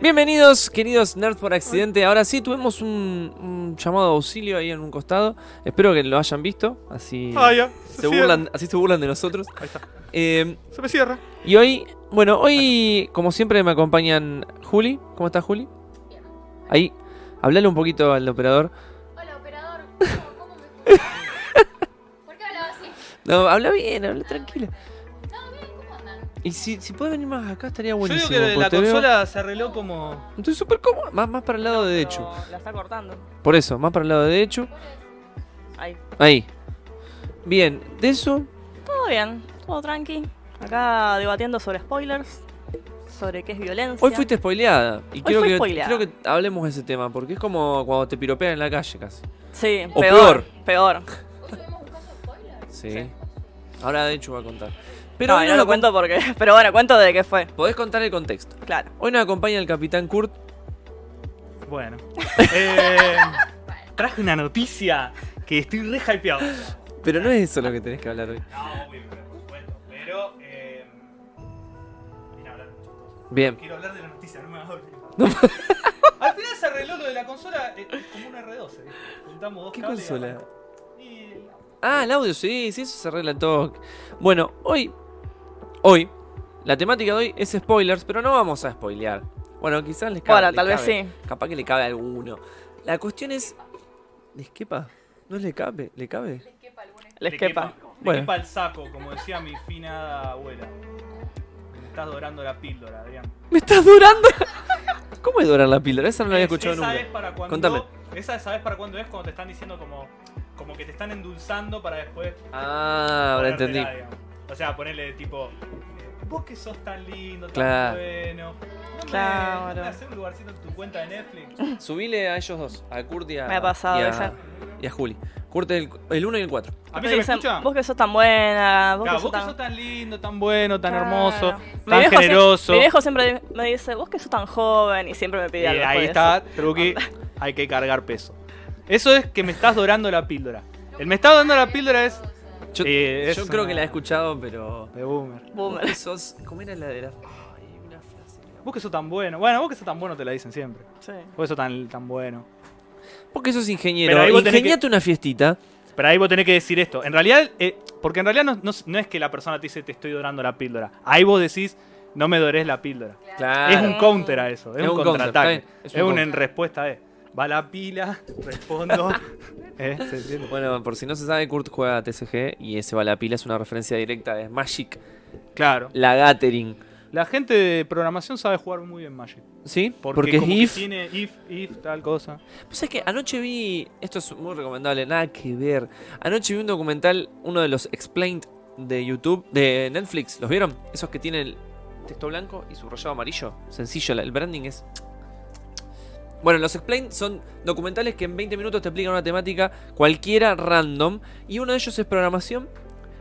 Bienvenidos, queridos nerds por accidente. Ahora sí tuvimos un, un llamado de auxilio ahí en un costado. Espero que lo hayan visto. Así Ah, ya. Se, se cierra. burlan, así se burlan de nosotros. Ahí está. Eh, Se me cierra. y hoy, bueno, hoy, como siempre, me acompañan Juli. ¿Cómo está Juli? Ahí, hablale un poquito al operador. Hola, operador. ¿Cómo, cómo me ¿Por qué hablaba así? No, habla bien, habla tranquila. No, bien, ¿cómo andan? Y si, si puede venir más acá estaría Yo digo buenísimo. que la porque te veo- consola se arregló como. Estoy súper cómodo. Más, más para el lado de derecho. La está cortando. Por eso, más para el lado de derecho. Ahí. Ahí. Bien, de eso Todo bien, todo tranqui. Acá debatiendo sobre spoilers, sobre qué es violencia. Hoy fuiste spoileada. Y creo fui que, spoileada. creo que hablemos de ese tema, porque es como cuando te piropean en la calle casi. Sí, o peor. Peor. Hoy tuvimos un caso spoiler. Sí. Sí. Ahora de hecho va a contar. Pero Pero no, hoy no nos lo acom- cuento porque. Pero bueno, cuento de qué fue. Podés contar el contexto. Claro. Hoy nos acompaña el capitán Kurt. Bueno. Eh, traje una noticia que estoy re hypeado. Pero no es eso lo que tenés que hablar hoy. No, obvio, pero por supuesto. Pero. Eh, vine a hablar de muchas cosas. Bien. Quiero hablar de la noticia, no me hables. Al final se arregló lo de la consola eh, como una R12. ¿viste? Juntamos dos ¿Qué cables y consola? arrancó. Y Ah, el audio, sí, sí, eso se arregla todo. Bueno, hoy. Hoy. La temática de hoy es spoilers, pero no vamos a spoilear. Bueno, quizás les cabe. Bueno, les tal vez cabe. sí. Capaz que le cabe a alguno. La cuestión es. ¿Les quepa? ¿No le cabe? ¿Le cabe? Les quepa alguna. Les le quepa. le Bueno. quepa el saco, como decía mi finada abuela. Me estás dorando la píldora, Adrián. ¿Me estás durando? ¿Cómo es dorar la píldora? Esa no la había Es- escuchado esa nunca. Es para cuando, Contame. Esa sabes para cuándo es cuando te están diciendo como, como que te están endulzando para después. Ah, ahora ponértela, entendí. digamos. O sea, ponerle tipo, eh, vos que sos tan lindo, tan Claro. bueno. No me, Claro. no me haces un lugarcito en tu cuenta de Netflix. Subile a ellos dos, a Kurt y a. Me ha pasado y a, esa. y a Juli. Kurt es el 1 y el 4. ¿A mí Te se me dicen, escucha? Vos que sos tan buena, vos Claro, que sos tan. lindo, tan bueno, tan Claro. hermoso, Mi tan viejo siempre- generoso. Mi viejo siempre di- me dice, vos que sos tan joven y siempre me pide Y algo. pues. ahí después. está, Truqui, hay que cargar peso. Eso es que me estás dorando la píldora. El me está dorando la píldora es Yo, Sí, es yo creo que la he una- escuchado, pero. Oh, de boomer. Vos Boomer. que sos- ¿Cómo era la de la.? Ay, una frase. que no- Vos que sos tan bueno. Bueno, vos que sos tan bueno te la dicen siempre. Sí. Vos que sos tan, tan bueno. Vos que sos ingeniero. Pero ahí vos tenés Ingeniate una fiestita. Pero ahí vos tenés que decir esto. En realidad, eh, porque en realidad no, no- no es que la persona te dice te estoy dorando la píldora. Ahí vos decís no me dorés la píldora. Claro. Es un counter a eso. Es, Es un un counter, contraataque. está bien. Es es un un counter. en respuesta de va la pila, respondo. Eh, ¿se entiende? Bueno, por si no se sabe, Kurt juega a TCG y ese va a la pila. Es una referencia directa de Magic, Claro. la Gathering. La gente de programación sabe jugar muy bien Magic. ¿Sí? Porque, Porque, es como que if. tiene if, if, tal cosa. Pues es que anoche vi, esto es muy recomendable, nada que ver. Anoche vi un documental, uno de los Explained de YouTube, de Netflix, ¿los vieron? Esos que tienen el texto blanco y subrayado amarillo. Sencillo, la- el branding es... Bueno, los Explained son documentales que en 20 minutos te explican una temática cualquiera random y uno de ellos es programación.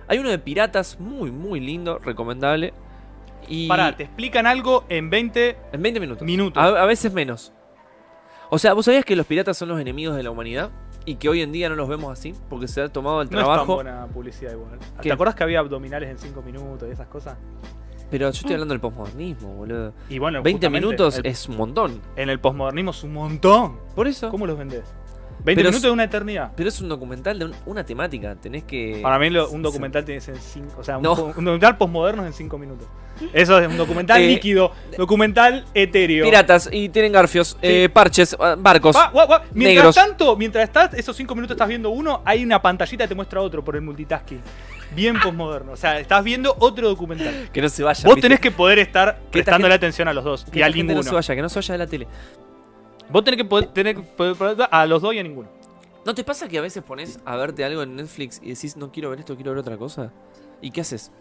Hay uno de piratas muy, muy lindo, recomendable. Y Pará, te explican algo en 20 en 20 minutos. minutos. A, a veces menos. O sea, ¿vos sabías que los piratas son los enemigos de la humanidad? Y que hoy en día no los vemos así, porque se ha tomado el No es tan trabajo. buena publicidad igual. ¿Qué? ¿Te acordás que había abdominales en 5 minutos y esas cosas? pero yo estoy hablando del posmodernismo, boludo. Y bueno, 20 justamente, minutos el- es un montón. en el posmodernismo es un montón. Por eso. ¿Cómo los vendés? 20 Pero es- minutos es una eternidad. Pero es un documental de un- una temática. Tenés que. Para mí lo- un documental tiene que ser en 5, o sea, un, No. po- un documental posmoderno es en 5 minutos. Eso es un documental Eh, líquido, documental etéreo. Piratas y tienen garfios, eh, parches, ah, barcos. Pa- guau, guau. Mientras negros. tanto, mientras estás esos 5 minutos estás viendo uno, hay una pantallita que te muestra otro por el multitasking. Bien posmoderno, o sea, estás viendo otro documental. que no se vayan. Vos ¿viste? tenés que poder estar Que esta prestándole gente- atención a los dos Que y la a gente ninguno. no se vaya, que no se vaya de la tele. Vos tenés que poder tener que poder- poder- a los dos y a ninguno. ¿No te pasa que a veces pones a verte algo en Netflix y decís, no quiero ver esto, quiero ver otra cosa? ¿Y qué haces?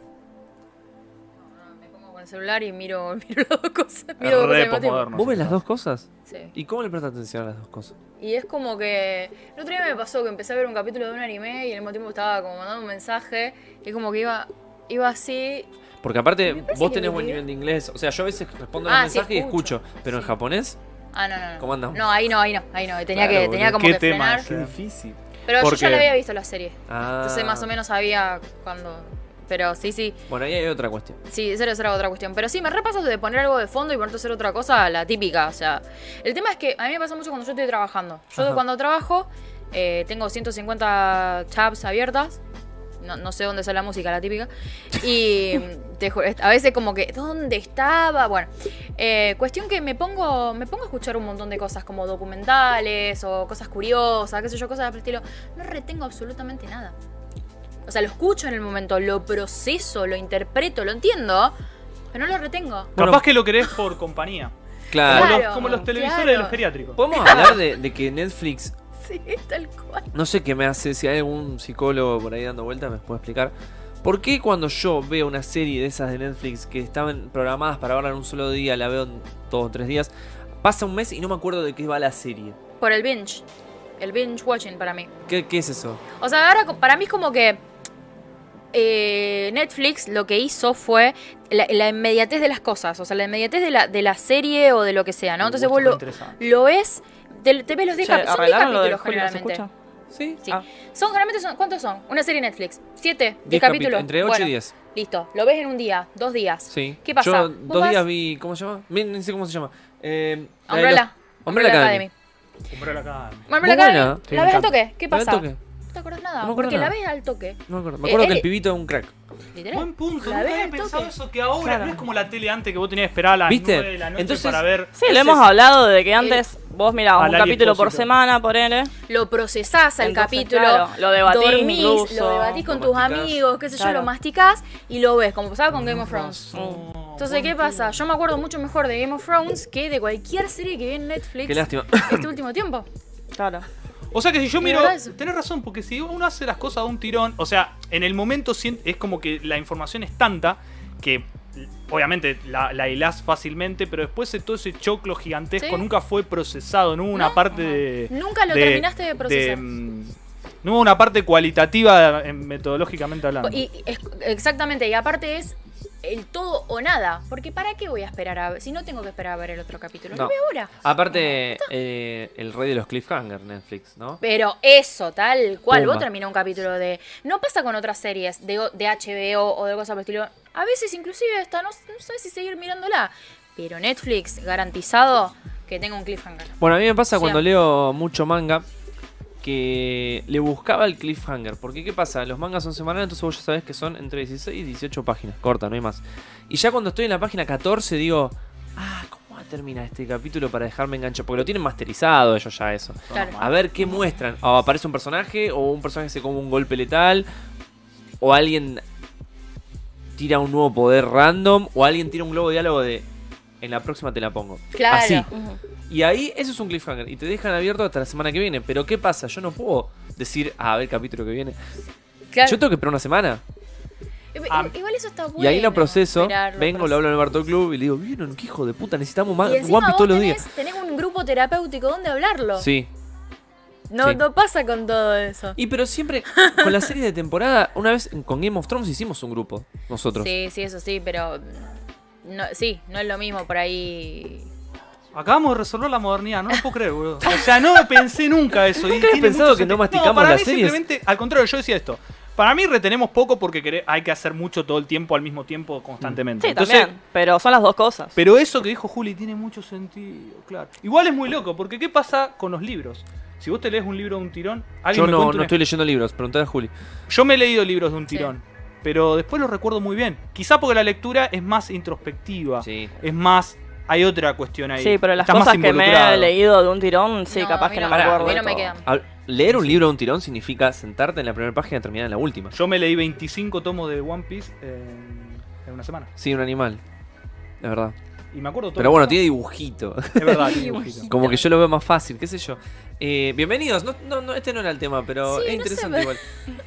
No, no, me pongo con el celular y miro, miro las dos cosas. Miro dos re cosas al mismo tiempo. posmoderno. ¿Vos ves las dos cosas? Sí. ¿Y cómo le prestas atención a las dos cosas? Y es como que. El otro día me pasó que empecé a ver un capítulo de un anime y al mismo tiempo estaba como mandando un mensaje y como que iba. Iba así. Porque aparte, Me parece vos que tenés mi buen vida- nivel de inglés. O sea, yo a veces respondo Ah, los sí, mensajes y escucho. escucho. Pero en Sí. japonés, Ah, no, no, no. ¿Cómo andamos? No, ahí no, ahí no, ahí no. Tenía Claro, que, tenía boludo. como ¿Qué que tema frenar. ese? Qué difícil. Pero yo Porque- ya la había visto la serie. Ah, Entonces más o menos sabía cuando Pero sí, sí. Bueno, ahí hay otra cuestión. Sí, esa era otra cuestión. Pero sí, me repasas de poner algo de fondo y ponerte a hacer otra cosa, la típica. O sea, el tema es que a mí me pasa mucho cuando yo estoy trabajando. Yo Ajá. cuando trabajo eh, tengo 150 tabs abiertas. No, no sé dónde sale la música, la típica. Y te juro, a veces como que, ¿dónde estaba? Bueno, eh, cuestión que me pongo, me pongo a escuchar un montón de cosas como documentales o cosas curiosas, qué sé yo, cosas del estilo. No retengo absolutamente nada. O sea, lo escucho en el momento, lo proceso, lo interpreto, lo entiendo, pero no lo retengo. Bueno. Capaz que lo querés por compañía. Claro. Como, Claro. los, como los televisores claro. de los geriátricos. Podemos hablar de, de que Netflix, Sí, tal cual. no sé qué me hace, si hay algún psicólogo por ahí dando vuelta me puede explicar. ¿Por qué cuando yo veo una serie de esas de Netflix que estaban programadas para verla en un solo día, la veo en dos o tres días, pasa un mes y no me acuerdo de qué va la serie? Por el binge. El binge watching para mí. ¿Qué, qué es eso? O sea, ahora co- para mí es como que eh, Netflix lo que hizo fue la, la inmediatez de las cosas. O sea, la inmediatez de la, de la serie o de lo que sea, ¿no? Entonces Uy, vos esto lo, está interesante. lo ves, te, te ves los 10 Che, capítulos. Son 10 arreglaron lo de capítulos Julio, ¿se generalmente. escucha? Sí. Sí. Ah. Son, generalmente son, ¿cuántos son? Una serie Netflix. ¿Siete? Diez ¿Diez capítulos? capi- entre ocho Bueno, y diez. Listo. Lo ves en un día, dos días. Sí. ¿Qué pasa? Yo Vos dos vas- días vi. ¿Cómo se llama? Miren, No sé cómo se llama. Eh, la de Umbrella. los- Umbrella Academy. Umbrella Academy. Bueno, Umbrella Muy Academy, buena. Sí, ¿La me ves al encanta. toque? ¿Qué La del pasa? toque. No te acordás nada. No me acuerdo porque nada. la ves al toque. No me acuerdo. Me Eh, acuerdo que él- el pibito es un crack. Literal. Buen punto, La nunca ves había al pensado toque. eso que ahora Claro. no es como la tele antes que vos tenías que esperar a las ¿Viste? 9 de la noche Entonces- para ver. Sí, lo hemos hablado de que antes vos mirabas Al un capítulo por Expósito. semana, ponele. Lo procesás al Entonces, capítulo. claro, lo debatís dormís, incluso. lo debatís con Lo tus masticás. amigos, qué sé yo, Claro. lo masticás y lo ves, como pasaba con Game of Thrones. Mm. Oh, Entonces, ¿qué pasa? Yo me acuerdo mucho mejor de Game of Thrones que de cualquier serie que vi en Netflix Qué lástima. este último tiempo. Claro. O sea que si yo Y miro. verdad es- Tenés razón, porque si uno hace las cosas de un tirón. O sea, en el momento sien- es como que la información es tanta que obviamente la, la hilás fácilmente, pero después de todo ese choclo gigantesco Sí. nunca fue procesado, no hubo una No. parte de. Nunca Ah, lo de- terminaste de procesar. mm, no hubo una parte cualitativa eh, metodológicamente hablando. Y, y es- exactamente, y aparte es el todo o nada. Porque ¿para qué voy a esperar a ver? Si no tengo que esperar a ver el otro capítulo, No. lo veo ahora. Aparte, eh, el rey de los cliffhanger, Netflix, ¿no? Pero eso, tal cual. Pumba. Vos terminás un capítulo de. No pasa con otras series de, de HBO o de cosas por el estilo. A veces, inclusive, hasta no, no sabes si seguir mirándola. Pero Netflix, garantizado que tenga un cliffhanger. Bueno, a mí me pasa Sí. cuando leo mucho manga que le buscaba el cliffhanger. Porque, ¿qué pasa? Los mangas son semanales, entonces vos ya sabés que son entre 16 y 18 páginas. Corta, no hay más. Y ya cuando estoy en la página 14 digo, ah, ¿cómo va a terminar este capítulo para dejarme enganchado? Porque lo tienen masterizado ellos ya eso. Claro. A ver qué muestran. O aparece un personaje, o un personaje se come un golpe letal, o alguien tira un nuevo poder random, o alguien tira un globo de diálogo de... En la próxima te la pongo. Claro. Así. Ujú. Y ahí eso es un cliffhanger. Y te dejan abierto hasta la semana que viene. Pero ¿qué pasa? Yo no puedo decir, ah, a ver el capítulo que viene. Claro. Yo tengo que esperar una semana. Igual- Ah. Igual eso está bueno. y ahí lo proceso. esperar, vengo, proceso. lo hablo en el Bartol Club y le digo, ¿vieron qué hijo de puta? Necesitamos más Y One Piece encima vos todos los tenés, días. tenés un grupo terapéutico donde hablarlo. Sí. No, sí. no pasa con todo eso. Y pero siempre, con la serie de temporada, una vez con Game of Thrones hicimos un grupo, nosotros. Sí, sí, eso sí, pero. No, sí, no es lo mismo por ahí. Acabamos de resolver la modernidad, no lo puedo creer, boludo. O sea, no pensé nunca eso. y ¿Nunca habías tiene pensado mucho que no sentido. masticamos para las mí series? Simplemente, al contrario, yo decía esto. Para mí retenemos poco porque quere- hay que hacer mucho todo el tiempo al mismo tiempo constantemente. Sí, Entonces, también. Pero son las dos cosas. Pero eso que dijo Juli tiene mucho sentido, claro. Igual es muy loco, porque ¿qué pasa con los libros? Si vos te lees un libro de un tirón, Yo alguien me no, cuenta no una- estoy leyendo libros, preguntad a Juli. Yo me he leído libros de un Sí. tirón, pero después los recuerdo muy bien. Quizá porque la lectura es más introspectiva, Sí. es más... Hay otra cuestión ahí. Sí, pero las Estás más cosas que me involucrado. he leído de un tirón, sí, No, a capaz mí que no. no me Pará, acuerdo. a mí no de me todo. quedan. Al- Leer un libro de un tirón significa sentarte en la primera página y terminar en la última. Yo me leí 25 tomos de One Piece en, en una semana. Sí, un animal. Es verdad. Y me acuerdo todo. Pero bueno, tiene dibujito. Es verdad, tiene dibujito. Dibujito. Como que yo lo veo más fácil, qué sé yo. Eh, bienvenidos, no, no, no, este no era el tema, pero Sí, es no interesante sé. igual.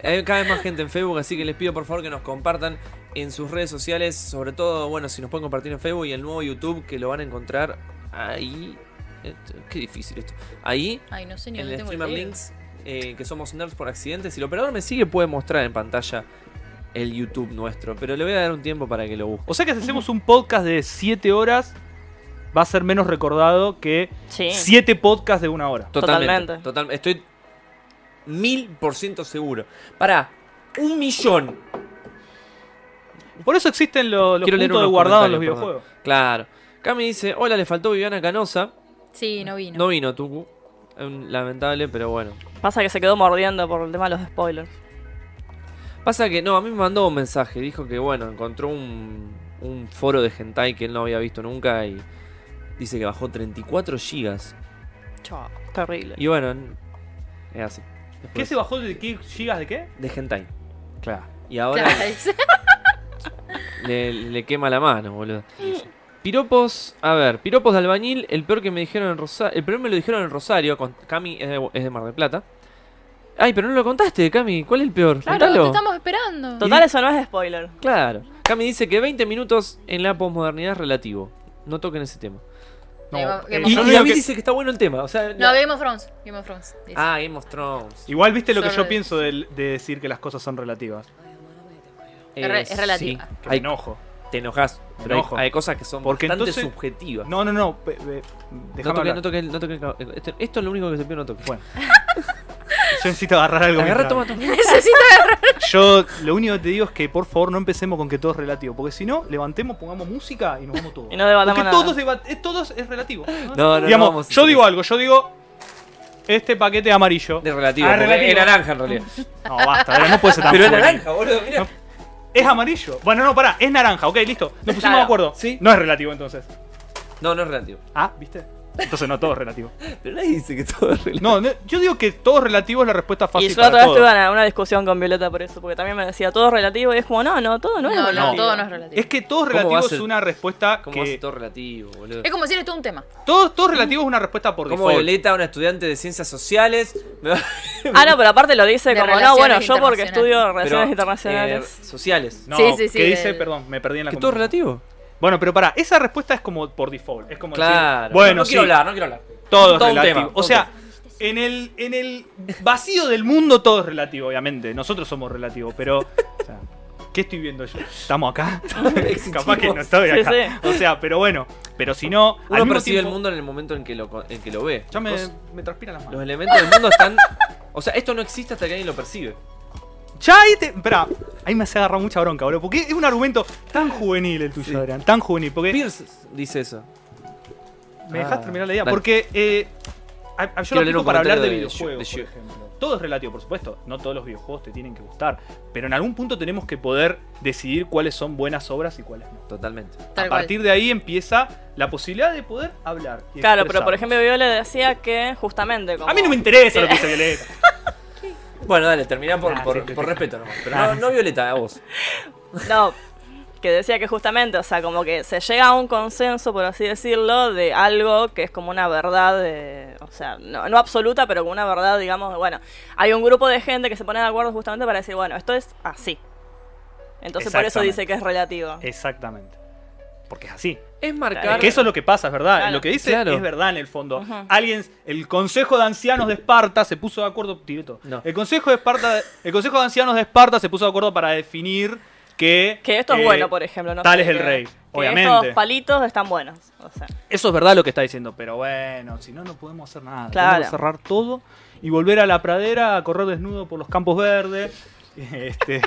Hay cada vez más gente en Facebook, así que les pido por favor que nos compartan en sus redes sociales, sobre todo, bueno, si nos pueden compartir en Facebook y el nuevo YouTube que lo van a encontrar ahí. Esto- qué difícil esto. Ahí, Ay, no sé ni en dónde el tengo el Streamer dedo. Links, eh, que somos nerds por accidente. Si el operador me sigue, puede mostrar en pantalla el YouTube nuestro, pero le voy a dar un tiempo para que lo busque. O sea que si hacemos un podcast de 7 horas, va a ser menos recordado que Sí. 7 podcasts de una hora. Totalmente. Totalmente. Total- estoy mil por ciento seguro. Para un millón Por eso existen los, los Quiero leer puntos de unos guardado en los comentarios, videojuegos. Claro. Cami dice, hola, le faltó Viviana Canosa. Sí, no vino. No vino Tuku. Un Lamentable, pero bueno. Pasa que se quedó mordiendo por el tema de los spoilers. Pasa que no, a mí me mandó un mensaje. Dijo que, bueno, encontró un, un foro de hentai que él no había visto nunca y dice que bajó 34 gigas. Chao, terrible. Y bueno, n- es así. Después, ¿Qué se bajó de qué gigas de qué? De hentai. Claro. Y ahora Claro, le, le quema la mano, boludo. Piropos, a ver, piropos de albañil, el peor que me dijeron en Rosario, el peor me lo dijeron en Rosario, con Cami es de, es de Mar del Plata. Ay, pero no lo contaste, Cami, ¿cuál es el peor? claro te Contalo. estamos esperando. Total, eso no es spoiler. Claro. Cami dice que 20 minutos en la posmodernidad es relativo. No toquen ese tema. No, eh, Game Y, of yo a Thrones. mí creo que- dice que está bueno el tema, o sea... No, la- Game of Thrones. Game of Thrones. dice. Ah, Game of Thrones. Igual viste lo que Solo yo de- pienso del- de, decir que las cosas son relativas. Eh, Es re- es relativa. sí. Que me Hay- enojo. te enojas, Me pero hay, enojo. hay cosas que son Porque bastante entonces- subjetivas. No, no, no. pe- pe- No Déjame toque, hablar. no toque, no toque el cab- esto, esto es lo único que se pide, no toque. Bueno. Yo necesito agarrar algo. Agarra, mientras- toma, toma. Necesito. Yo lo único que te digo es que por favor no empecemos con que todo es relativo. Porque si no, levantemos, pongamos música y nos vamos todos. Y no debatamos porque nada. todos deba- eh, todos es relativo. No, no, Digamos, no vamos a yo hacer digo eso. algo, yo digo este paquete amarillo. De relativo, Ah, porque relativo. es naranja en realidad. No, basta, ahora no puede ser tan Pero es juvenil. naranja, boludo, mira. No. Es amarillo. Bueno, no, pará, es naranja, ok, listo. Nos pusimos Claro. de acuerdo. Sí. No es relativo entonces. No, no es relativo. Ah, ¿viste? Entonces no, todo es relativo. Pero nadie dice que todo es relativo. No, no, yo digo que todo es relativo es la respuesta Y fácil yo para otra vez todo. tuve una, una discusión con Violeta por eso, porque también me decía todo es relativo y es como, no, no, todo no es No, relativo. no, todo no es relativo. Es que todo es ¿Cómo relativo va a es ser- una respuesta ¿Cómo va a que... ser todo relativo, boludo? Es como decir esto es un tema. Todo, todo es relativo es una respuesta por Como default. Violeta, una estudiante de ciencias sociales. me va- Ah, no, pero aparte lo dice De como, no, relaciones bueno, yo porque internacionales. estudio Pero, relaciones eh, internacionales. sociales. No, Sí, sí, sí, que dice, del- perdón, me perdí en la ¿Que todo es conversación. relativo? Bueno, pero pará, esa respuesta es como por default. Es como decir, Claro. bueno, no, no sí, quiero hablar, no quiero hablar. todo es Todo un relativo. tema, o todo sea, en el, en el vacío del mundo todo es relativo, obviamente. Nosotros somos relativos, pero. o sea, ¿Qué estoy viendo yo? ¿Estamos acá? Capaz que no estoy Sí, acá. sí. O sea, pero bueno. Pero si no, al Uno mismo percibe tiempo. el mundo en el momento en que lo, co- en que lo ve. Ya me, Los- me transpira las Los manos. elementos del mundo están. O sea, esto no existe hasta que alguien lo percibe. Ya ahí te. Espera, ahí me hace agarrar mucha bronca, bro. Porque es un argumento tan juvenil el tuyo, Sí. Adrián. Tan juvenil. Porque. Pierce dice eso. Me dejas Ah, terminar la idea. dale. Porque eh, a- a- Quiero yo leer lo aplico un para hablar comentario de, de videojuegos, Yu- de por ejemplo. Todo es relativo, por supuesto. No todos los videojuegos te tienen que gustar. Pero en algún punto tenemos que poder decidir cuáles son buenas obras y cuáles no. Totalmente. Tal a cual. partir de ahí empieza la posibilidad de poder hablar. y Claro, pero por expresarnos. ejemplo Violeta decía que justamente como... A mí no me interesa lo que dice Violeta. Bueno, dale, terminá por, Ah, por, sí, sí, por sí. respeto nomás. Pero Ah. no, no Violeta, a vos. No, que decía que justamente, o sea, como que se llega a un consenso, por así decirlo, de algo que es como una verdad, de- o sea, no, no absoluta, pero como una verdad, digamos, de, bueno, hay un grupo de gente que se pone de acuerdo justamente para decir, bueno, esto es así. Entonces por eso Exactamente. Eh, dice que es relativo. Exactamente. Porque es así. Es marcar. Claro. Que eso es lo que pasa, es verdad. Claro. Lo que dice Claro. es verdad en el fondo. Ujú. Alguien, el Consejo de Ancianos de Esparta se puso de acuerdo. tiré todo. No. El Consejo de Esparta, el Consejo de Ancianos de Esparta se puso de acuerdo para definir que. Que esto es eh, bueno, por ejemplo. No tal sé, es el que- rey, que obviamente. Estos palitos están buenos. O sea, Eso es verdad lo que está diciendo, pero bueno, si no, no podemos hacer nada. Claro. Tenemos que cerrar todo y volver a la pradera a correr desnudo por los campos verdes. Este,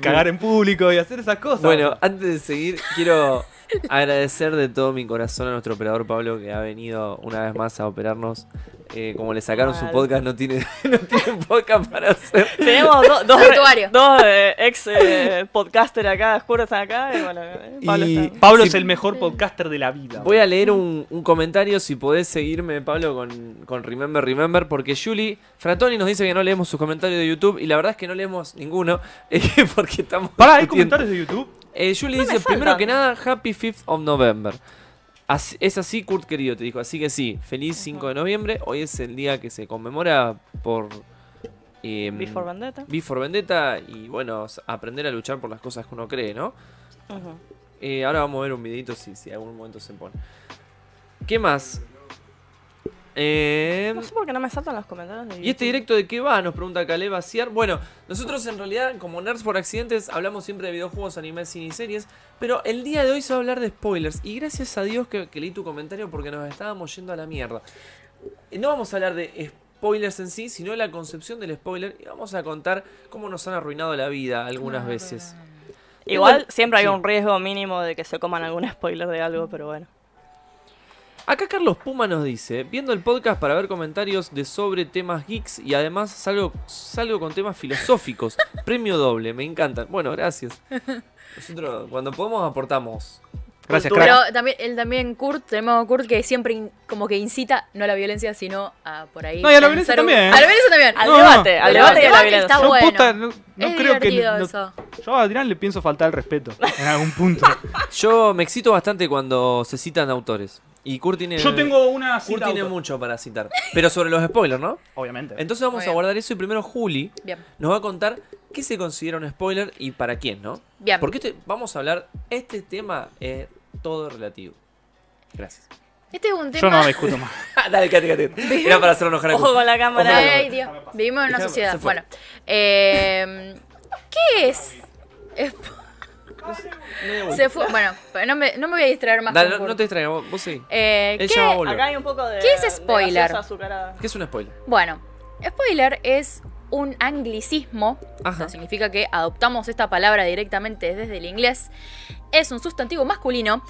cagar en público y hacer esas cosas. Bueno, antes de seguir, quiero agradecer de todo mi corazón a nuestro operador Pablo que ha venido una vez más a operarnos. Eh, como le sacaron su Mal. podcast, no tiene, no tiene podcast para hacer. tenemos do- dos, Santuario. dos eh, ex eh, podcaster acá, oscuros están acá, y bueno, eh, Pablo Y- está. Pablo Sí. es el mejor podcaster de la vida. Voy a leer un, un comentario, si podés seguirme, Pablo, con, con Remember, Remember, porque Julie Fratoni nos dice que no leemos sus comentarios de YouTube y la verdad es que no leemos ninguno, eh, porque estamos... Pará, ¿hay discutiendo. comentarios de YouTube? Eh, Julie No me dice, faltan. primero que nada, Happy 5th of November. Así- es así, Kurt querido, te dijo. Así que sí, feliz 5 de noviembre. Hoy es el día que se conmemora por... eh, Before Vendetta. Before Vendetta y bueno, s- aprender a luchar por las cosas que uno cree, ¿no? Ujú. Eh, ahora vamos a ver un videito si, si algún momento se pone. ¿Qué más? Eh, No sé por qué no me saltan los comentarios. de ¿Y este YouTube. directo de qué va? Nos pregunta Caleb Aciar. Bueno, nosotros en realidad, como Nerds por Accidentes, hablamos siempre de videojuegos, animes, cine y series. Pero el día de hoy se va a hablar de spoilers. Y gracias a Dios que, que leí tu comentario porque nos estábamos yendo a la mierda. Eh, No vamos a hablar de spoilers en sí, sino la concepción del spoiler. Y vamos a contar cómo nos han arruinado la vida algunas veces. Igual Igual- siempre hay sí. un riesgo mínimo de que se coman algún spoiler de algo, pero bueno. Acá Carlos Puma nos dice, viendo el podcast para ver comentarios de sobre temas geeks y además salgo, salgo con temas filosóficos, premio doble, me encantan. Bueno, gracias. Nosotros cuando podemos aportamos. Gracias, Cultura. crack. Pero también, él también Kurt, tenemos a Kurt que siempre in- como que incita no a la violencia, sino a por ahí. No, y a la violencia pensar un- también, ¿eh? A la violencia también. Al No, debate, no. al Pero debate y a la debate está violencia. No, bueno. posta, no, no es creo que. divertido no- eso. yo a Adrián le pienso faltar el respeto en algún punto. Yo me excito bastante cuando se citan autores. Y Kurt tiene, Yo tengo una Kurt cita. Eh, tiene auto- mucho para citar. Pero sobre los spoilers, ¿no? Obviamente. Entonces vamos Muy a bien. guardar eso y primero Juli Bien. nos va a contar qué se considera un spoiler y para quién, ¿no? Bien. Porque este- vamos a hablar, este tema es todo relativo. Gracias. Este es un tema. Yo no discuto más. Dale, Katy, Katy. Era para hacer enojar a Ojo Gus. con la cámara. Ojalá. Ay, Dios. Vivimos en una Déjame, sociedad. se fue. Bueno. Eh, ¿Qué es? Es- Se fue. Bueno, pero no me, no me voy a distraer más. Dale, con no, no Kurt. te distraigas, vos, vos seguí. Eh, Él ¿qué- ya va a volver. Acá hay un poco de. ¿Qué es de spoiler? gaseosa azucarada. ¿Qué es un spoiler? Bueno, spoiler es un anglicismo Ajá. Esto significa que adoptamos esta palabra directamente desde el inglés. Es un sustantivo masculino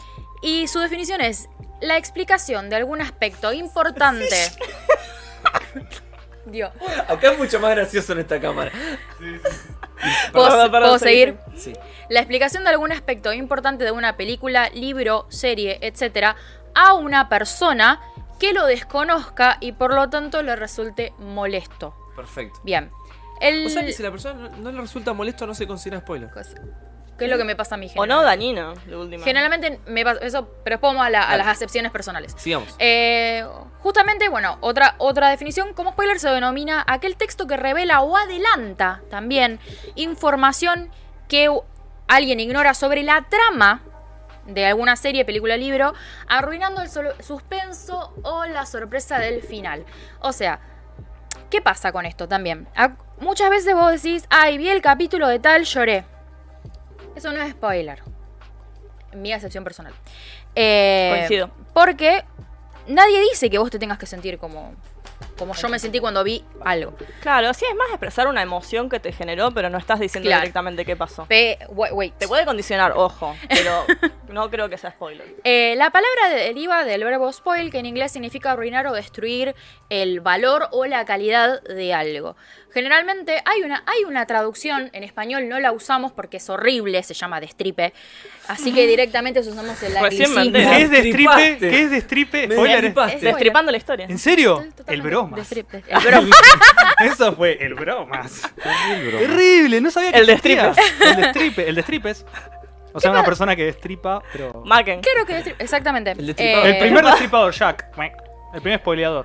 y su definición es la explicación de algún aspecto importante. Dios. Acá es mucho más gracioso en esta cámara. ¿Puedo, Perdón, perdón, puedo seguí, seguir? Sí. La explicación de algún aspecto importante de una película, libro, serie, etcétera, a una persona que lo desconozca y por lo tanto le resulte molesto. Perfecto. Bien. El... O sea que si la persona no, no le resulta molesto, no se considera spoiler. ¿Qué es lo que me pasa a mí? O no, generalmente? dañino, de última. Generalmente me pasa eso, pero después vamos a, la- a Dale. las acepciones personales. Sigamos. Eh, justamente, bueno, otra, otra definición como spoiler se denomina aquel texto que revela o adelanta también información que u- alguien ignora sobre la trama de alguna serie, película, libro, arruinando el solo- suspenso o la sorpresa del final. O sea, ¿qué pasa con esto también? A- muchas veces vos decís, ay, vi el capítulo de tal, lloré. Eso no es spoiler. Mi acepción personal. Eh, Coincido. Porque nadie dice que vos te tengas que sentir como, como yo me sentí cuando vi algo. Claro, sí, es más expresar una emoción que te generó, pero no estás diciendo Claro. directamente qué pasó. Pe- wait, wait. Te puede condicionar, ojo, pero no creo que sea spoiler. Eh, la palabra deriva del verbo spoil, que en inglés significa arruinar o destruir el valor o la calidad de algo. Generalmente hay una, hay una traducción, en español no la usamos porque es horrible, se llama destripe. Así que directamente usamos Recién el anglicismo. mandé. ¿Qué es de Destripaste. stripe? ¿Qué es de stripe? Me Spoiler. ¿eh? destripaste. Spoiler. Destripando la historia. ¿En serio? Totalmente, El bromas. destripe, el bromas. Eso fue el bromas. Terrible, bro. Terrible, no sabía que El de existía. El de stripe, el de stripes. O sea, una persona que destripa, pero Maken. Claro que destripe, exactamente. El Eh, destripador. El primer destripador, Jack. El primer spoileador.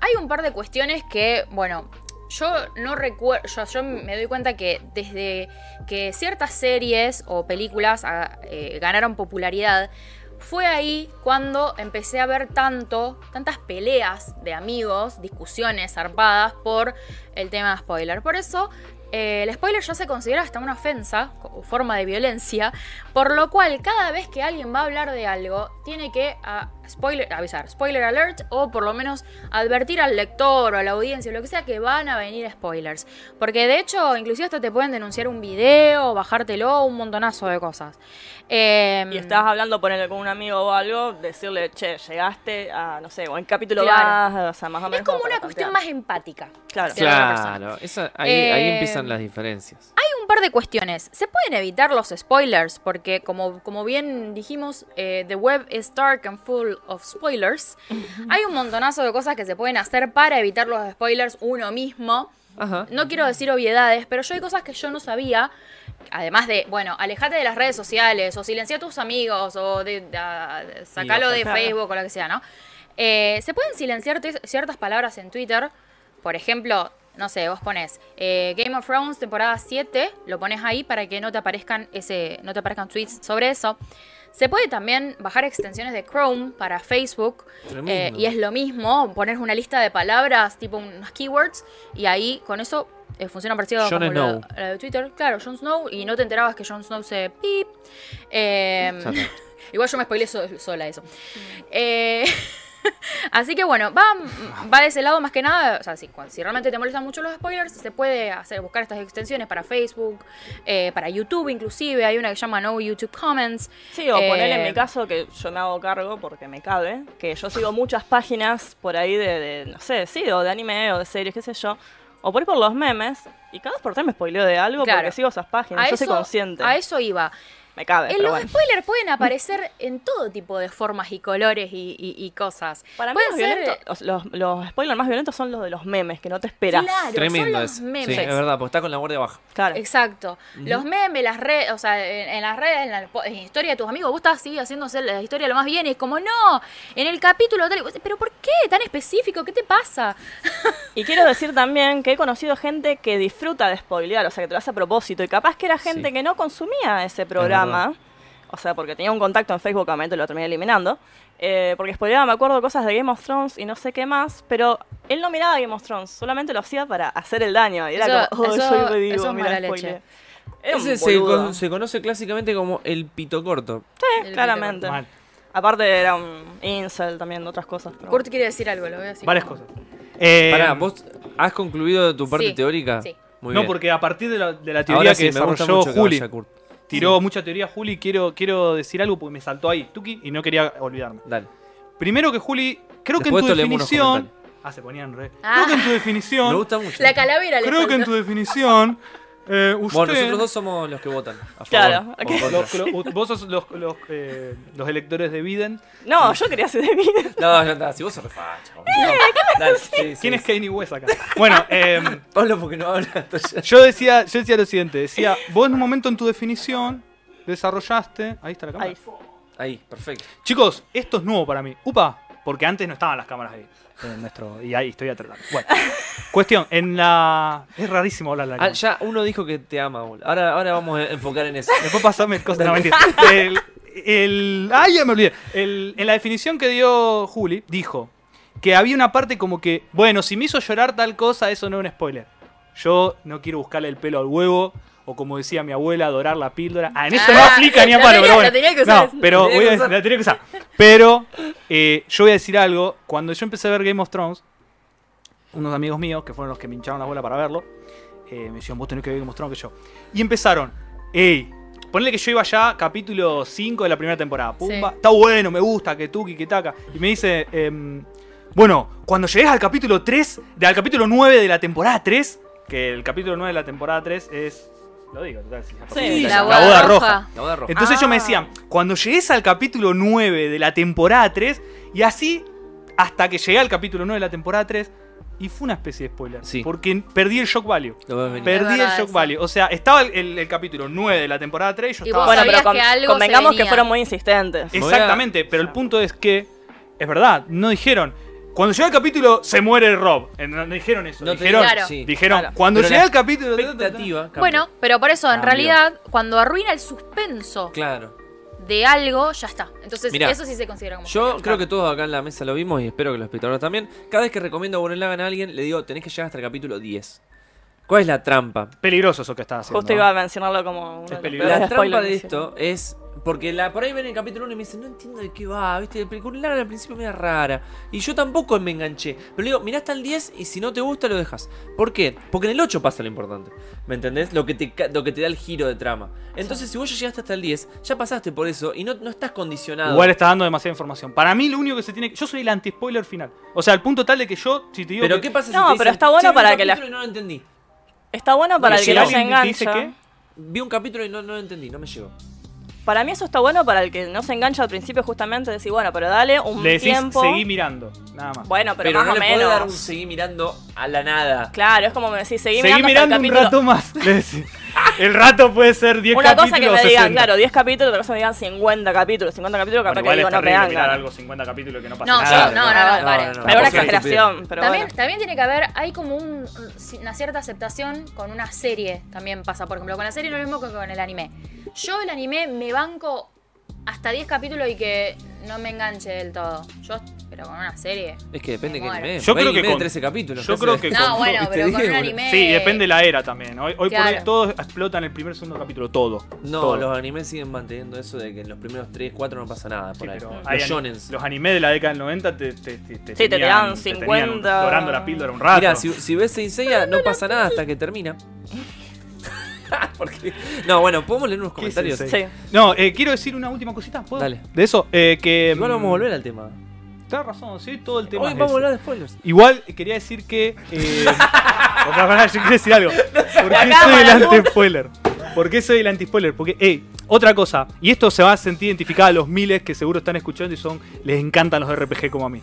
Hay un par de cuestiones que, bueno, yo no recuerdo, yo, yo me doy cuenta que desde que ciertas series o películas ah, eh, ganaron popularidad, fue ahí cuando empecé a ver tanto, tantas peleas de amigos, discusiones zarpadas por el tema spoiler. Por eso, eh, el spoiler ya se considera hasta una ofensa o forma de violencia, por lo cual cada vez que alguien va a hablar de algo, tiene que ah, spoiler, avisar, spoiler alert, o por lo menos advertir al lector o a la audiencia o lo que sea que van a venir spoilers. Porque de hecho, inclusive hasta te pueden denunciar un video, bajártelo, un montonazo de cosas. Eh, Y estás hablando, ponele con un amigo o algo, decirle, che, llegaste a, no sé, o en capítulo Claro. vas, o sea, más o menos. Es como para una cuestión más tantear. empática. Claro. Sí. Claro, esa- ahí, ahí Eh, empiezan las diferencias. un par de cuestiones. ¿Se pueden evitar los spoilers? Porque como, como bien dijimos, eh, The Web is dark and full of spoilers. Hay un montonazo de cosas que se pueden hacer para evitar los spoilers uno mismo. Ajá. No quiero decir obviedades, pero yo hay cosas que yo no sabía. Además de, bueno, alejate de las redes sociales, o silencia a tus amigos, o de, de- a- de- sacalo de baja. Facebook, o lo que sea, ¿no? Eh, se pueden silenciar te- ciertas palabras en Twitter. Por ejemplo, no sé, vos pones eh, Game of Thrones temporada 7, lo pones ahí para que no te aparezcan ese, no te aparezcan tweets sobre eso. Se puede también bajar extensiones de Chrome para Facebook Tremendo. eh, y es lo mismo, poner una lista de palabras, tipo unas keywords, y ahí con eso eh, funciona parecido Jon como lo- Snow. la de Twitter. Claro, Jon Snow, y no te enterabas que Jon Snow se pip. Eh, Saca. igual yo me spoilé so- sola eso. Eh, Así que bueno, va, Ah. va de ese lado más que nada. O sea, si, cuan- si realmente te molestan mucho los spoilers, se puede hacer buscar estas extensiones para Facebook, eh, para YouTube inclusive. Hay una que se llama No YouTube Comments. Sí, o poner en Eh, mi caso, que yo me hago cargo porque me cabe, que yo sigo muchas páginas por ahí de, de, no sé, sí, o de anime o de series, qué sé yo, o por ahí por los memes, y cada dos por tres me spoileo de algo Claro. porque sigo esas páginas, A yo eso, soy consciente, a eso iba. me cabe, Eh, pero los bueno. spoilers pueden aparecer en todo tipo de formas y colores y, y- y cosas. Para mí Pueden los, ser- eh, violentos- los, los spoilers más violentos son los de los memes, que no te esperas. Claro, son Tremendo los es. memes. Sí, es verdad, porque está con la guardia baja. Claro. Exacto. Los memes, las redes, o sea, en, en las redes, en la, po- en la historia de tus amigos, vos estás así haciéndose la historia lo más bien y es como, no, en el capítulo tal, y vos, pero ¿por qué? ¿Tan específico? ¿Qué te pasa? Y quiero decir también que he conocido gente que disfruta de spoilear, o sea, que te lo hace a propósito. Y capaz que era gente Sí. que no consumía ese programa, o sea, porque tenía un contacto en Facebook, obviamente lo terminé eliminando. eh, porque spoileaba, me acuerdo, cosas de Game of Thrones y no sé qué más, pero él no miraba Game of Thrones, solamente lo hacía para hacer el daño. Y era Eso- como, oh, eso- soy redivo, eso es mira, mala leche. spoileé. Era un Ese se, boludo. Eh, con- se conoce clásicamente como el pito corto. El claramente. Mal. Aparte era un incel también, otras cosas. pero Kurt quiere decir algo, lo voy a decir. Varias cosas. Eh, Pará, ¿vos has concluido tu parte sí, teórica? sí. Muy no, bien. porque a partir de la, de la teoría Ahora que sí, me gusta desarrolló mucho que Juli, vaya Kurt. tiró mucha teoría Juli, quiero, quiero decir algo porque me saltó ahí, Tuki, y no quería olvidarme. Dale. Primero que Juli, creo que en Después tu esto leemos los definición... comentarios. Ah, se ponían re. Ah. Creo que en tu Me definición... gusta mucho. La calavera le Creo que en faltó. tu definición... eh, usted... Bueno, nosotros dos somos los que votan. A favor, Claro, o ok. contra. Los- los- vos sos los, los, eh, los electores de Biden. No, yo quería ser de mí. No, no, no, si vos sos refacha. Dale, sí, sí, ¿Quién es sí. Kanye West acá? Bueno, eh, Pablo porque no habla. entonces- Yo decía, yo decía lo siguiente, decía, vos en un momento en tu definición desarrollaste, ahí está la cámara. Ahí. Ahí, perfecto. Chicos, esto es nuevo para mí. Upa, porque antes no estaban las cámaras ahí. En nuestro, y ahí estoy atrás. Bueno, cuestión, en la es rarísimo hablar la Ah, cámara. ya uno dijo que te ama, boludo. Ahora, ahora vamos a enfocar en eso. Después pasame cosas, no mentira. El, el- ay, ya me olvidé. El- en la definición que dio Juli, dijo que había una parte como que, bueno, si me hizo llorar tal cosa, eso no es un spoiler. Yo no quiero buscarle el pelo al huevo. O como decía mi abuela, adorar la píldora. Ah, en eso no Ah, aplica ni a lo palo, tenía- pero bueno. lo tenía que usar. No, pero Lo tenía voy que a- usar. la tenía que usar. Pero eh, yo voy a decir algo. Cuando yo empecé a ver Game of Thrones, unos amigos míos, que fueron los que me hincharon la bola para verlo, eh, me dijeron, vos tenés que ver Game of Thrones que yo. Y empezaron, ey, ponle que yo iba ya capítulo 5 de la primera temporada. Pumba, Sí. está bueno, me gusta, que tuki, que taca. Y me dice, em, bueno, cuando llegues al capítulo 3, de- al capítulo 9 de la temporada 3, que el capítulo 9 de la temporada 3 es... Lo digo, total, si Sí, la, la boda boda roja. roja. La boda roja. Entonces Ah. ellos me decían, cuando llegues al capítulo 9 de la temporada 3, y así hasta que llegué al capítulo 9 de la temporada 3, y fue una especie de spoiler, Sí. porque perdí el shock value. Lo ves venir. Perdí el verdad shock eso. value. O sea, estaba el, el- el capítulo 9 de la temporada 3 y yo Y estaba... vos Bueno, pero sabías que algo se convengamos que venía. fueron muy insistentes. voy a- Exactamente, pero el punto es que, es verdad, no dijeron, cuando llegó el capítulo se muere Rob. Eh, No, no dijeron eso. No te- dijeron, Claro. sí. dijeron, Claro. cuando Pero llegué la al capítulo... Expectativa. cambia. Bueno, pero por eso, en Cambio. realidad, cuando arruina el suspenso Claro. de algo, ya está. Entonces, Mirá, eso sí se considera como. Yo creo que todos acá en la mesa lo vimos y espero que los espectadores también. Cada vez que recomiendo Bonelagan a alguien, le digo, tenés que llegar hasta el capítulo 10. ¿Cuál es la trampa? Peligroso eso que estaba haciendo. Justo ¿eh? iba a mencionarlo como uno de los peligroso. peores La trampa spoilers. de esto es. Porque la, por ahí ven el capítulo 1 y me dicen, no entiendo de qué va, viste, el película al principio me da rara. Y yo tampoco me enganché. Pero le digo, mirá hasta el 10 y si no te gusta lo dejas. ¿Por qué? Porque en el 8 pasa lo importante. ¿Me entendés? Lo que te, ca- lo que te da el giro de trama. Entonces, si vos ya llegaste hasta el 10, ya pasaste por eso y no, no estás condicionado. Igual está dando demasiada información. Para mí lo único que se tiene que... Yo soy el anti-spoiler final. O sea, al punto tal de que yo, si te digo... pero que- ¿qué pasa si No, pero te dicen, está bueno "Che, vi un para que la- capítulo y no lo entendí. Está bueno para Bueno, el que llegó no se alguien que dice engancha. Vi un capítulo y no, no lo entendí, no me llegó. Para mí eso está bueno para el que no se engancha al principio justamente decir, bueno, pero dale un Le decís, tiempo. seguí mirando. Nada más. Bueno, pero, Pero, más no o le puedo dar un menos. seguí mirando a la nada. Claro, es como me decís, seguí, seguí mirando, hasta mirando un el capítulo. rato más. le decís. El rato puede ser 10 Una capítulos. cosa que me digan, 60. claro, 10 capítulos, otra cosa me digan 50 capítulos. 50 capítulos, capaz Bueno, igual que digo, es no me terrible dan mirar ganas. algo 50 capítulos que no pasa No, nada. yo- no, no, no, pare. no, no, Pero no, una porque- exageración, pero también, bueno. también tiene que haber, hay como un, una cierta aceptación con una serie, también pasa, por ejemplo, con la serie no es lo mismo que con el anime. Yo el anime me banco hasta 10 capítulos y que no me enganche del todo. Yo, pero con una serie. Es que depende Me que muero. anime. Yo Por ahí creo que anime de con- 13 capítulos. yo ¿qué creo haces? que Con- No, bueno, ¿viste? pero con Dije, un boludo. anime. Sí, depende de la era también. Hoy, hoy por hoy Claro. todos explotan el primer segundo capítulo, todo. No, todo. los animes siguen manteniendo eso de que en los primeros 3, 4 no pasa nada. Sí, Por ahí. pero hay Los ani- shonens. los animes de la década del 90 te, te, te, te Sí, te tenían- tiraban te tenían 50. Dorando la píldora un rato. Mira, si, si ves Saint Seiya, no pasa nada hasta que termina. Porque- No, bueno, podemos leer unos ¿Qué es comentarios. Saint Sí. No, eh, quiero decir una última cosita. ¿puedo? Dale. De eso, eh, que. Igual vamos a volver al tema. Tienes razón, sí, todo el tema. Hoy es vamos a ese. hablar de spoilers. Igual quería decir que. Eh, pará, pará, yo quiero decir algo. ¿Por la qué soy cámara, el ¿no? anti-spoiler? ¿Por qué soy el anti-spoiler? Porque, hey, otra cosa, y esto se va a sentir identificado a los miles que seguro están escuchando y son. Les encantan los RPG como a mí.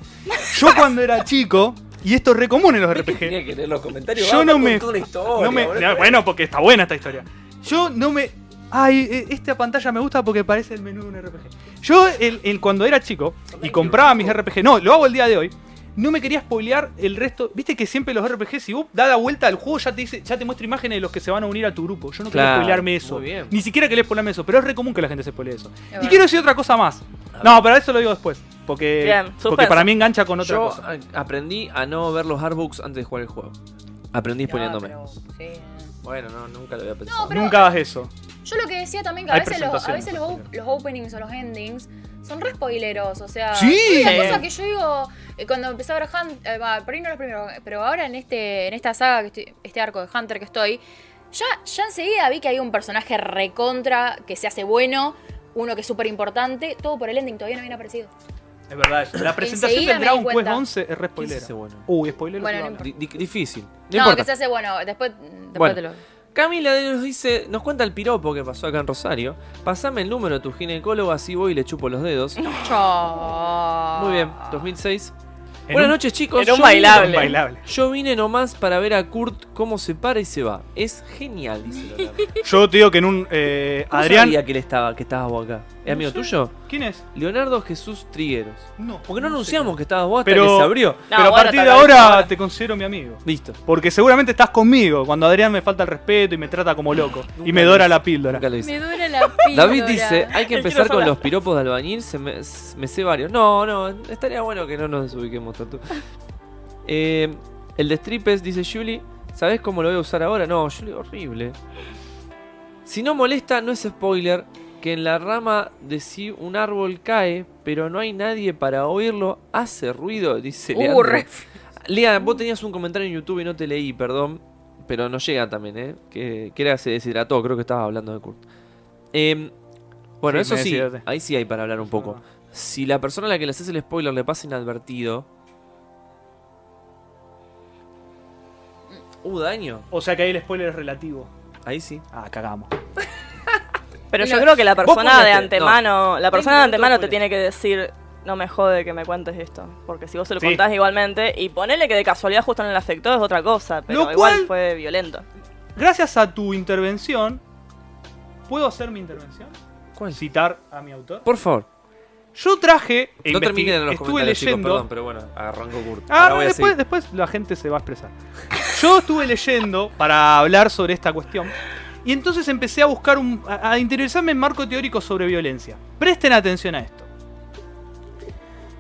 Yo cuando era chico, y esto es re común en los RPG. Tenía que leer los comentarios. Yo vamos no con me- toda una historia, No me- boludo. no, bueno, porque está buena esta historia. Yo no me. Ay, eh, esta pantalla me gusta porque parece el menú de un RPG. Yo, el, el- cuando era chico y compraba mis RPG, no, lo hago el día de hoy, no me quería spoilear el resto. Viste que siempre los RPG, si vos da la vuelta al juego, ya te dice, ya te muestra imágenes de los que se van a unir a tu grupo. Yo no quería Claro, spoilearme eso. muy bien. Ni siquiera quería spoilearme eso, pero es re común que la gente se spoilee eso. y verdad. quiero decir otra cosa más. No, pero eso lo digo después. Porque, Bien, porque suspenso. para mí engancha con otra Yo cosa. a- aprendí a no ver los artbooks antes de jugar el juego. Aprendí spoileándome. No, pero- sí, no. Bueno, no, nunca lo había pensado. pero- Nunca hagas eso. Yo lo que decía también que a Hay veces, los, a presentaciones, veces los, por op- los openings o los endings son re spoileros, o sea, Sí. es una Sí. cosa que yo digo eh, cuando empecé a ver Hunter, por ahí no los primeros, pero ahora en este en esta saga que estoy, este arco de Hunter que estoy, ya ya enseguida vi que hay un personaje recontra que se hace bueno, uno que es súper importante, todo por el ending todavía no viene aparecido. Es verdad eso. La presentación Enseguida del me di Dragon Quest cuenta. 11 es re ¿Qué es spoilera. ese bueno? Uy, spoiler. Bueno, que no habla. Di- di- difícil. No, No, importa. que se hace bueno, después, después Bueno. te lo Camila nos dice, nos cuenta el piropo que pasó acá en Rosario. Pasame el número de tu ginecólogo, así voy y le chupo los dedos. Chao. Muy bien, 2006. En Buenas un- noches, chicos. en un Yo bailable. Un bailable. vine- yo vine nomás para ver a Kurt cómo se para y se va. Es genial, dice Lola. Yo te digo que en un. eh, ¿Cómo Adrián. sabía que él estaba, que estabas vos acá. ¿Es No amigo sé. tuyo? ¿Quién es? Leonardo Jesús Trigueros. No. Porque no anunciamos que estabas vos hasta Pero- que se abrió. No, Pero a bueno, te partir de lo aviso ahora ahora. te considero mi amigo. Listo. Porque seguramente estás conmigo cuando Adrián me falta el respeto y me trata como loco. y me lo dora hice, la píldora. Nunca lo hice. Me dura la píldora. David dice, hay que Él empezar quiere con sola. los piropos de albañil, se me, s- me sé varios. No, no, estaría bueno que no nos ubiquemos tanto. Eh, el de strippers, dice Julie, ¿sabés cómo lo voy a usar ahora? No, Julie, horrible. Si no molesta, no es spoiler que en la rama de si un árbol cae, pero no hay nadie para oírlo, hace ruido, dice Uh, Leandro. re- Lea, vos tenías un comentario en YouTube y no te leí, perdón. Pero no llega también, ¿eh? Que, que era se deshidrató, creo que estabas hablando de Kurt. Em, bueno, Sí, eso me sí, deshidraté. ahí sí hay para hablar un poco. Si la persona a la que le haces el spoiler le pasa inadvertido. Uh, daño. O sea que ahí el spoiler es relativo. Ahí sí. Ah, cagamos. Pero yo No, creo que la persona de ponete, antemano, la persona de Tengo antemano otro te tiene pulero. que decir, no me jode que me cuentes esto, porque si vos se lo Sí. contás igualmente y ponele que de casualidad justo no le afectó es otra cosa, pero Lo igual cual- fue violento. Gracias a tu intervención. ¿Puedo hacer mi intervención? ¿Cuál? Citar a mi autor. Por favor. Yo traje. e no investigué- terminen en los estuve comentarios, chicos, leyendo. perdón, pero bueno, arrancó Kurt. Ah, Ahora voy a después, seguir. después la gente se va a expresar. Yo estuve leyendo para hablar sobre esta cuestión y entonces empecé a buscar, un, a, a interesarme en marco teórico sobre violencia. Presten atención a esto.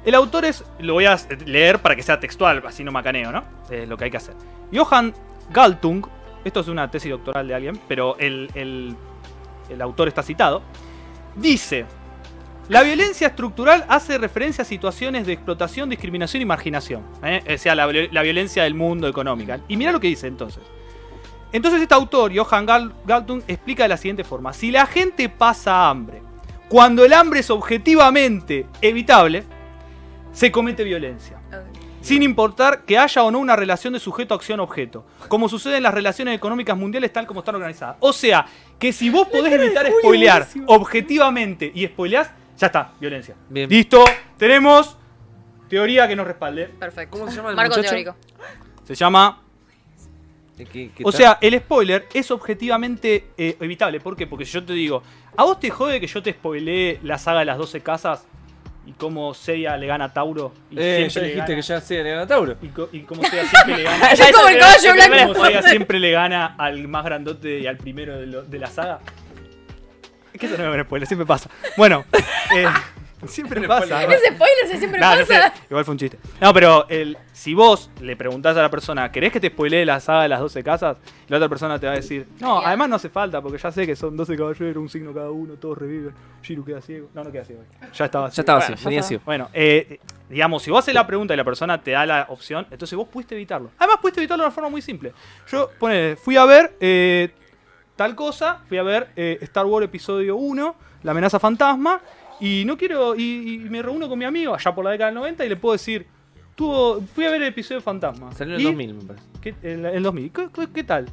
El autor es, lo voy a leer para que sea textual, así no macaneo, ¿no? Es lo que hay que hacer. Johann Galtung, esto es una tesis doctoral de alguien, pero el, el- el autor está citado, dice... La violencia estructural hace referencia a situaciones de explotación, discriminación y marginación. ¿eh? O sea, la, viol- la violencia del mundo económica. Y mira lo que dice entonces. Entonces este autor, Johan Gal- Galtung, explica de la siguiente forma. Si la gente pasa hambre, cuando el hambre es objetivamente evitable, se comete violencia. Sin importar que haya o no una relación de sujeto, acción, objeto. Como sucede en las relaciones económicas mundiales tal como están organizadas. O sea, que si vos podés evitar spoilear objetivamente y spoileás, ya está, violencia. Bien. Listo, tenemos teoría que nos respalde. Perfecto. ¿Cómo se llama el Marco muchacho? teórico. Se llama... ¿Qué- qué O tal? sea, el spoiler es objetivamente eh, evitable. ¿Por qué? Porque si yo te digo, ¿a vos te jode que yo te spoileé la saga de las 12 casas y cómo Seiya le gana a Tauro? Eh, Y siempre ya le dijiste gana? que ya sea Leonardo Tauro. Y, co- y cómo Seiya siempre le gana. Ya Es hizo como el el caballo primer- blanco. Como Seiya siempre le gana al más grandote y al primero de, lo- de la saga. que eso no es un spoiler, siempre pasa. Bueno, eh, siempre pasa. Es spoiler, se siempre Nah, no sé, pasa. igual fue un chiste. No, pero el, si vos le preguntás a la persona, ¿querés que te spoilee la saga de las 12 casas? La otra persona te va a decir, no, Genial. además no hace falta, porque ya sé que son 12 caballeros, un signo cada uno, todos reviven. Shiru queda ciego. No, no queda ciego. Ya estaba Ya estaba así, Bueno, ya venía está. así. bueno, eh, digamos, si vos haces la pregunta y la persona te da la opción, entonces vos pudiste evitarlo. Además, pudiste evitarlo de una forma muy simple. Yo, ponele, fui a ver eh, tal cosa, fui a ver eh, Star Wars Episodio 1, La amenaza fantasma, y no quiero. Y, y me reúno con mi amigo allá por la década del 90 y le puedo decir. Tuvo, fui a ver el episodio fantasma. Salió en ¿Y el 2000, me parece. ¿Qué, el, el 2000. ¿Qué, qué, qué tal?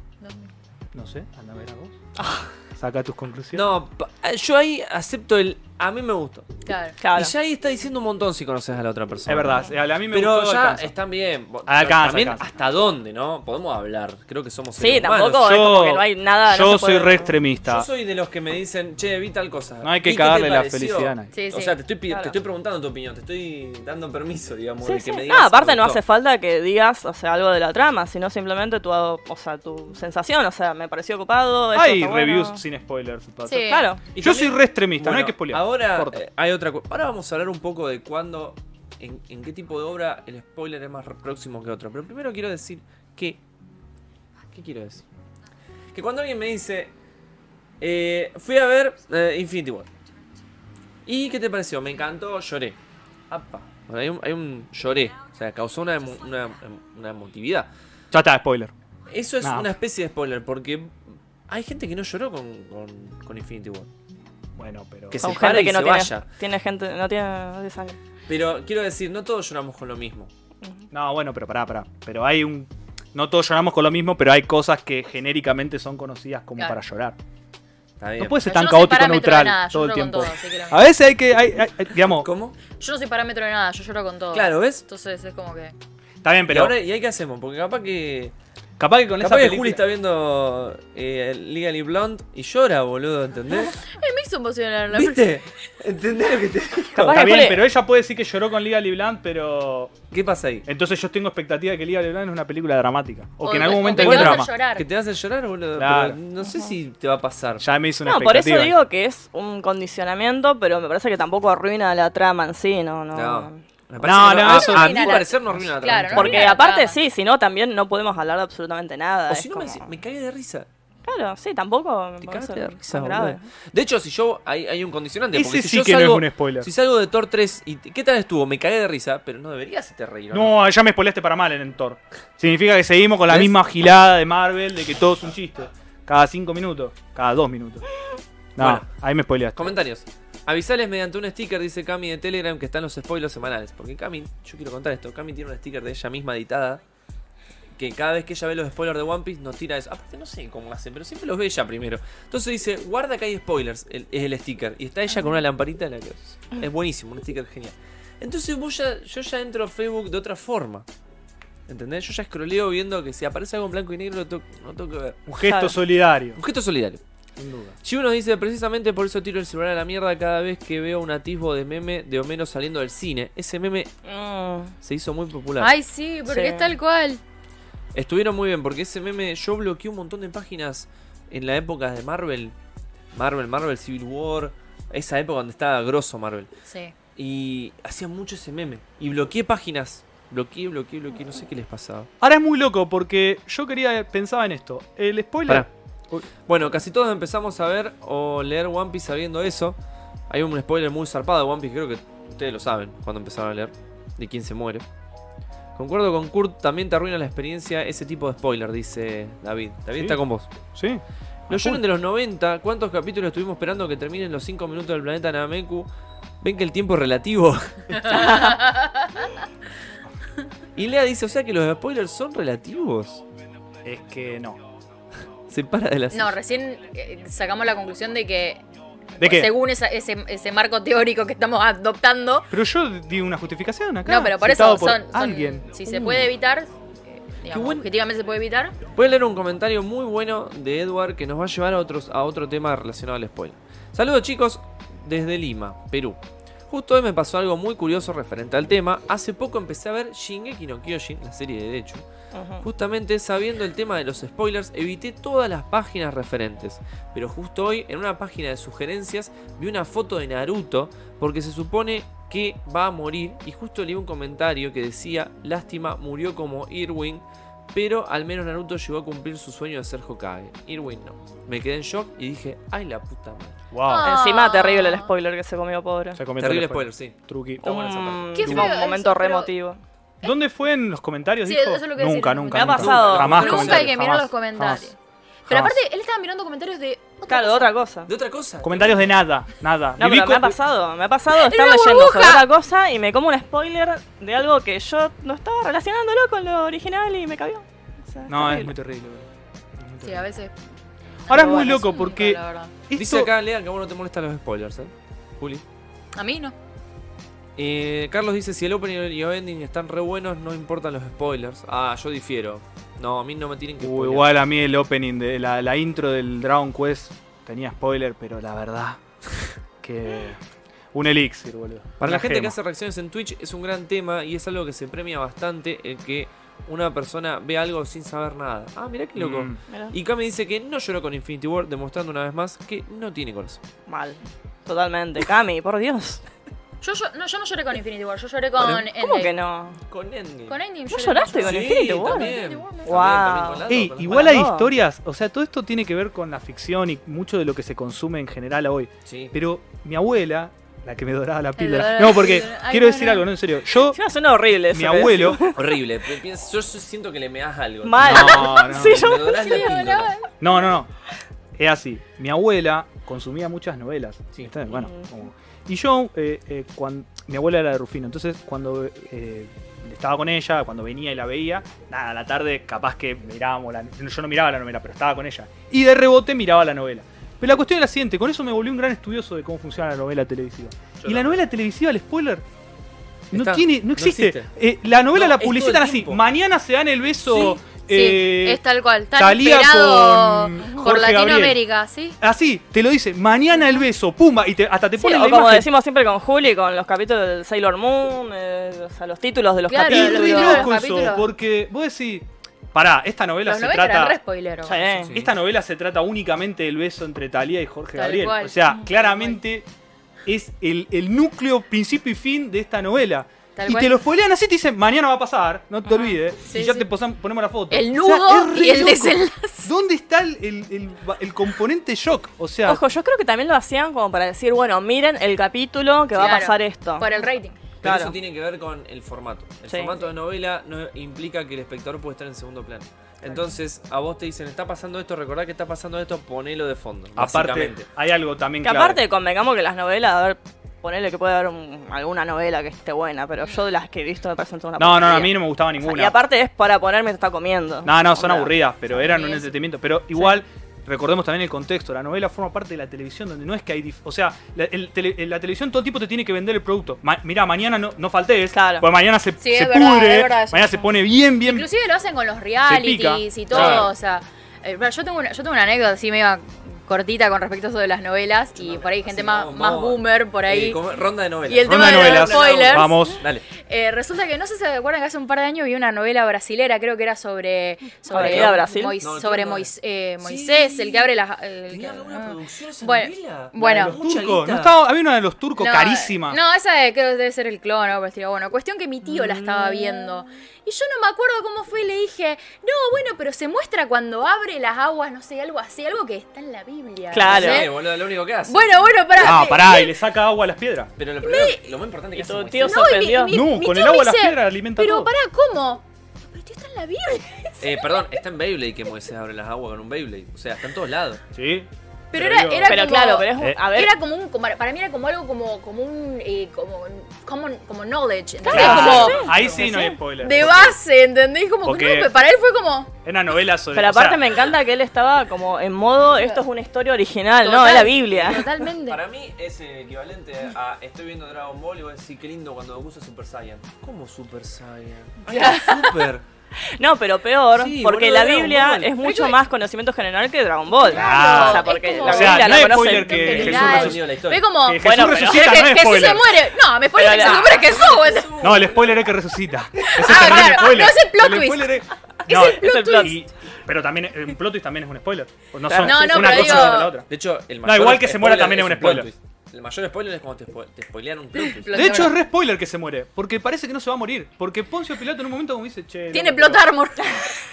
No sé, anda a ver a vos. Ah. Saca tus conclusiones. No, pa- eh, yo ahí acepto el. A mí me gustó. Claro. Claro. Y ya ahí está diciendo un montón si conoces a la otra persona. Es verdad, eh, a mí me Pero gustó, ya alcanza. están bien. Bo- Alcanza, También alcanza. hasta dónde, ¿no? Podemos hablar. Creo que somos Sí, seres humanos. tampoco es como que no hay nada. no Yo se soy puede- re extremista. Yo soy de los que me dicen, che, vi tal cosa. No hay que ¿Y qué te cagarle la pareció?". felicidad a nadie. Sí, sí. O sea, te estoy, pi- Claro. te estoy preguntando tu opinión, te estoy dando permiso, digamos, Sí, de que sí. me No, digas. aparte no "Me gustó". hace falta que digas, o sea, algo de la trama, sino simplemente tu, o sea, tu sensación, o sea, me pareció ocupado. esto Hay está bueno. reviews sin spoilers. pasa. Sí. Claro. Y Yo también- soy re extremista, no hay Bueno, que spoilear. Ahora Corta. eh, hay otra cosa. Ahora vamos a hablar un poco de cuándo, en, en qué tipo de obra el spoiler es más próximo que otro. Pero primero quiero decir que. ¿Qué quiero decir? Que cuando alguien me dice. eh, fui a ver eh, Infinity War. ¿Y qué te pareció? Me encantó, lloré. Apa. Bueno, hay, un, hay un lloré. O sea, causó una, emo- una, em, una emotividad. Ya está, spoiler. Eso es No. una especie de spoiler, porque hay gente que no lloró con, con, con Infinity War. Bueno, pero. Que se Con para gente y que no se tiene, vaya. tiene gente, no tiene, no tiene sangre. Pero quiero decir, no todos lloramos con lo mismo. No, bueno, pero pará, pará. Pero hay un. No todos lloramos con lo mismo, pero hay cosas que genéricamente son conocidas como Claro. para llorar. Está bien. No puede ser tan Pero yo no soy caótico parámetro de neutral nada, yo todo el lloro con tiempo. todo, así que lo- a veces hay que. Hay, hay- hay- digamos, ¿Cómo? Yo no soy parámetro de nada, yo lloro con todo. Claro, ¿ves? Entonces es como que. está bien, y pero. ahora, ¿y ahí qué hacemos? Porque capaz que. capaz que con esa Capaz que película- Juli está viendo eh, Legally Blonde y llora, boludo, ¿entendés? Eh, me hizo emocionar la ¿Viste? ¿Entendés lo que te digo? Capaz Está que bien, Juli- pero ella puede decir que lloró con Liga Leblanc, pero. ¿Qué pasa ahí? Entonces yo tengo expectativa de que Liga Leblanc es una película dramática. O, O- que en algún o momento que hay te un vas a drama. llorar. ¿Que te hace llorar, boludo? Claro. Pero no sé si te va a pasar. Ya me hizo una No, por expectativa. eso digo que es un condicionamiento, pero me parece que tampoco arruina la trama en sí, no, no. No. Me No, que no, a- eso- a, Arruina mi la- parecer no arruina la Claro, trama. no Porque la aparte trama. sí, si no también no podemos hablar de absolutamente nada. O es si no me, como- si- me cagué de risa. Claro, sí, tampoco me Te parece cagaste de tan risa, grave. boludo. De hecho, si yo. Hay, hay un condicionante. Ese porque si sí yo que no es salgo- un spoiler. Si salgo de Thor 3 y. ¿Qué tal estuvo? Me cagué de risa, pero no deberías te reír. ¿o No, ya me spoileaste para mal en el Thor. Significa que seguimos con la ¿Ves? misma gilada de Marvel de que todo es un chiste. Cada cinco minutos, cada dos minutos. No, Bueno. ahí me spoileaste. Comentarios. Avisales mediante un sticker, dice Cami de Telegram, que están los spoilers semanales. Porque Cami, yo quiero contar esto, Cami tiene un sticker de ella misma editada. Que cada vez que ella ve los spoilers de One Piece nos tira eso. Aparte no sé cómo hacen, pero siempre los ve ella primero. Entonces dice, guarda que hay spoilers, el- es el sticker. Y está ella con una lamparita en la que es buenísimo, un sticker genial. Entonces vos ya- yo ya entro a Facebook de otra forma. ¿Entendés? Yo ya escroleo viendo que si aparece algo en blanco y negro lo tengo- no tengo que ver. Un gesto Claro. solidario. Objeto solidario. Sin duda. Chivo nos dice, precisamente por eso tiro el celular a la mierda cada vez que veo un atisbo de meme de Homero saliendo del cine. Ese meme Mm. se hizo muy popular. Ay, sí, porque Sí. es tal cual. Estuvieron muy bien, porque ese meme yo bloqueé un montón de páginas en la época de Marvel. Marvel, Marvel, Civil War. Esa época donde estaba grosso Marvel. Sí. Y hacía mucho ese meme. Y bloqueé páginas. Bloqueé, bloqueé, bloqueé. No sé qué les pasaba. Ahora es muy loco porque yo quería pensaba en esto. El spoiler. Pará. Bueno, casi todos empezamos a ver o leer One Piece sabiendo eso. Hay un spoiler muy zarpado de One Piece, creo que ustedes lo saben cuando empezaron a leer, de quién se muere. Concuerdo con Kurt, también te arruina la experiencia ese tipo de spoiler, dice David. David Sí. está con vos. Sí. Los Ah, Shonen de los 90, ¿cuántos capítulos estuvimos esperando que terminen los 5 minutos del planeta Nameku? Ven que el tiempo es relativo. y Lea dice, o sea que los spoilers son relativos. Es que no. Se para de la No, silla. recién eh, sacamos la conclusión de que. ¿De qué? Pues Según esa- ese, ese marco teórico que estamos adoptando. Pero yo di una justificación acá. No, pero por citado eso son, son- alguien. Si se Uh. puede evitar. eh, Digamos, buen- Objetivamente se puede evitar. Voy a leer un comentario muy bueno de Edward que nos va a llevar a, otros, a otro tema relacionado al spoiler. Saludos chicos desde Lima, Perú. Justo hoy me pasó algo muy curioso referente al tema. Hace poco empecé a ver Shingeki no Kyojin, la serie de Derecho. Ujú. Justamente sabiendo el tema de los spoilers, evité todas las páginas referentes. Pero justo hoy, en una página de sugerencias, vi una foto de Naruto porque se supone que va a morir. Y justo leí un comentario que decía, lástima, murió como Irwin. Pero al menos Naruto llegó a cumplir su sueño de ser Hokage. Irwin no. Me quedé en shock y dije, ay la puta madre. Wow. Ah. Encima, terrible el spoiler que se comió, pobre. Se comentó Terrible el spoiler, sí. Truqui. Mm. Está buena esa parte. Un, Qué un feo eso, momento re pero- emotivo. ¿Dónde fue en los comentarios? Sí, dijo? eso es lo que iba nunca, a decir, en los nunca, comentarios. Me ha nunca. pasado. Jamás Nunca hay comentarios, que mirar jamás, los comentarios. jamás, Pero jamás. aparte, él estaba mirando comentarios de. otra Claro, de cosa. otra cosa. De otra cosa. Comentarios de nada, nada. No, Viví pero me ha co- pasado, me ha pasado de estar una leyendo sobre burbuja! otra cosa y me como un spoiler de algo que yo no estaba relacionándolo con lo original y me cayó. No, es muy terrible. bro. Sí, a veces. Ahora es Pero muy bueno, loco un mito, porque la verdad. Dice esto, acá, Lean, que a vos no te molestan los spoilers, ¿eh? Juli. A mí no. Eh, Carlos dice, si el opening y el ending están re buenos, no importan los spoilers. Ah, yo difiero. No, a mí no me tienen que Uh, spoilear. igual a mí el opening, de la, la intro del Dragon Quest tenía spoiler, pero la verdad que un elixir, boludo. Para Una la gente que gema. hace reacciones en Twitch es un gran tema y es algo que se premia bastante el que una persona ve algo sin saber nada. Ah, mirá qué loco. Mm. Y Kame dice que no lloró con Infinity War, demostrando una vez más que no tiene corazón. Mal. Totalmente. Cami, por Dios. Yo, yo- no. yo no lloré con Infinity War, yo lloré con Endgame. ¿Cómo que no? Con Endgame. Con Endgame. ¿No lloré lloraste mucho. con Infinity War? También, Infinity War, me- también, también con Wow. las dos, Ey, con las igual para hay todo. historias, o sea, todo esto tiene que ver con la ficción y mucho de lo que se consume en general hoy. malas. Sí. Pero mi abuela, la que me doraba la píldora. doraba No, la porque píldora. Ay, quiero no, decir no. algo, no, en serio. Yo, Encima suena horrible eso. mi que decís. abuelo. Horrible. Pe- pienso- Yo, yo siento que le me das algo. Mal. No, no. Sí, yo- Me dorás la Sí, píldora. hablaba. No, no, no. Es así. Mi abuela consumía muchas novelas. Sí. Está- Bueno, Mm. como- Y yo, eh, eh, cuan- mi abuela era de Rufino, entonces cuando eh, estaba con ella, cuando venía y la veía, nada, a la tarde capaz que mirábamos la Yo no miraba la novela, pero estaba con ella. Y de rebote miraba la novela. Pero la cuestión es la siguiente, con eso me volví un gran estudioso de cómo funciona la novela televisiva. Yo y la no. novela televisiva, el spoiler, no Está, tiene, no no existe. existe. Eh, la novela No, la es todo el publicitan así, tiempo. mañana se dan el beso. Sí, Sí, eh, es tal cual, tan Thalía esperado con por Jorge Gabriel. Latinoamérica, ¿sí? Así, te lo dice, mañana el beso, pumba, y te- hasta te Sí, pone o la como imagen. decimos siempre con Juli, con los capítulos del Sailor Moon, eh, o sea, los títulos de los Claro, y capítulos. es lo re digo, loco los eso, capítulos. porque vos decís, pará, esta novela Los se 90 eran trata... re spoileros. Sí. Sí. Esta novela se trata únicamente del beso entre Talía y Jorge Tal Gabriel. cual. O sea, Mm, claramente es el, el núcleo, principio y fin de esta novela. Tal y cual. te lo spoilean así, te dicen, mañana va a pasar, no te Ajá. olvides. Sí, y ya sí. te posan- ponemos la foto. El O sea, nudo es re y el loco. desenlace. ¿Dónde está el, el- el- el componente shock? O sea, Ojo, yo creo que también lo hacían como para decir, bueno, miren el capítulo que va a Claro. pasar esto. Por el rating. Pero Claro. eso tiene que ver con el formato. El Sí. formato de novela no implica que el espectador puede estar en segundo plano. Entonces, a vos te dicen, está pasando esto, recordá que está pasando esto, ponelo de fondo. aparte, básicamente. hay algo también Que clave. aparte, convengamos que las novelas, a ver, ponele que puede haber un- alguna novela que esté buena, pero yo de las que he visto me presento una No, no, no, a porquería. mí no me gustaba O sea, ninguna. Ah, Y aparte es para ponerme está comiendo. No, no, son Onda. aburridas, pero eran un sí. entretenimiento. Pero igual, recordemos también el contexto. La novela forma parte de la televisión, donde no es que hay. dif- O sea, la, el tele- la televisión todo tipo te tiene que vender el producto. mira mirá, mañana no, no faltes. Claro. Porque mañana se, Sí, es se verdad, pudre. es verdad eso. mañana se pone bien, bien. Inclusive lo hacen con los pica. realities y todo, Claro. o sea, eh, pero yo tengo una, yo tengo una anécdota así medio cortita con respecto a eso de las novelas y por ahí gente Así, más, vamos, más vamos. boomer por ahí. Eh, como- ronda de novela. Y el Ronda tema de de los novelas. spoilers. Vamos. Dale. Eh, resulta que no sé si se acuerdan que hace un par de años vi una novela brasilera, creo que era sobre sobre ¿Avenida Brasil? Mois- No, sobre no, no. Mois- eh, Moisés, Sí. el que abre las el ¿Tenía que- alguna ah. producción esa Bueno, novela? bueno. La de los Turco, mucha ¿no guita. estaba, había una de los turcos No, carísima. No, esa de- creo que debe ser el clon o algo por el estilo. Bueno, cuestión que mi tío la Mm. estaba viendo. Y yo no me acuerdo cómo fue y le dije, no, bueno, pero se muestra cuando abre las aguas, no sé, algo así, algo que está en la Biblia. Claro. ¿no sé? Sí, boludo, lo único que hace. Bueno, bueno, pará. Ah, Eh, pará, y le saca agua a las piedras. Pero lo, primero, lo más importante Y que hace tu es tío mostrar- No, y mi- sorprendió. mi- No, mi con tío el agua me las dice, piedras alimenta Pero todo". pará, ¿cómo? Pero tío, está en la Biblia. Eh, perdón, está en Beyblade que Moisés abre las aguas con un Beyblade. O sea, está en todos lados. Sí. Pero era- digo, era- Pero como- claro, pero es un- Eh. a ver, Era como un, como- para mí era como algo como, como un, eh, como, como, como knowledge, ¿entendés? Claro, Como ahí sí no hay spoiler. de base, ¿entendés? Como Porque- que no, pero para él fue como, Es una novela sobre. pero o sea, aparte me encanta que él estaba como en modo, esto es una historia original, no, Total. es la Biblia. totalmente. Para mí es el equivalente a estoy viendo Dragon Ball y voy a decir qué lindo cuando Goku es Super Saiyan. ¿Cómo Super Saiyan? Ay, Super. No, pero peor, Sí, porque boludo, la Dragon Biblia Ball. es mucho que- más conocimiento general que Dragon Ball. Claro. O sea, porque Es como- la O sea, Biblia no la hay conocen. spoiler que Literal. Jesús Jesús resucitó. resumió la historia. Ve como. Que Jesús Bueno, pero- resucita, que, no es que si se spoiler. muere. No, me parece Pero que se la- muere Jesús. es- No, el spoiler es que resucita. Ese Ah, que es un claro, spoiler. no es el plot twist. spoiler es- Es No, el plot y- pero también el plot twist también es un spoiler. No Claro. son No, no, una pero cosa digo- sobre la otra. De hecho, el No, mayor igual que se muera spoiler también es un spoiler. plot twist. El mayor spoiler es cuando te, spo- te spoilean un plot twist. Plot- De hecho, es re spoiler que se muere, porque parece que no se va a morir. Porque Poncio Pilato en un momento como dice, che. Tiene loco, plot armor.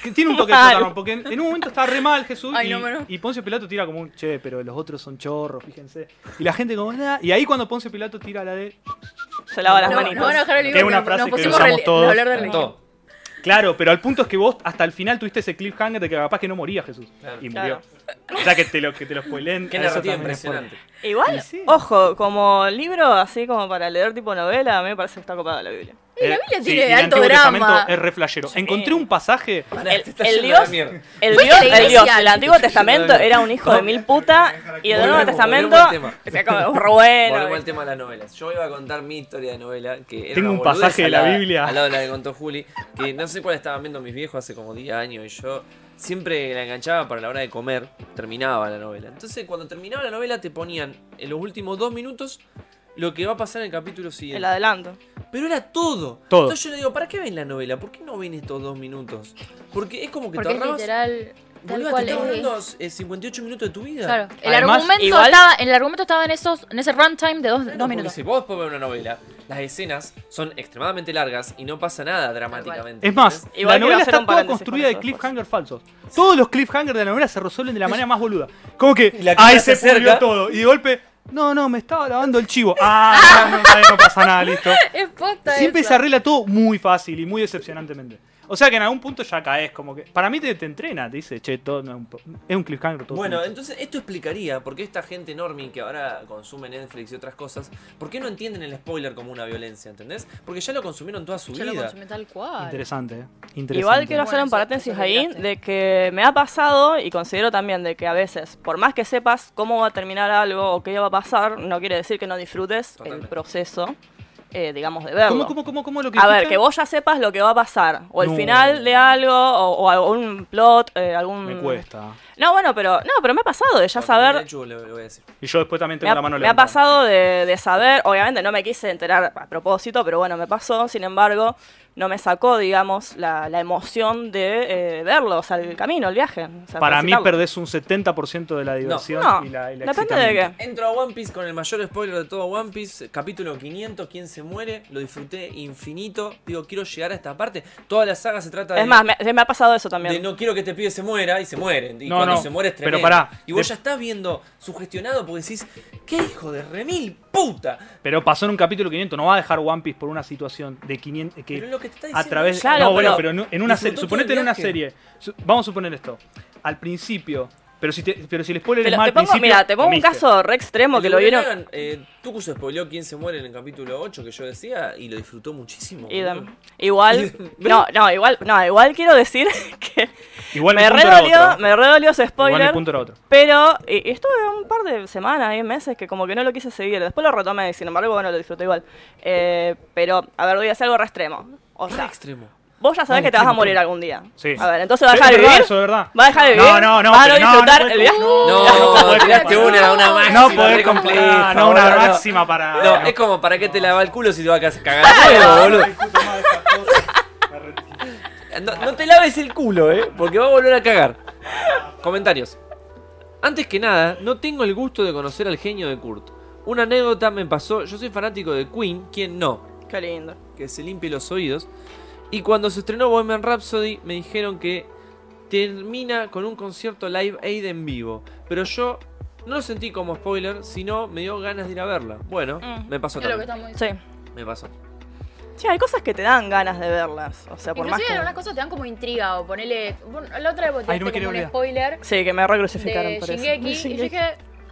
Que tiene un toque de Mal. plot armor, porque en, en un momento está re mal Jesús Ay, y, no, bueno. y Poncio Pilato tira como un che, pero los otros son chorros, fíjense. Y la gente como nada. Y ahí cuando Poncio Pilato tira la de. Se lava las No, manitas. no van a dejar el libro. Que es una porque frase nos que pusimos usamos reli- todos. a hablar de En religión. todo. Claro, pero al punto es que vos hasta el final tuviste ese cliffhanger de que capaz que no moría Jesús. Claro. Y murió. O sea que te lo, que te lo spoileen. Qué eso narrativa también es spoiler. impresionante. Igual, Y sí. ojo, como libro, así como para leer tipo novela, a mí me parece que está copada la Biblia. Y la Eh, Biblia sí, tiene y el alto Antiguo drama. Testamento Es re flashero. Encontré un pasaje. Pará, El- te está el yendo a la Dios- mierda. El Fuiste Dios, a la el iglesia. Dios del Antiguo Testamento era un hijo de mil putas y el Nuevo Volvemos- Testamento volvemos al tema. se acaba bueno. Volvemos al tema de las novelas. Yo iba a contar mi historia de novela. Que era Tengo una un pasaje boludez de la al lado- Biblia. Al lado de la que contó Juli. Que no sé cuál estaban viendo mis viejos hace como 10 años. Y yo siempre la enganchaba para la hora de comer. Terminaba la novela. Entonces, cuando terminaba la novela, te ponían en los últimos dos minutos lo que va a pasar en el capítulo siguiente. El adelanto. Pero era todo. Todo. Entonces yo le digo, ¿para qué ven la novela? ¿Por qué no ven estos dos minutos? Porque es como que Porque te es ahorrabas. literal. Tal boluda, cual te estás es. ahorrando eh, 58 minutos de tu vida. Claro, el Además, argumento igual- estaba, el argumento estaba en esos, en ese runtime de dos, Claro, dos porque minutos. Si vos podés ver una novela, las escenas son extremadamente largas y no pasa nada dramáticamente. Es más, ¿entendés? Igual la quiero novela hacer está un toda paréntesis construida de con eso después. cliffhanger falsos. Todos los cliffhangers de la novela se resuelven de la manera más boluda. Como que Y la ahí cámara se se acerca. pudrió todo. Y de golpe, no, no, me estaba lavando el chivo. Ah, no, no, no pasa nada, listo. Es posta Siempre esa. se arregla todo muy fácil y muy decepcionantemente. O sea que en algún punto ya caes, como que. Para mí te, te entrena, te dice, che, todo no es un, po- es un cliffhanger todo. Bueno, junto". entonces esto explicaría por qué esta gente normie que ahora consume Netflix y otras cosas, ¿por qué no entienden el spoiler como una violencia, ¿entendés? Porque ya lo consumieron toda su Yo lo vida. consumí tal cual. interesante, eh. Interesante. Igual quiero Bueno, hacer un eso- paréntesis eso ahí olvidaste. de que me ha pasado y considero también de que a veces, por más que sepas cómo va a terminar algo o qué va a pasar, no quiere decir que no disfrutes Totalmente. el proceso, eh, digamos, de verlo. ¿Cómo, cómo, cómo, cómo lo que A ver, dijiste? que vos ya sepas lo que va a pasar, o el No. final de algo, o, o algún plot, eh, algún... Me cuesta. No, bueno, pero no, pero me ha pasado de ya Cuando termine saber... el chubo, le- le voy a decir. Y yo después también Me tengo ha, la mano me ha levantada. pasado de, de saber, obviamente no me quise enterar a propósito, pero bueno, me pasó, sin embargo, no me sacó, digamos, la, la emoción de eh, verlo, o sea, el camino, el viaje. o sea, Para mí transitarlo. perdés un 70% de la diversión No, y la, y la depende de excitamiento. qué. Entro a One Piece con el mayor spoiler de todo One Piece, capítulo 500, ¿Quién se muere? Lo disfruté infinito. Digo, quiero llegar a esta parte. Toda la saga se trata de. Es más, me, me ha pasado eso de también. no quiero que este pibe se muera y se mueren. Y No, cuando no, se muere es pero tremendo. pará, y vos de- ya estás viendo sugestionado porque decís, ¡qué hijo de remil puta! Pero pasó en un capítulo 500, no va a dejar One Piece por una situación de 500 que Pero es lo que te está a diciendo. través Claro, no, bueno, pero pero no- en una serie, disfrutó todo suponete el en una viaje. serie. Su- vamos a suponer esto. Al principio, pero si te, pero si el spoiler Te, es lo- mal te pongo, principio, mira, te pongo comiste. un caso re extremo que lo El de vieron. Logan, eh, Tucu se spoileó quién se muere en el capítulo 8 que yo decía y lo disfrutó muchísimo. Idem. boludo. Igual, Idem. no, no, igual, no, igual quiero decir que Igual me mi punto era redolió, otro. me redolió ese Igual mi spoiler. punto era otro. Pero eh, estuve un par de semanas, ahí, meses, que como que no lo quise seguir. Después lo retomé, sin embargo, bueno, lo disfruté igual. Eh, pero, a ver, voy a hacer algo re extremo. O Re sea, extremo. vos ya sabés Ay, que te vas a extremo, morir extremo. algún día. Sí. A ver, entonces vas a dejar de Sí, es verdad, vivir. eso es verdad. ¿Vas a dejar de vivir? No, no, no, ¿Vas a no pero no, no disfrutar puedes el viaje? No, No, podés tiraste comparar. una, una máxima. No poder re compleja, completar, no una boludo, máxima para No, es como para qué te lava el culo si te va a ca- cagar el huevo, boludo. No, no te laves el culo, eh, porque va a volver a cagar. Comentarios. Antes que nada, no tengo el gusto de conocer al genio de Kurt. Una anécdota me pasó, yo soy fanático de Queen, quien no, Qué lindo. que se limpie los oídos. Y cuando se estrenó Bohemian Rhapsody me dijeron que termina con un concierto Live Aid en vivo. Pero yo no lo sentí como spoiler, sino me dio ganas de ir a verla. Bueno, Mm. me pasó Es lo que también. estamos diciendo. Sí. Me pasó. Sí, hay cosas que te dan ganas de verlas. O sea, por más Inclusive que... algunas cosas te dan como intriga o ponele. bueno, La otra vez Ay, no me quería tiraste como un olvidar. spoiler Sí, que me recrucificaron de por eso. Shingeki y yo Shingeki. dije,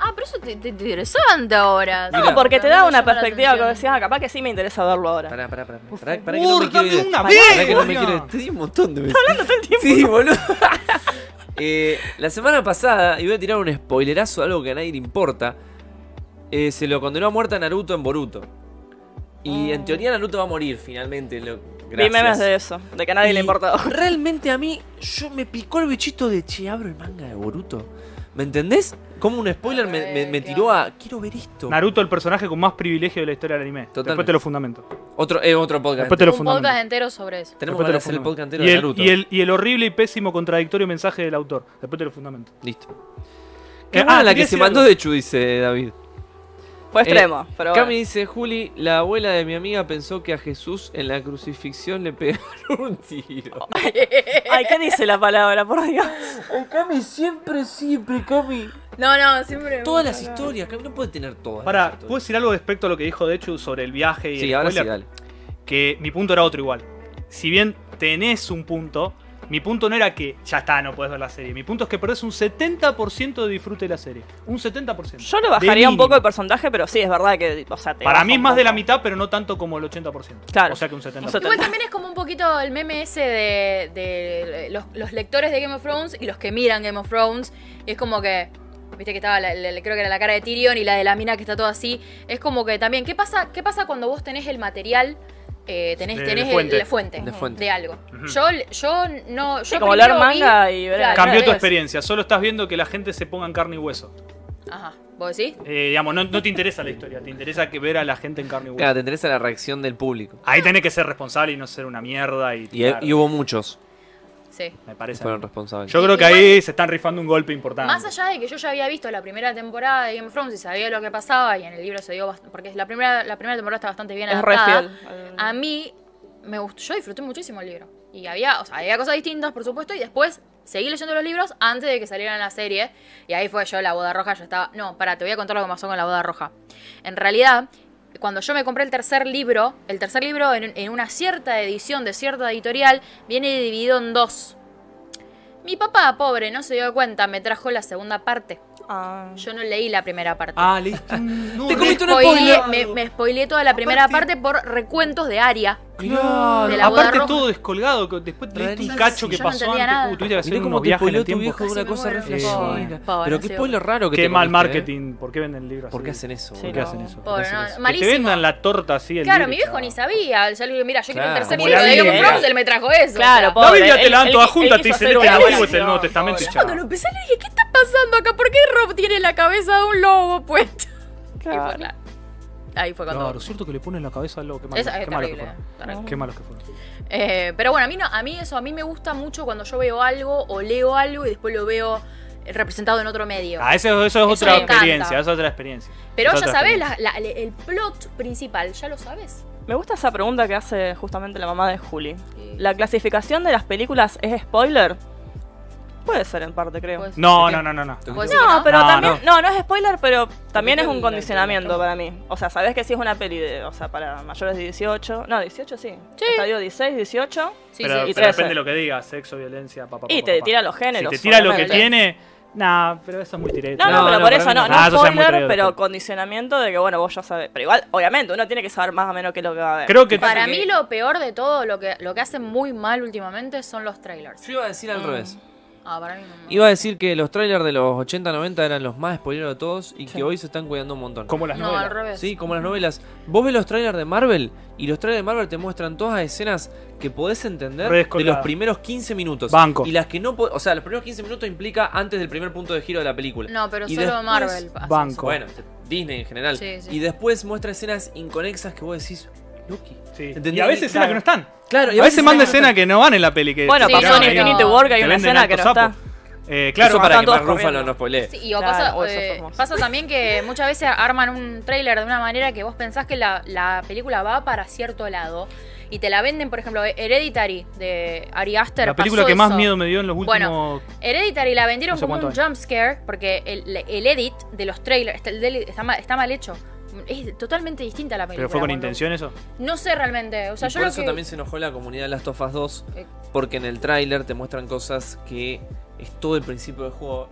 ah, pero eso te, te- te interesante ahora. No, No, porque te da Me una llama la perspectiva que atención. decías, ah, capaz que sí me interesa verlo ahora. Pará, pará, pará. Pará, pará que no me quiero ir. una Pará, vez, Pará que no me quiero ir. Te di un montón de veces. Sí, boludo. Eh, la semana pasada, y voy a tirar un spoilerazo de algo que a nadie le importa. eh, Ah. se lo condenó a muerte a Naruto en Boruto. Y en teoría Naruto va a morir finalmente. lo- Vi memes Gracias. de eso, de que a nadie le Y importaba. Realmente a mí, yo me picó el bichito de che, abro el manga de Boruto. ¿Me entendés? Como un spoiler me, me- me tiró a quiero ver esto. Naruto, el personaje con más privilegio de la historia del anime. Después Totalmente. te lo fundamento. Otro, eh, otro podcast. Después te lo un fundamento. podcast entero sobre eso. Tenemos Después que te lo hacer el fundamento. podcast entero Y de el, Naruto. y, el, y el horrible y pésimo contradictorio mensaje del autor. Después te lo fundamento. Listo. Eh, Qué buena ah, la quería que se decir mandó algo. de Chu, dice David. Fue Eh, extremo, pero bueno. Cami dice, Juli, la abuela de mi amiga pensó que a Jesús en la crucifixión le pegaron un tiro. Ay, ¿qué dice la palabra, por Dios? oh, Cami, siempre, siempre, Cami. No, no, siempre. me Todas gusta las hablar. historias, Cami no puede tener todas. Para, las ¿puedo historias. decir algo respecto a lo que dijo Dechu sobre el viaje y Sí, el ahora sí, spoiler? dale. que mi punto era otro igual. Si bien tenés un punto, mi punto no era que ya está, no puedes ver la serie. Mi punto es que perdés un 70% de disfrute de la serie. Un 70%. Yo le De bajaría un mínimo. poco el porcentaje, pero sí, es verdad que, o sea, te Para baja mí es un más de la poco. mitad, pero no tanto como el 80%. Claro. O sea que un 70%. Un 70. Igual también es como un poquito el meme ese de, de eh, los, los lectores de Game of Thrones y los que miran Game of Thrones. Y es como que. Viste que estaba, la- la- creo que era la cara de Tyrion y la de la mina que está toda así. Es como que también, ¿qué pasa, qué pasa cuando vos tenés el material? eh, tenés De- tenés de el- fuente. la fuente De fuente. algo. Ujú. Yo, yo no. Yo Sí, como primero leer vi- manga y ver Claro, Cambió tu es- experiencia. Solo estás viendo que la gente se ponga en carne y hueso. Ajá, ¿vos decís? Eh, digamos, no, no te interesa la historia. Te interesa que ver a la gente en carne y hueso. Claro, te interesa la reacción del público. Ahí tenés que ser responsable y no ser una mierda. Y, Y, tirar. y hubo muchos Sí. me que parece. a mí. fueron responsables. Yo creo que Igual- ahí se están rifando un golpe importante. Más allá de que yo ya había visto la primera temporada de Game of Thrones y sabía lo que pasaba y en el libro se dio bastante, porque la primera, la primera temporada está bastante bien Es re adaptada. fiel. A mí me gustó, yo disfruté muchísimo el libro. Y había, o sea, había cosas distintas, por supuesto, y después seguí leyendo los libros antes de que salieran la serie. Y ahí fue yo, la boda roja, yo estaba... No, para, te voy a contar lo que pasó con la boda roja. En realidad, cuando yo me compré el tercer libro, el tercer libro en, en una cierta edición de cierta editorial viene dividido en dos. Mi papá, pobre, no se dio cuenta, me trajo la segunda parte. Ah. Yo no leí la primera parte. Ah, listo. No, Te re- comiste un Spoileé- spoiler. me, me spoileé toda la primera Aparte- parte por recuentos de Aria. Claro. De la boda Aparte roja. todo descolgado, que después leíste un Rarísimo. cacho que Yo no pasó entendía antes. nada. Uh, tuviste que hacer Mirá unos cómo te viajes en spoileó el tu tiempo. viejo de una Casi me cosa re muero. flashera. Eh, pobre, Pero no qué sé. spoiler raro que Qué te mal comiste, ¿eh? marketing, ¿por qué venden libros así? ¿Por qué hacen Sí, eso? ¿Por boludo? qué no. hacen eso? ¿Por Pobre, qué hacen no, eso? malísimo. Que te vendan la torta así el Claro, libro, mi viejo chao. ni sabía. Yo le digo, mira, yo quiero el Claro. tercer Como libro la de Game of Biblia. Thrones, él me trajo Claro, eso. o sea. La pobre, Biblia te él- la dan él- toda él junta, quiso te dicen hacer el una Antiguo es el versión, Nuevo Testamento y pobre. Yo cuando lo empecé le dije, ¿qué está pasando acá? ¿Por qué Rob tiene la cabeza de un lobo puesta? Y fue claro. Ahí fue cuando... Claro, cierto que le ponen la cabeza al lobo, qué malo, Eso es qué malo que terrible, fueron. terrible. Qué malos que fueron. Eh, pero bueno, a mí, no, a mí eso, a mí me gusta mucho cuando yo veo algo o leo algo y después lo veo eh, representado en otro medio. Ah, eso, eso es Eso otra me encanta. experiencia, eso es otra experiencia. pero Eso es ya otra sabes experiencia. el plot principal, ya lo sabes. Me gusta esa pregunta que hace justamente la mamá de Juli. ¿La clasificación de las películas es spoiler? Puede ser en parte, creo. Pues- No, ¿Qué? no, no, no, no. ¿Vos decís que No, pero No, también. No. no, es spoiler, pero también es un Depende de la- condicionamiento de la para mí. O sea, sabés que sí es una peli de. O sea, para mayores de 18. No, 18 sí. Sí. Estadio 16, 18. Sí, Pero, sí. y pero trece. depende de lo que digas, sexo, violencia, papá. Y te tira los Si géneros. te tira lo que obviamente. tiene, nah, pero eso es muy tirete. No, no, No, pero no, por para eso mí no, no. no Ah, eso ya es muy spoiler, traído, pero pero- condicionamiento de que, bueno, vos ya sabés. Pero igual, obviamente, uno tiene que saber más o menos qué es lo que va a ver. Creo que Para mí lo peor de todo, lo que, lo que hacen muy mal últimamente son los trailers. Yo iba a decir al revés. Ah, para mí no. Iba a decir que los trailers de los 80-90 eran los más spoileros de todos y que hoy se están cuidando un montón. como las No, al novelas. revés. Sí, como las novelas. Vos ves los trailers de Marvel y los trailers de Marvel te muestran todas las escenas que podés entender Re de descolgada. los primeros 15 minutos. Banco. Y las que no po- O sea, los primeros 15 minutos implica antes del primer punto de giro de la película. No, pero Y solo después- Marvel. pasa eso. banco. Bueno, Disney en general. Sí, sí. Y después muestra escenas inconexas que vos decís, Loki. Sí. ¿Entendés? Y a veces escenas Claro. que no están. Claro, y A veces manda no están. escenas que no van en la peli. Que Bueno, Sí, pasó en no, Infinity no. War que hay Te una venden escena que actos no está. sapos. Eh, claro, Eso para están que todos Mark Ruffalo corriendo. no spoilee. Sí, y o Claro, pasa, o eso es eh, hermoso. pasa también que muchas veces arman un tráiler de una manera que vos pensás que la, la película va para cierto lado y te la venden, por ejemplo, Hereditary de Ari Aster. la película pasó que más eso. miedo me dio en los últimos. Bueno, Hereditary la vendieron No sé como un cuánto jump scare porque el, el edit de los trailers está, el del- está mal, está mal hecho. Es totalmente distinta la película. pero fue con boludo. intención eso. No sé realmente. O sea, Y yo por lo eso que- también se enojó la comunidad de Last of Us 2, Eh. porque en el tráiler te muestran cosas que es todo el principio del juego.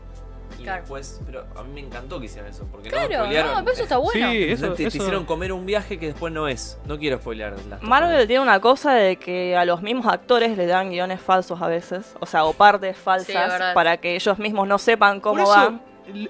Y Claro. después, pero a mí me encantó que hicieran eso, porque no Claro, spoilearon. no, pero eso está bueno. Sí, Eh, eso, te, te eso- hicieron comer un viaje que después no es. No quiero spoilear Last of Us. Marvel tiene una cosa de que a los mismos actores les dan guiones falsos a veces, o sea, o partes falsas verdad. para que ellos mismos no sepan Por cómo eso, van.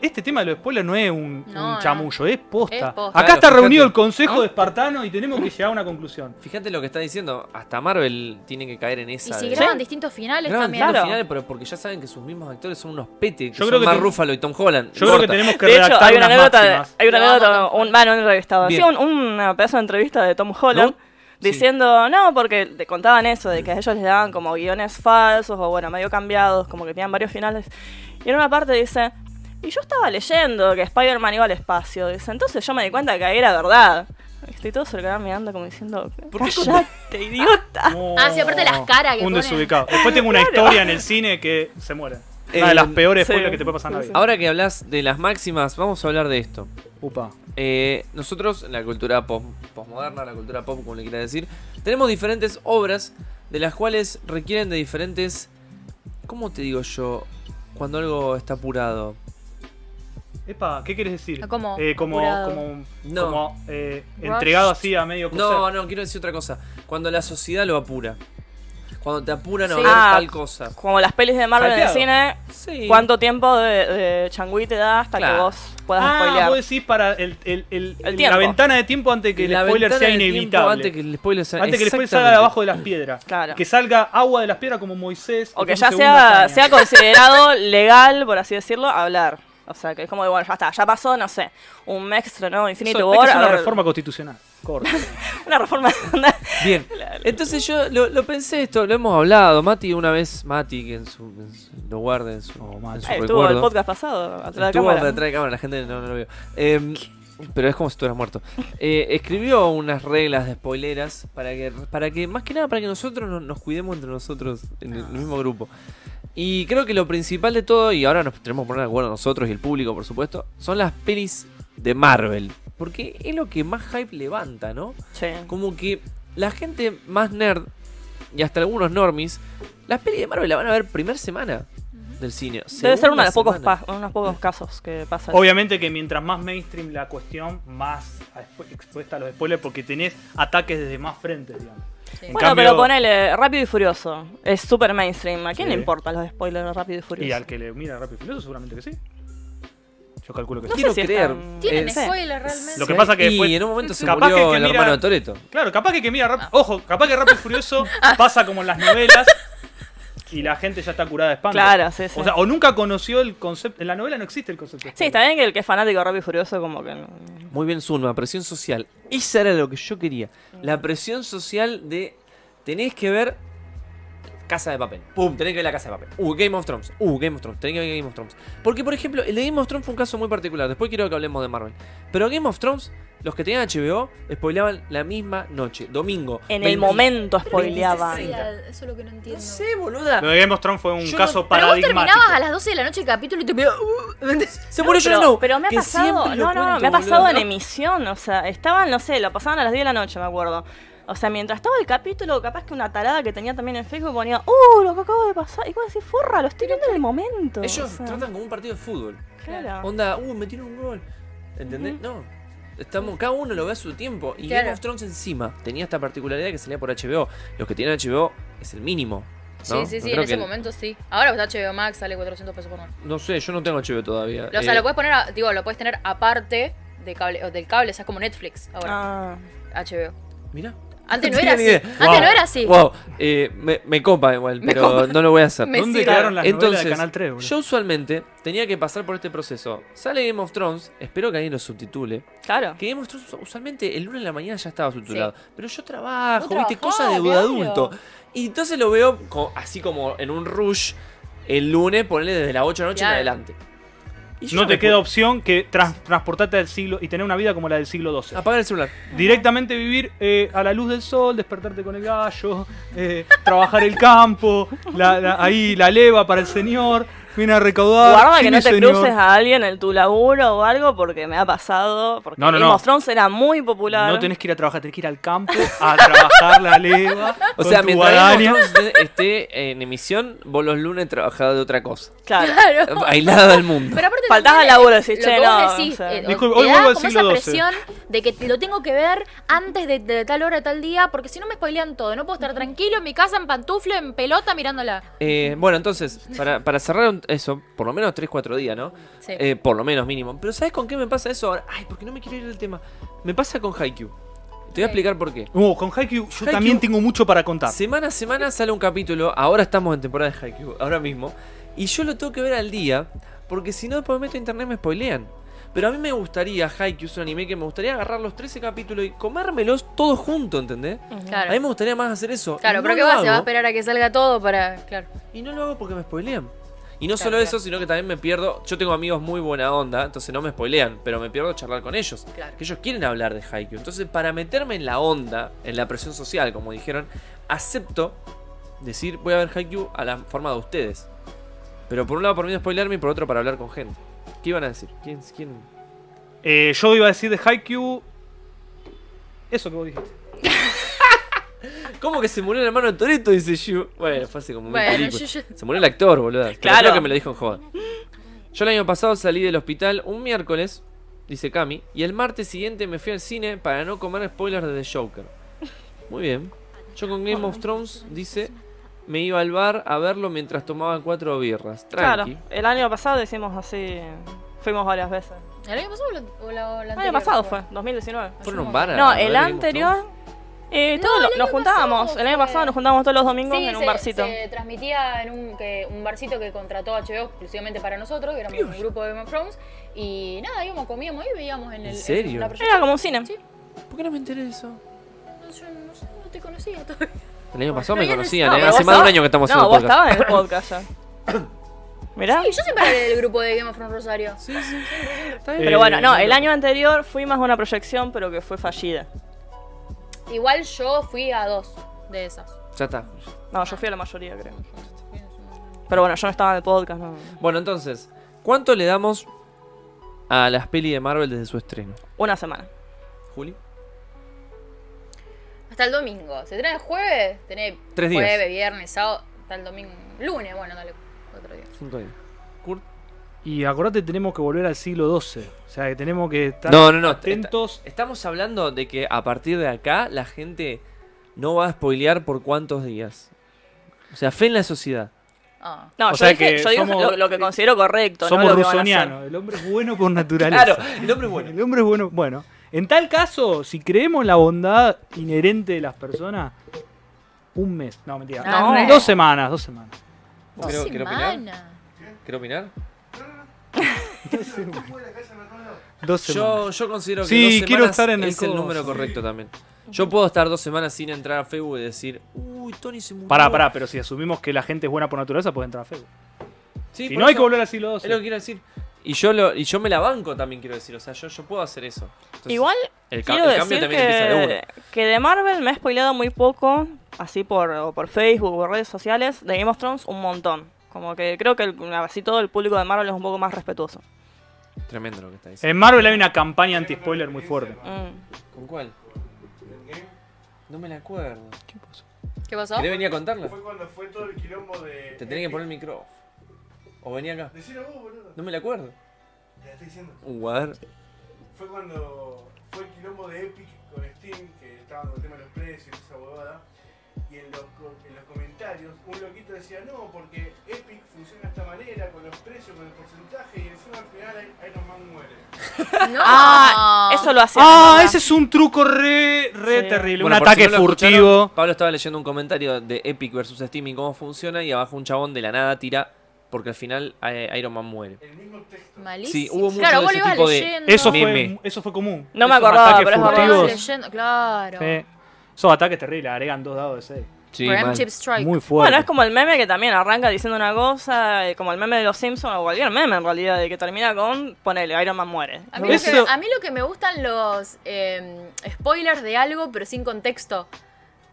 este tema de los spoilers no es un, No, un no. chamullo, es posta. Es posta. Acá Claro, está reunido fíjate. el Consejo ¿No? de Espartano y tenemos que llegar a una conclusión. Fíjate lo que está diciendo. Hasta Marvel tiene que caer en Y esa. si de- graban distintos finales Graban también. distintos Claro. finales, pero porque ya saben que sus mismos actores son unos petes. Que Yo son creo que Mark ten- Ruffalo y Tom Holland. Yo creo que Corta. tenemos que De hecho, redactar hay una unas anécdota, de- máximas. hay una Lo anécdota, amo, Tom un, bueno, un entrevistado, Bien. hacía un- una pedazo de entrevista de Tom Holland ¿No? Sí. diciendo, no, porque te contaban eso, de que a ellos les daban como guiones falsos o bueno, medio cambiados, como que tenían varios finales. Y en una parte dice, y yo estaba leyendo que Spider-Man iba al espacio, dice, entonces yo me di cuenta que ahí era verdad. Estoy todo se lo quedaban mirando como diciendo, ¿Por qué? ¡Cállate, idiota! No. Ah, sí, aparte las caras que Un ponen. desubicado. Después tengo una historia en el cine que se muere. Una de Eh, las peores sí. spoilers que te puede pasar en la Sí, vida. Ahora que hablas de las máximas, vamos a hablar de esto. Upa. Eh, nosotros, en la cultura pos- posmoderna, la cultura pop, como le quiera decir, tenemos diferentes obras de las cuales requieren de diferentes. ¿Cómo te digo yo? Cuando algo está apurado. Epa, ¿qué quieres decir? ¿Cómo? Eh, como Apurado. como, No. como, eh, Rush. entregado así a medio coser. No, no, quiero decir otra cosa. Cuando la sociedad lo apura. Cuando te apuran a Sí. ver Ah. tal cosa. Como las pelis de Marvel en el Hypeado. cine, Sí. ¿cuánto tiempo de, de changüí te da hasta que Claro. vos puedas Ah, spoilear? vos decís para el, el- El el- la tiempo. ventana de tiempo antes de que el La spoiler sea ventana del tiempo inevitable. Antes que el spoiler sea Antes que el spoiler Exactamente. salga de abajo de las piedras. Claro. Que salga agua de las piedras como Moisés. O que después ya un segundo sea, hazaña. sea considerado legal, por así decirlo, hablar. O sea, que es como de, bueno, ya está, ya pasó, no sé, un mes ¿no? Eso- Infinity es que War. es una a ver, reforma constitucional. Corta. Una reforma. Bien. Entonces yo lo, lo pensé esto, lo hemos hablado. Mati una vez, Mati, que en su, en su- lo guarde en su, Oh, Mati. en su Ay, estuvo el recuerdo. podcast pasado, atrás de la Estuvo cámara. detrás de cámara, la gente no, no lo vio. Eh, pero es como si estuvieras muerto. Eh, escribió unas reglas de spoileras para que, para que, más que nada, para que nosotros no- nos cuidemos entre nosotros en el mismo grupo. Y creo que lo principal de todo, y ahora nos tenemos que poner de acuerdo nosotros y el público, por supuesto, son las pelis de Marvel. Porque es lo que más hype levanta, ¿no? Sí. Como que la gente más nerd y hasta algunos normies, las pelis de Marvel la van a ver primer semana del cine. Debe ser uno segunda de los pocos, semana. pa- unos pocos casos que pasa. Obviamente que mientras más mainstream la cuestión, más a- expuesta a los spoilers porque tenés ataques desde más frentes, digamos. Sí. En Bueno, cambio- pero ponele Rápido y Furioso. Es súper mainstream. ¿A quién Sí. le importan los spoilers de Rápido y Furioso? Y al que le mira rápido y Furioso, seguramente que sí. Yo calculo que No sí. sé Quiero si creer. están- Tienen Eh, Sí. spoilers realmente. Lo que pasa que y después- en un momento se Capaz murió que que el mira- hermano de Toreto. Claro, capaz que, que mira Ah. rápido. Ojo, capaz que rápido y Furioso pasa como en las novelas y la gente ya está curada de espanto. Claro, sí, sí. O sea, o nunca conoció el concepto. En la novela no existe el concepto. de Sí, está spoiler. bien que el que es fanático de Rápido y Furioso, como que. no- Muy bien, Zulma, presión social. Esa era lo que yo quería. La presión social de tenés que ver Casa de Papel. Pum, tenés que ver la Casa de Papel. Uh, Game of Thrones. Uh, Game of Thrones. Tenés que ver Game of Thrones. Porque, por ejemplo, el de Game of Thrones fue un caso muy particular. Después quiero que hablemos de Marvel. Pero Game of Thrones, los que tenían HBO, spoileaban la misma noche, domingo. En 20. el momento spoileaban. Eso es lo que no No entiendo. sé, boluda. Lo de Game of Thrones fue un Yo no- caso Pero vos paradigmático. terminabas a las 12 de la noche el capítulo y te pegaba, uh, ¿entendés? Se murió Jon pero, Snow, pero me ha que pasado, siempre lo no, no, no, cuento, me ha pasado boluda. en emisión, o sea, estaban, no sé, lo pasaban a las 10 de la noche, me acuerdo. O sea, mientras estaba el capítulo, capaz que una tarada que tenía también en Facebook ponía, ¡Uh, lo que acabo de pasar! Y vos decís, ¡Forra, lo estoy viendo en el momento! Ellos o sea, tratan como un partido de fútbol. claro. Onda, uh, metieron un gol. ¿Entendés? No. Estamos, cada uno lo ve a su tiempo. Y Claro. Game of Thrones encima tenía esta particularidad que salía por HBO. Los que tienen HBO es el mínimo. ¿no? Sí, sí, No sí, creo en ese que- momento sí. Ahora pues HBO Max sale 400 pesos por mes. No sé, yo no tengo HBO todavía. O sea, Eh, lo puedes poner, a- digo, lo puedes tener aparte de cable, o del cable, o sea, es como Netflix ahora, Ah, HBO. Mirá. Antes No no era así. tenía ni idea. Antes Wow. no era así. Wow, eh, me, me copa igual, pero no lo voy a hacer. Me ¿Dónde sirve. quedaron las novelas Entonces, de Canal 3, boludo? yo usualmente tenía que pasar por este proceso. Sale Game of Thrones, espero que alguien lo subtitule. claro. Que Game of Thrones usualmente el lunes en la mañana ya estaba subtitulado. Pero yo trabajo, viste, trabajás, cosas de claro. adulto. Y entonces lo veo co- así como en un rush el lunes, ponele desde las 8 de la noche Claro. en adelante. Y yo No ya te me queda pu- opción que trans- transportarte al siglo y tener una vida como la del siglo XII. Apagar el celular. Directamente vivir eh, a la luz del sol, despertarte con el gallo, eh, trabajar el campo, la- la- ahí la leva para el señor, viene a recaudar. Guarda sí, que no mi te señor. cruces a alguien en tu laburo o algo, porque me ha pasado. Porque No, no, Game no. of Thrones era muy popular. No tenés que ir a trabajar, tenés que ir al campo a trabajar la leva. O con sea, tu mientras Game guadaña. of Thrones esté en emisión, vos los lunes trabajás de otra cosa. Claro. Claro. Aislada del mundo. Pero aparte Faltás también, al laburo, eh, decís, lo "Che, que vos no, decís, o sea". eh, Disculpe, te hoy da vuelvo al como siglo esa XII. presión de que lo tengo que ver antes de, de tal hora, tal día, porque si no me spoilean todo. No puedo estar tranquilo en mi casa, en pantufla, en pelota, mirándola. Eh, bueno, entonces, para, para cerrar un- eso, por lo menos 3-4 días, ¿no? Sí. Eh, por lo menos mínimo. Pero ¿sabes con qué me pasa eso ahora? Ay, porque no me quiero ir del tema. Me pasa con Haikyuu. Te voy a Ok. explicar por qué. Uh, con Haikyuu yo Haikyuu- también tengo mucho para contar. Semana a semana sale un capítulo. Ahora estamos en temporada de Haikyuu, ahora mismo. Y yo lo tengo que ver al día, porque si no, después me meto a internet y me spoilean. Pero a mí me gustaría, Haikyuu es un anime que me gustaría agarrar los 13 capítulos y comérmelos todos juntos, ¿entendés? Claro. A mí me gustaría más hacer eso. Claro, No creo que lo va, se va a hago, esperar a que salga todo para. Claro. Y no lo hago porque me spoilean. Y no Claro, solo claro. eso, sino que también me pierdo. Yo tengo amigos muy buena onda, entonces no me spoilean, pero me pierdo charlar con ellos. Claro. Que ellos quieren hablar de Haikyuu. Entonces, para meterme en la onda, en la presión social, como dijeron, acepto decir voy a ver Haikyuu a la forma de ustedes. Pero por un lado, por mí no spoilearme y por otro, para hablar con gente. ¿Qué iban a decir? ¿Quién? quién? Eh, yo iba a decir de Haikyuu. Eso que vos dijiste. ¿Cómo que se murió el hermano de Toreto? Dice Yu. Bueno, fue así como mil Bueno, películas. yo- yo- Se murió el actor, boludo. Claro. Claro. que me lo dijo en joda. Yo el año pasado salí del hospital un miércoles, dice Cami, y el martes siguiente me fui al cine para no comer spoilers de The Joker. Muy bien. Yo con Game of Thrones, dice, me iba al bar a verlo mientras tomaba cuatro birras. Claro, Tranqui. el año pasado hicimos así, fuimos varias veces. ¿El año pasado o la- o la- o la El año anterior? pasado fue, 2019. Fueron a un bar. a- No, a ver el Game of anterior. Thrones. eh, todos No, lo- el nos año juntábamos. pasado El año fue- pasado nos juntábamos todos los domingos Sí, en un se, barcito. se transmitía en un, que, un barcito que contrató HBO exclusivamente para nosotros, que éramos un grupo de Game of Thrones, y nada, íbamos, comíamos y veíamos en el... ¿En serio? la Era como un cine. Sí, ¿Por qué no me enteré de eso? no, yo no, sé, no te conocía todavía. El año pasado Pero me bien, conocían, No, ¿eh? pero Hace vos más de un estabas- año que estamos No, haciendo vos podcast. estabas en el podcast ya. Mirá. Sí, yo siempre era del grupo de Game of Thrones Rosario. Pero bueno, no, Eh, el año anterior fuimos a una proyección, pero que fue fallida. Igual yo fui a dos de esas. Ya está. No, yo fui a la mayoría, creo. Pero bueno, yo no estaba en el podcast, no. Bueno, entonces, ¿cuánto le damos a las pelis de Marvel desde su estreno? Una semana. Juli. Hasta el domingo. ¿Se trae el jueves? Tenés Tres días. jueves, viernes, sábado, hasta el domingo. Lunes, bueno, dale, otro día. Cinco días. Kurt. Y acordate, tenemos que volver al siglo XII. O sea, que tenemos que estar No, eh, no, no. atentos. Estamos hablando de que a partir de acá la gente no va a spoilear por cuántos días. O sea, fe en la sociedad. Ah. No, O yo, sea dije- que yo digo somos- lo, lo que considero correcto. Somos no lo que van a hacer. rusonianos. El hombre es bueno por naturaleza. Claro, el hombre es bueno. El hombre es bueno. Bueno, en tal caso, si creemos la bondad inherente de las personas, un mes. No, mentira. Ah, No. No, dos semanas, dos semanas. Ah, Dos Quiero- quiero opinar. semanas. ¿Quiero opinar? Dos semanas. Yo, yo considero que Sí, dos semanas quiero estar en el es el, coso. número correcto también. Yo puedo estar dos semanas sin entrar a Facebook y decir, uy, Tony se murió. Pará, pará, pero si asumimos que la gente es buena por naturaleza, puede entrar a Facebook. Sí, Si por no, hay eso. que volver al siglo Es lo que XII. quiero decir. Y yo, lo, y yo me la banco también, quiero decir. O sea, yo, yo puedo hacer eso. Entonces, Igual el, ca- quiero el decir cambio también empieza de uno. que, que de Marvel me he spoileado muy poco, así por, o por Facebook o redes sociales, de Game of Thrones un montón. Como que creo que el- así todo el público de Marvel es un poco más respetuoso. Tremendo lo que está diciendo. En Marvel hay una campaña anti-spoiler muy fuerte. Mm. ¿Con cuál? No me la acuerdo. ¿Qué pasó? ¿Querés venir a contarla? Fue cuando fue todo el quilombo de. Te tenés que poner el micrófono. O venía acá. Decilo vos, boludo. No me la acuerdo. Te la estoy diciendo. Uh, a ver. Fue cuando fue el quilombo de Epic con Steam, que estaban con el tema de los precios y esa huevada. Y en los, co- en los comentarios, un loquito decía: No, porque Epic funciona de esta manera, con los precios, con el porcentaje, y encima al final Iron Man muere. No. Ah, eso lo hacía. Ah, ese es un truco re, re Sí. terrible. Bueno, un por si ataque no lo escucharon, furtivo. Pablo estaba leyendo un comentario de Epic versus Steam y cómo funciona. Y abajo un chabón de la nada tira. Porque al final eh, Iron Man muere. El mismo texto. Malísimo. Sí, hubo mucho claro, de vos ese lo ibas tipo de- leyendo. Eso Meme. fue, eso fue común. No me Esos acordaba, ataques pero es Vos lo verdad. ibas furtivos. leyendo, claro. Sí. Esos ataques terribles, agregan dos dados de seis. Sí, Friendship Strike. Muy fuerte. Bueno, es como el meme que también arranca diciendo una cosa, eh, como el meme de los Simpsons, o cualquier meme en realidad, de que termina con, ponele, Iron Man muere. A mí, lo Eso- que, a mí lo que me gustan los eh, spoilers de algo, pero sin contexto.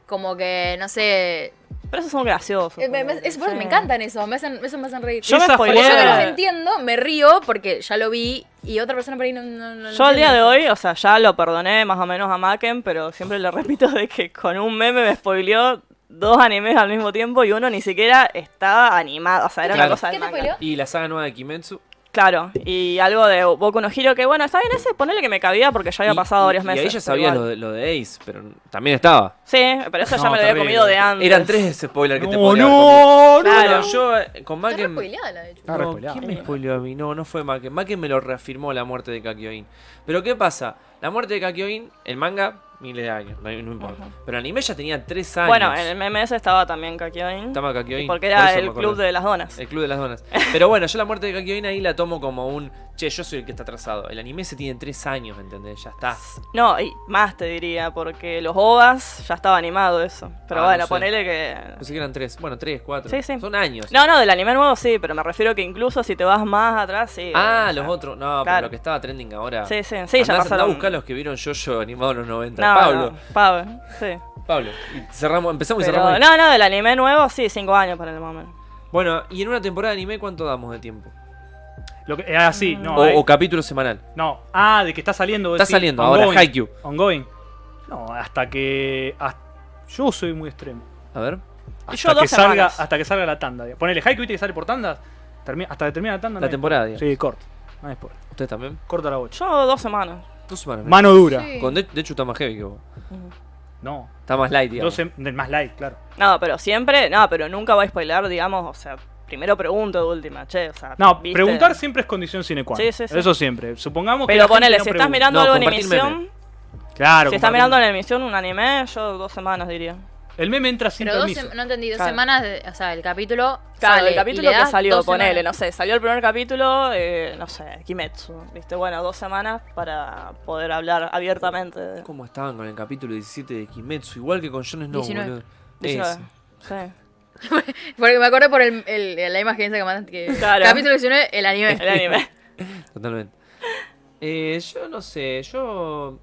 Como que, no sé. Pero esos son graciosos. eh, me- me- es- Sí. me encantan eso, me hacen, eso me hacen reír. Yo me Esas spoileé- Porque yo no los Claro. entiendo, me río porque ya lo vi y otra persona por ahí no, no, no lo Yo al día de entiende. hoy, o sea, ya lo perdoné más o menos a Maken, pero siempre le repito de que con un meme me spoileó dos animes al mismo tiempo y uno ni siquiera estaba animado, o sea, era Claro. una cosa de ¿Qué te manga. spoileó? Y la saga nueva de Kimetsu. Claro, y algo de Boku no Hero que bueno, está bien ese, ponele que me cabía porque ya había Y- pasado y- varios meses. Y ahí ya pero sabía igual. lo de, lo de Ace, pero también estaba. Sí, pero eso ya No, me lo había terrible. comido de antes. Eran tres spoilers que te No, podía haber comido. no, no. Claro. Claro, yo eh, con Está re Macken. spoileada, la de hecho. Ah, re No, spoileado. ¿Quién me spoileó a mí? No, no fue Maken. Maken me lo reafirmó la muerte de Kakyoin. Pero ¿qué pasa? La muerte de Kakyoin, el manga, miles de años, no, no importa. Pero el anime ya tenía tres años. Bueno, en el MMS estaba también Kakyoin. Estaba Kakyoin. Porque por era eso me el acordé. club de las donas. El club de las donas. Pero bueno, yo la muerte de Kakyoin ahí la tomo como un... Che, yo soy el que está atrasado. El anime se tiene tres años, ¿entendés? Ya está. No, y más te diría, porque los OVAs ya estaba animado eso. Pero Ah, bueno, no sé. ponele que. Pensé que eran tres. Bueno, tres, cuatro. Sí, sí. Son años. No, no, del anime nuevo sí, pero me refiero que incluso si te vas más atrás, sí. Ah, o sea, los otros. No, pero claro. lo que estaba trending ahora. Sí, sí, sí, ya Andá- andá pasaron. a buscar los que vieron yo animado en los 90. No, Pablo. no, Pablo, sí. Pablo. Y cerramos, empezamos y Pero- cerramos. ahí. no, no, del anime nuevo sí, cinco años para el momento. Bueno, y en una temporada de anime, ¿cuánto damos de tiempo? Lo que, ah, sí, Mm. no. o, ahí. o capítulo semanal. No. Ah, de que está saliendo. Está decís, saliendo ahora, Haikyuu. Ongoing. No, hasta que. hasta- yo soy muy extremo. A ver. Hasta, yo dos que salga, semanas. hasta que salga la tanda. Ponele Haikyuu, viste que sale por tandas. termi- hasta que termina la tanda. no La hay- temporada, digamos. Sí, corto. No hay spoiler. ¿Ustedes también? Corta la bocha. Yo dos semanas. Dos semanas. menos. Mano dura. Sí. Con de, de hecho está más heavy que vos. No. Está más light, digamos. Dos sem- más light, claro. No, pero siempre, no, pero nunca va a spoiler, digamos, o sea, primero pregunto de última, che, o sea. No, ¿viste? preguntar siempre es condición sine qua non. Sí, sí, sí. Eso siempre. Supongamos que. Pero la gente ponele, no si estás pregunta. mirando No, algo en compartir emisión, meme. Claro. si estás compartir- mirando en emisión un anime, yo dos semanas diría. El meme entra sin Pero dos permiso. sem- no entendí, dos Claro. semanas, de- o sea, el capítulo. Claro, sale el y capítulo le que das salió, dos ponele, no semanas. sé, salió el primer capítulo, eh, no sé, Kimetsu, viste, bueno, dos semanas para poder hablar abiertamente. de- ¿Cómo estaban con el capítulo 17 de Kimetsu? Igual que con Jones No, 19. boludo. Diecinueve. Ese. Sí. Eh, Porque me acuerdo por el, el- la imagen esa que mandaste. que- Claro. Capítulo 19, el anime. El anime. Totalmente. Eh, yo no sé, yo...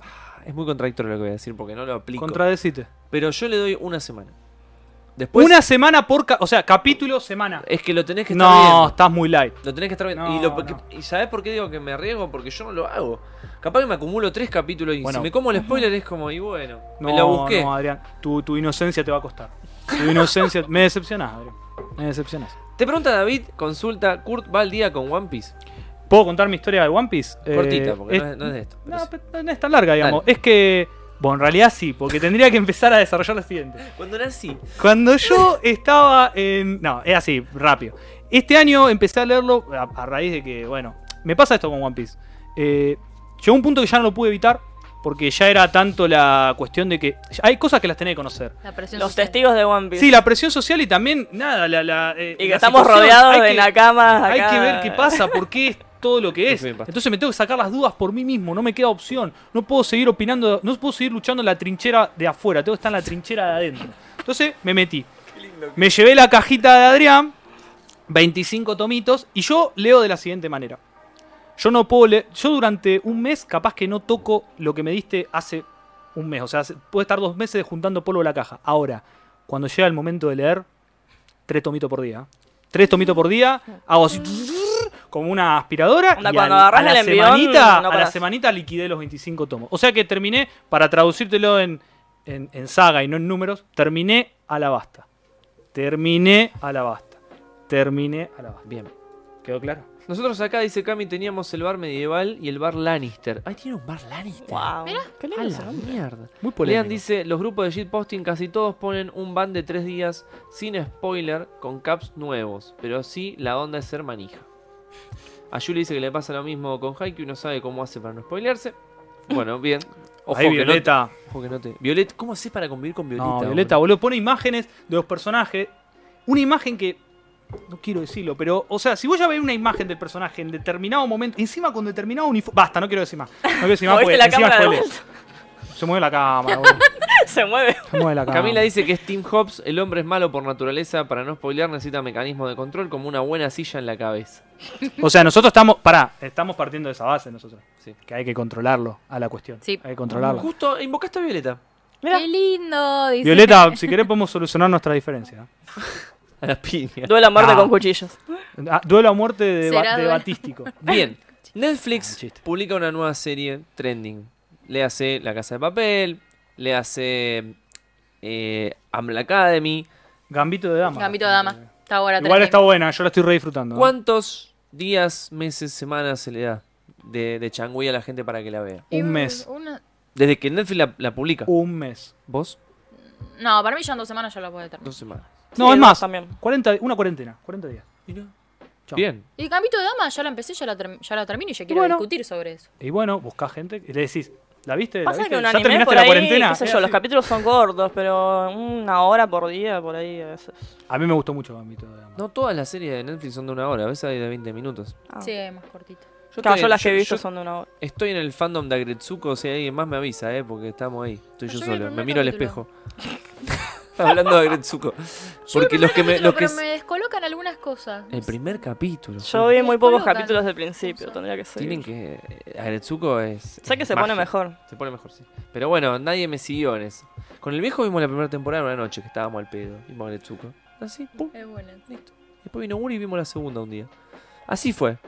Ah, Es muy contradictorio lo que voy a decir porque no lo aplico. Contradecite. Pero yo le doy una semana. Pues- Después Una semana por. ca- O sea, capítulo, semana. es que lo tenés que estar viendo. No, estás muy light. Lo tenés que estar viendo. No, y, lo- que- no. y sabés por qué digo que me arriesgo? Porque yo no lo hago. Capaz que me acumulo tres capítulos y Bueno. si me como el spoiler es como, y bueno, No, me lo busqué. no, Adrián. Tu, tu inocencia te va a costar. Tu inocencia. me decepcionás, Adrián. Me decepcionás. Te pregunta David, consulta, Kurt va al día con One Piece. ¿Puedo contar mi historia de One Piece? Eh, Cortita, porque es- no, es, no es de esto. pero no, sí. pero no es tan larga, digamos. Dale. Es que. Bueno, en realidad sí, porque tendría que empezar a desarrollar la siguiente. Cuando nací, Cuando yo estaba en. No, es así, rápido. Este año empecé a leerlo a, a raíz de que, bueno, me pasa esto con One Piece. Eh, llegó un punto que ya no lo pude evitar, porque ya era tanto la cuestión de que. Hay cosas que las tenés que conocer. La presión Los social. testigos de One Piece. Sí, la presión social y también, nada, la. la, eh, y que la estamos situación. rodeados Hay de que- nakamas acá. Hay que ver qué pasa, por qué es todo lo que es. Sí, sí, pasa. Entonces me tengo que sacar las dudas por mí mismo, no me queda opción. No puedo seguir opinando, no puedo seguir luchando en la trinchera de afuera, tengo que estar en la trinchera de adentro. Entonces me metí. Me llevé la cajita de Adrián, 25 tomitos, y yo leo de la siguiente manera. Yo no puedo leer, yo durante un mes capaz que no toco lo que me diste hace un mes, o sea, hace- puede estar dos meses juntando polvo en la caja. Ahora, cuando llega el momento de leer, tres tomitos por día. Tres tomitos por día, hago así como una aspiradora. Onda, y cuando al- a, agarrás la el envión, semanita, no a la parás. semanita liquidé los 25 tomos. O sea que terminé, para traducírtelo en, en, en saga y no en números, terminé a la basta. Terminé a la basta. Terminé a la basta. bien. ¿Quedó claro? Nosotros acá, dice Cami, teníamos el bar medieval y el bar Lannister. Ay, tiene un bar Lannister. Wow. Qué A lindo ese la nombre. mierda. Muy Lean polémico. dice, los grupos de shitposting casi todos ponen un ban de tres días sin spoiler con caps nuevos, pero sí la onda es ser manija. A Julie dice que le pasa lo mismo con Haikyuu, no sabe cómo hace para no spoilearse. Bueno, bien. Ojo, que Ahí no- Violeta. ojo que no te- Violet, ¿cómo haces para convivir con Violeta? No, Violeta, boludo? boludo, pone imágenes de los personajes. Una imagen que. No quiero decirlo, pero. O sea, si vos ya ves una imagen del personaje en determinado momento. Encima con determinado uniforme. Basta, no quiero decir más. No quiero decir más ¿Moviste porque la encima cámara de spoileo. Se mueve la cámara, boludo. Se mueve. Se mueve la cámara. Camila dice que es Tim Hobbs, el hombre es malo por naturaleza, para no spoilear necesita mecanismos de control como una buena silla en la cabeza. O sea, nosotros estamos. Pará, estamos partiendo de esa base nosotros. Sí. Que hay que controlarlo a la cuestión. Sí. Hay que controlarlo. Justo invocaste a Violeta. Mira. Qué lindo, dice. Violeta, si querés podemos solucionar nuestra diferencia. A la piña. Duele a muerte No. con cuchillos. Ah, duelo a muerte de, Será Ba- de duelo. Batístico. Bien, Ah, Netflix chiste. publica una nueva serie trending. Le hace La Casa de Papel, le hace eh, Umbrella Academy. Gambito de dama. Gambito de dama. Está ahora Igual trending. está buena, yo la estoy re disfrutando. ¿eh? ¿Cuántos días, meses, semanas se le da de, de changüí a la gente para que la vea? ¿eh? Un mes. una- Desde que Netflix la, la publica. Un mes. ¿Vos? No, para mí ya en dos semanas ya lo puede terminar. Dos semanas. No, Sí, dos es más. también. 40, una cuarentena. 40 días. Chao. Bien. Y Gambito de Dama ya la empecé, ya la, term- ya la termino y ya quiero Bueno. discutir sobre eso. Y bueno, buscás gente y le decís, ¿la viste? ¿La Pasa viste? que un ¿Ya anime terminaste por la ahí, cuarentena? qué sé yo, los capítulos son gordos, pero una hora por día por ahí a veces. A mí me gustó mucho Gambito de Dama. No todas las series de Netflix son de una hora, a veces hay de 20 minutos. Ah. Sí, más cortito. Yo, Claro, estoy- yo las que he yo- visto yo son de una hora. Estoy en el fandom de Agretsuko, si alguien más me avisa, eh, porque estamos ahí. Estoy yo Yo vi el solo, me primer miro al capítulo. espejo. Hablando de Agretsuko. Porque los que me. Los que pero me descolocan algunas cosas. El primer capítulo. Yo vi muy Después pocos lo dan. capítulos del principio, tendría que ser. Tienen que. Agretsuko es. Sé que es se pone magia. mejor. Se pone mejor, sí. Pero bueno, nadie me siguió en eso. Con el viejo vimos la primera temporada una noche que estábamos al pedo. Vimos Agretsuko. Así, pum. Es buena. Después vino uno y vimos la segunda un día. Así fue.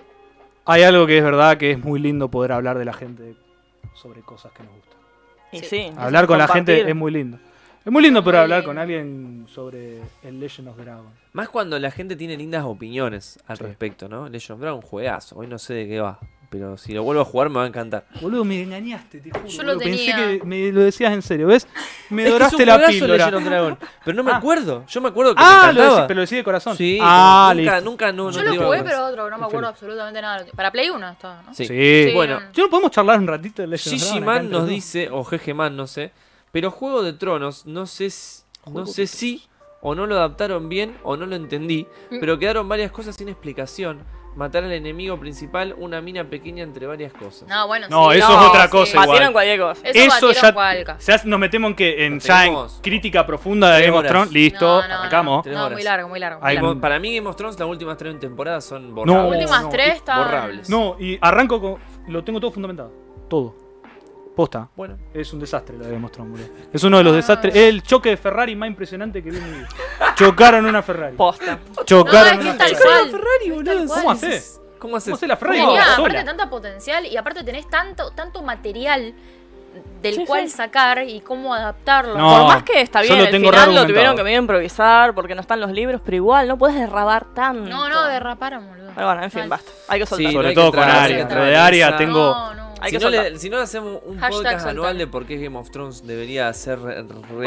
Hay algo que es verdad que es muy lindo poder hablar de la gente sobre cosas que nos gustan. Y Sí. sí. Hablar con la compartir. gente es muy lindo. Es muy lindo, pero Muy hablar lindo. con alguien sobre el Legend of Dragon. Más cuando la gente tiene lindas opiniones al Sí. respecto, ¿no? Legend of Dragon, juegazo. Hoy no sé de qué va. Pero si lo vuelvo a jugar me va a encantar. Boludo, me engañaste, te juro. Yo lo boludo. Pensé tenía. que me lo decías en serio, ¿ves? Me Es que doraste es un la juegazo píldora. Legend of Dragon. Pero no me Ah. acuerdo. Yo me acuerdo que me Ah, lo encantaba. decís, pero lo decís de corazón. Sí, ah, como nunca, listo. nunca, no, Yo no lo digo jugué, más. pero otro, no me acuerdo Feliz. absolutamente nada. Para Play 1 estaba, ¿no? Sí. Sí. Sí, Bueno, no. Yo, ¿Podemos charlar un ratito del Legend of Gigi Dragon? acá Man entre nos los dos? dice, o GG Man, no sé, pero Juego de Tronos, no sé, s- no Juego sé de si o no lo adaptaron bien o no lo entendí, Mm. pero quedaron varias cosas sin explicación. Matar al enemigo principal, una mina pequeña entre varias cosas. No, bueno. No, sí, eso es otra cosa sí. igual. Batieron cualquier cosa. Eso, batieron ya. cualca. se hace- nos metemos en que en, Nos ya en tenemos crítica profunda de tres Game of horas. Thrones. Listo, No, no, arrancamos. no. No, Tres horas. muy largo, muy largo. muy Ahí largo. Como- no. para mí Game of Thrones, las últimas tres temporadas son Las borrables. últimas no, tres estaban. borrables. No, y arranco con. Lo tengo todo fundamentado. Todo. Posta. Bueno, Es un desastre lo de Game of Thrones, boludo. Es uno de Ah. los desastres. Es el choque de Ferrari más impresionante que vi en mi vida. Chocaron una Ferrari. Posta. No, Chocaron es que una es tal Ferrari. cual. Ferrari, Es tal boludo, cual. ¿Cómo haces? ¿cómo haces? ¿Cómo hace la Ferrari? Tenía, Sola. aparte tanta potencial y aparte tenés tanto, tanto material del Sí, cual sí. sacar y cómo adaptarlo. No. Por más que está yo bien, lo el tengo final lo re tuvieron argumentado. que medio improvisar porque no están los libros, pero igual no puedes derrabar tanto. No, no, derraparon, boludo. Pero bueno, en fin, Mal. basta. Hay que Sí, soltar. no hay Sobre que todo con entrar, hay que Aria. Lo entrar de en Aria esa. tengo. No, no. Hay Si que no, le- soltar. si no hacemos un Hashtag podcast soltar. anual de por qué Game of Thrones debería ser re-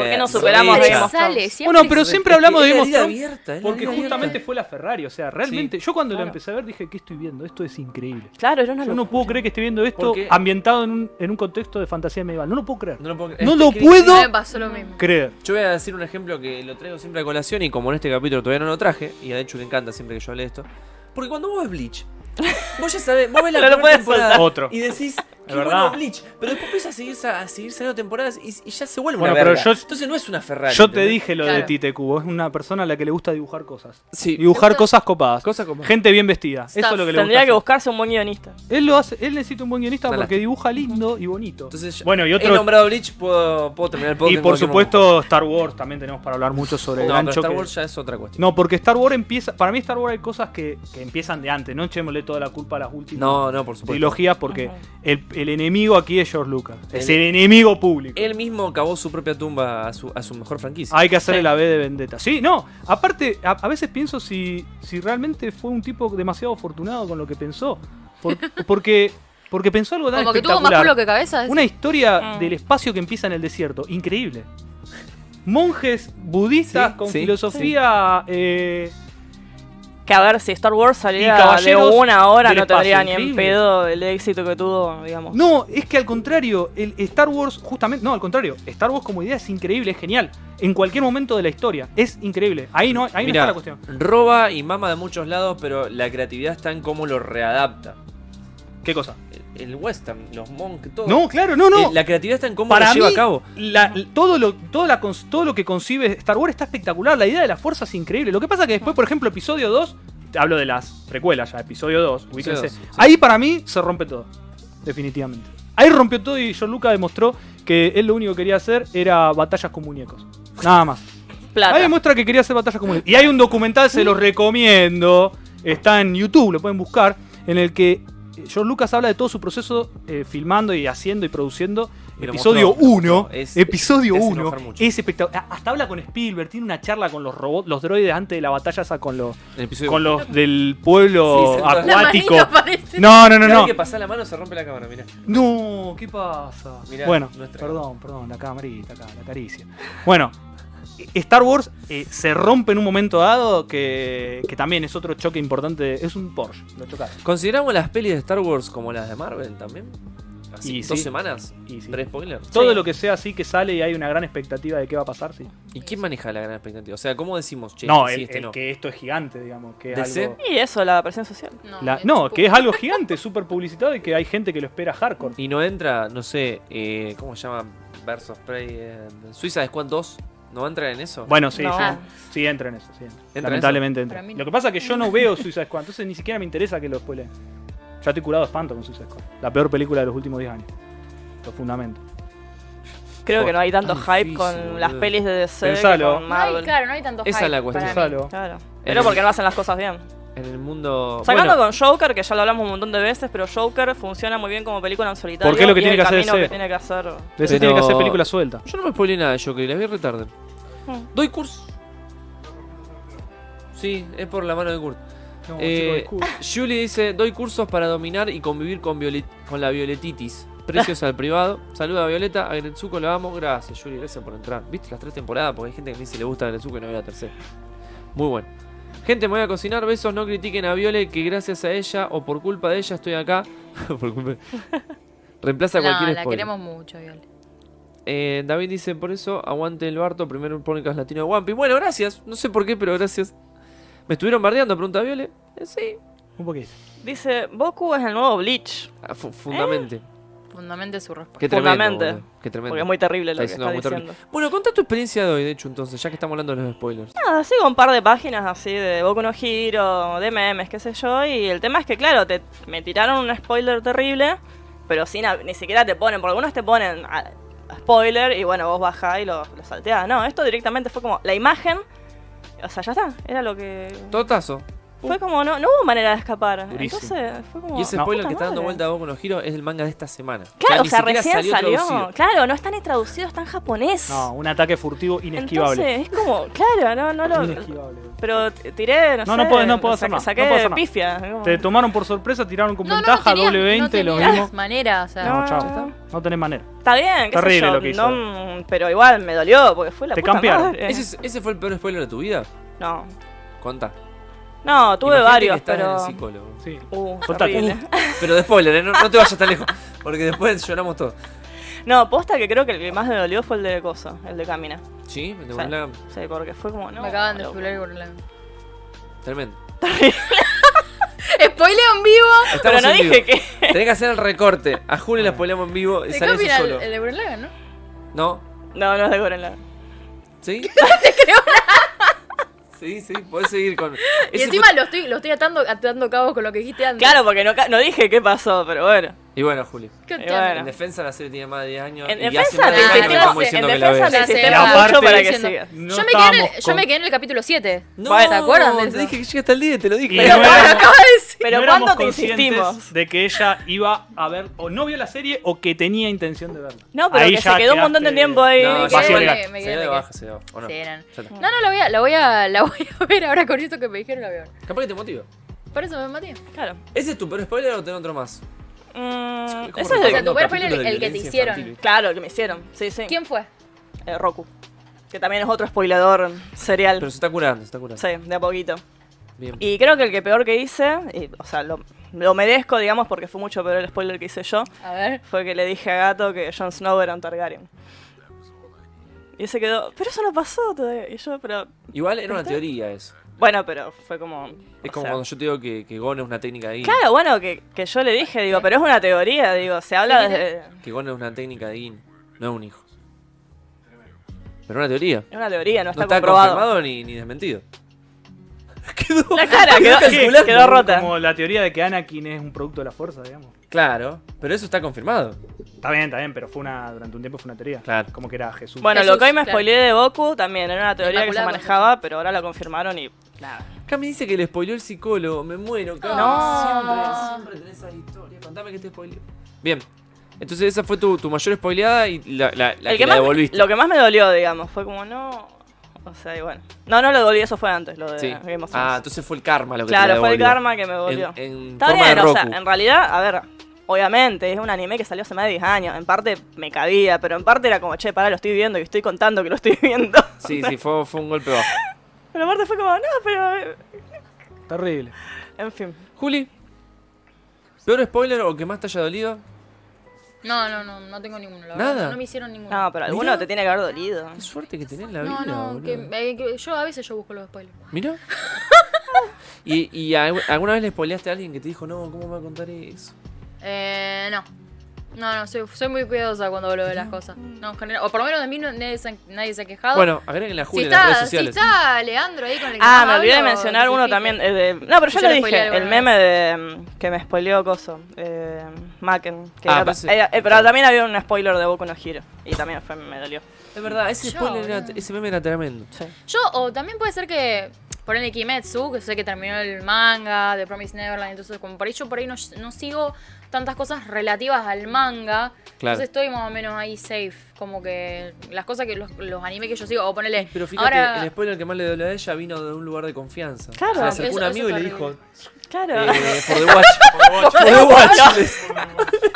qué no superamos rehecha. Game of Thrones? Sale, siempre Bueno, pero siempre hablamos de Es la Game of vida Thrones. abierta, es la Porque vida abierta. justamente fue la Ferrari. O sea, realmente. yo cuando la claro. empecé a ver dije, ¿qué estoy viendo? Esto es increíble. Claro, era una Yo no locura. puedo creer que esté viendo esto Porque- ambientado en un, en un contexto de fantasía medieval. No lo puedo creer. No lo puedo, No es lo que- puedo Me pasó lo mismo. creer. Yo voy a decir un ejemplo que lo traigo siempre a colación y como en este capítulo todavía no lo traje, y de hecho le encanta siempre que yo hable de esto, porque cuando vos ves Bleach, vos ya sabés, vos ves la No lo primera puedes temporada soltar. Otro. y decís, qué verdad. bueno Bleach, pero después empieza a seguir, sa- a seguir saliendo temporadas y, y ya se vuelve Bueno, una pero verga. yo- Entonces no es una Ferrari. Yo te ¿entendés? dije lo de Claro. Tite Cubo. Es una persona a la que le gusta dibujar cosas. Sí. Dibujar Esto- cosas copadas. Cosas como... Gente bien vestida. Eso es lo que le gusta. Tendría que hacer. buscarse un buen guionista. Él, lo hace, él necesita un buen guionista Una porque dibuja lindo y bonito. Entonces, ya- bueno, y He otro. nombrado Bleach, puedo, puedo terminar el podcast. Y en por cualquier supuesto, Star Wars también tenemos para hablar mucho momento. sobre el No, pero ancho. Star que- Wars ya es otra cuestión. No, porque Star Wars empieza. Para mí, Star Wars hay cosas que, que empiezan de antes. No echémosle toda la culpa a las últimas No, no, por supuesto. trilogías porque Ajá. el, el enemigo aquí es George Lucas. Es El- el enemigo público. Él mismo cavó su propia tumba a su, a su mejor franquicia. Hay que hacerle la B de vendetta. Sí, no. Aparte, a, a veces pienso si, si realmente fue un tipo demasiado afortunado con lo que pensó. Por- porque, porque pensó algo tan Como que tuvo más espectacular. culo que Ah. cabeza. es- Una historia Mm. del espacio que empieza en el desierto. Increíble. Monjes budistas Sí, con sí, filosofía eh, Que a ver, si Star Wars Y salía de caballeros una hora, del no tendría espacio, ni en increíble. pedo el éxito que tuvo, digamos. No, es que al contrario, el Star Wars, justamente, no, al contrario, Star Wars como idea es increíble, es genial. En cualquier momento de la historia, es increíble. Ahí no, ahí no Mirá, está la cuestión. roba y mama de muchos lados, pero la creatividad está en cómo lo readapta. ¿Qué cosa? El, el western, los monks, todo. No, claro, no, no. Eh, la creatividad está en cómo Para lo lleva mí, a cabo. la- todo, lo, todo, la cons- todo lo que concibe Star Wars está espectacular. La idea de la fuerza es increíble. Lo que pasa que después, por ejemplo, episodio 2, te hablo de las precuelas ya, episodio 2, ubíquense. dos, sí. Ahí para mí se rompe todo. Definitivamente. Ahí rompió todo y John Lucas demostró que él lo único que quería hacer era batallas con muñecos. Nada más. Plata. Ahí demuestra que quería hacer batallas comunes. Y hay un documental, se los recomiendo. Está en YouTube, lo pueden buscar. En el que George Lucas habla de todo su proceso eh, filmando y haciendo y produciendo Y lo Episodio mostró, lo 1. mostró. Es- Episodio es 1. enojar mucho. Es espectacular. Hasta habla con Spielberg. Tiene una charla con los robots, los droides antes de la batalla esa con los, El episodio con los del Sí, pueblo sentado. acuático. La manito parece- No, no, no, Cada no. vez que pasa la mano se rompe la cámara, mirá. No, ¿qué pasa? Mirá, bueno, nuestra- perdón, perdón, la camarita, acá, la caricia. Bueno, Star Wars eh, se rompe en un momento dado que, que también es otro choque importante. Es un Porsche, lo chocaron. ¿Consideramos las pelis de Star Wars como las de Marvel también? Así, Y dos sí. semanas, Y sí. tres spoilers. Todo Sí. lo que sea así que sale y hay una gran expectativa de qué va a pasar, sí. ¿Y quién maneja la gran expectativa? O sea, ¿cómo decimos, che, no, sí, el, este el no? que esto es gigante, digamos. Que es DC. algo, Y eso, la presión social. No, la- es no, tipo- que es algo gigante, súper publicitado y que hay gente que lo espera hardcore. Y no entra, no sé, eh, ¿cómo se llama? Versus Prey. eh, Suiza de Squad 2. ¿No entra en eso? Bueno, sí, No. sí. Ah. Sí, entra en eso. sí, entra. ¿Entra en Lamentablemente entra. Para mí no. Lo que pasa es que yo no veo Suicide Squad, entonces ni siquiera me interesa que lo spoileen. Ya estoy curado de espanto con Suicide Squad. La peor película de los últimos 10 años. Los fundamentos. Creo que no hay tanto Tan hype difícil, con boludo. las pelis de DC Pensalo. que Eh. con No hay, Marvel. claro, no hay tanto Esa hype es la cuestión. para mí. Pensalo. Claro. El- Pero porque no hacen las cosas bien. En el mundo. Sacando bueno, con Joker, que ya lo hablamos un montón de veces, pero Joker funciona muy bien como película en solitario. Porque es lo que y tiene el que hacer camino ese. que tiene que hacer. DC tiene que hacer películas sueltas. Yo no me spoilé nada de Joker y la vi retarde. Hmm. Doy curso. Sí, es por la mano de Kurt. No, Eh, chico, disculpa. Julie dice: Doy cursos para dominar y convivir con, violet- con la violetitis. Precios al privado. Saluda a Violeta. A Gretsuko la amo. Gracias, Julie. Gracias por entrar. ¿Viste las tres temporadas? Porque hay gente que me dice le gusta a Gretsuko y no ve la tercera. Muy bueno. Gente, me voy a cocinar. Besos. No critiquen a Viole, que gracias a ella o por culpa de ella estoy acá. por culpa. Reemplaza No, cualquier la spoiler. queremos mucho, Viol. Eh, David dice, por eso aguante el Barto, primer podcast latino de Wampi. Bueno, gracias. No sé por qué, pero gracias. ¿Me estuvieron bardeando? Pregunta Viole. Eh, sí. Un poquito. Dice, Boku es el nuevo Bleach. Ah, fu- fundamente. Fundamente su respuesta. Qué tremendo. Fundamente. boludo. Qué tremendo. Porque es muy terrible lo Está que diciendo está muy terrible. diciendo. Bueno, contá tu experiencia de hoy, de hecho, entonces, ya que estamos hablando de los spoilers. Nada, sigo un par de páginas así de Boku no Hero, de memes, qué sé yo. Y el tema es que, claro, te, me tiraron un spoiler terrible, pero sin, a- ni siquiera te ponen, porque algunos te ponen a- a spoiler y bueno, vos bajás y lo, lo salteás. No, esto directamente fue como la imagen. O sea, ya está, era lo que. Totazo. Fue como, no, no hubo manera de escapar. Durísimo. Entonces, fue como. Y ese No. spoiler puta que está dando Uh, madre. vuelta a vos con los giros es el manga de esta semana. Claro, o ni sea, siquiera recién salió. traducido. Claro, no está ni traducido, está en japonés. No, un ataque furtivo inesquivable. Entonces, es como, claro, no, no lo. Inesquivable. Pero t- tiré, no, No, sé. no puedo- no puedo lo hacer saqué- nada, Saqué no puedo hacer nada. pifia. como- Te tomaron por sorpresa, tiraron con No, no, ventaja, no doble tenían- 20, no lo tenían mismo. manera, o sea. No, No. chao. No tenés manera. Está bien, qué sé Terrible yo, lo que hizo. no, mm, pero igual me dolió porque fue la Te puta campearon. madre. ¿Ese, es- ese fue el peor spoiler de tu vida? No. Contá. No, tuve Imagínate que varios, estás pero. en el psicólogo. Sí. Uh, Soltate. terrible. Pero de spoiler, ¿eh? no, no te vayas tan lejos. Porque después lloramos todos. No, posta que creo que el que más me dolió fue el de Coso, el de Camina. Sí, me tengo Sí. una- Sí, porque fue como, no. me acaban de loco. spoiler por la... Tremendo. ¡Spoiler en vivo! Pero Estamos no en dije vivo. que. Ah. Tenés que hacer el recorte. A Juli la spoileamos en vivo y ¿De sale qué eso opina el, solo. el de Burlagan, no? ¿No? No, no es de Gorenland. ¿Sí? Sí, sí, podés seguir con. Y Ese encima fue- lo estoy, lo estoy atando, atando cabos con lo que dijiste antes. Claro, porque no, ca- no dije qué pasó, pero bueno. Y bueno, Juli. ¿Qué Y tema? En bueno. defensa la serie tiene más de 10 años. En y hace más defensa del de te- 10 años que sistema, estamos te- te- en diciendo que la defensa veas. del veas. sistema Y aparte- mucho para que Diciendo- sigas. No yo, me quedé en el, estábamos yo me con- quedé en el capítulo 7. No, ¿Se acuerdan de Te eso? dije que llegue hasta el 10, te lo dije. Y Pero- no era- Pero no éramos ¿cuándo te conscientes insistimos? De que ella iba a ver, o no vio la serie, o que tenía intención de verla. No, pero Ahí que ya se quedó un montón de quedaste- tiempo ahí. No, me ya quedé- fue. me- Se dio me quedé- de me baja, se dio. ¿O no? Sí, eran. Ya está. No, no, la voy, a, la, voy a, la voy a ver ahora con esto que me dijeron la voy a ver. Capaz que te motiva. Por eso me maté. Claro. ¿Ese es tu peor spoiler o tenés otro más? Mm, como eso es de- recordando O sea, tu peor spoiler, capítulos de el que te violencia hicieron. infantil. Claro, el que me hicieron. Sí, sí. ¿Quién fue? Eh, Roku. Que también es otro spoilador serial. Pero se está curando, se está curando. Sí, de a poquito. Bien. Y creo que el que peor que hice, y, o sea, lo, lo merezco, digamos, porque fue mucho peor el spoiler que hice yo, A ver. fue que le dije a Gato que Jon Snow era un Targaryen. Y se quedó, pero eso no pasó todavía. Y yo, pero. Igual era una teoría eso. Bueno, pero fue como. Es o como sea, cuando yo te digo que, que Gon es una técnica de guin. Claro, bueno, que, que yo le dije, digo, pero es una teoría, digo, se habla desde. Que Gon es una técnica de guin, no es un hijo. Pero una teoría. Es una teoría, no No está, está comprobado. confirmado ni, ni desmentido. Quedó. La cara quedó, calculando. quedó rota. Como la teoría de que Anakin es un producto de la fuerza, digamos. Claro, pero eso está confirmado. Está bien, está bien, pero fue una, durante un tiempo fue una teoría. Claro. Como que era Jesús. Bueno, Jesús, lo que hoy me claro. spoileé de Boku también era una teoría que se Inmaculada manejaba, pero ahora lo confirmaron y nada. Acá me dice que le spoileó el psicólogo. Me muero, cabrón. No. Siempre, siempre tenés esa historia. Contame que te spoileó. Bien. Entonces esa fue tu, tu mayor spoileada y la, la- la El que, que la más- devolviste. Lo que más me dolió, digamos, fue como no. O sea, y bueno. No, no lo dolió, eso fue antes, lo de Sí. Game of Thrones. Ah, entonces fue el karma lo que te claro, la fue el devolvió. karma que me dolió. En, en Está forma bien, de o Roku. sea, en realidad, a ver, obviamente, es un anime que salió hace más de 10 años. En parte me cabía, pero en parte era como, che, pará, lo estoy viendo y estoy contando que lo estoy viendo. Sí, sí, fue, fue un golpe bajo. Pero aparte fue como, no, pero. eh, Terrible. En fin. Juli, ¿peor spoiler o que más te haya dolido? No, no, no, no tengo ninguno. la Nada. verdad, No me hicieron ninguno. No, pero alguno Mirá. te tiene que haber dolido. Qué suerte que tenés en la No, vida, no, boludo. que, eh, que yo a veces yo busco los spoilers. Mira. ¿Y, y al- alguna vez le spoileaste a alguien que te dijo, no, ¿cómo me va a contar eso? Eh, no. No, no, soy, soy muy cuidadosa cuando hablo de las cosas. No, en general, o por lo menos de mí no- nadie, se, nadie se ha quejado. Bueno, agréguenla a Ah, si Juli en las está, redes si sociales. está Leandro ahí con el que Ah, más me olvidé de hablo, mencionar que se uno fije. también. eh, de- No, pero ya Yo lo lo spoileé dije. El alguna meme de mm, que me spoileó Coso. Eh, Macken. que Ah, era- pero ese- era- eh, pero también había un spoiler de Boku no Hero. Y también fue, me dolió. Es verdad, ese, Yo, spoiler era- boludo. ese meme era tremendo. Sí. Yo, o también puede ser que por el Kimetsu, que sé que terminó el manga de Promise Neverland, entonces como por ahí yo por ahí no, no sigo tantas cosas relativas al manga, Claro. entonces estoy más o menos ahí safe, como que las cosas que los, los animes que yo sigo, o ponele, Pero fíjate, ahora... el spoiler que más le dolió a ella vino de un lugar de confianza. Claro. Se le acercó un Eso- eso amigo es y le dijo, horrible. Claro. eh, por The Watch. Por por The Watch.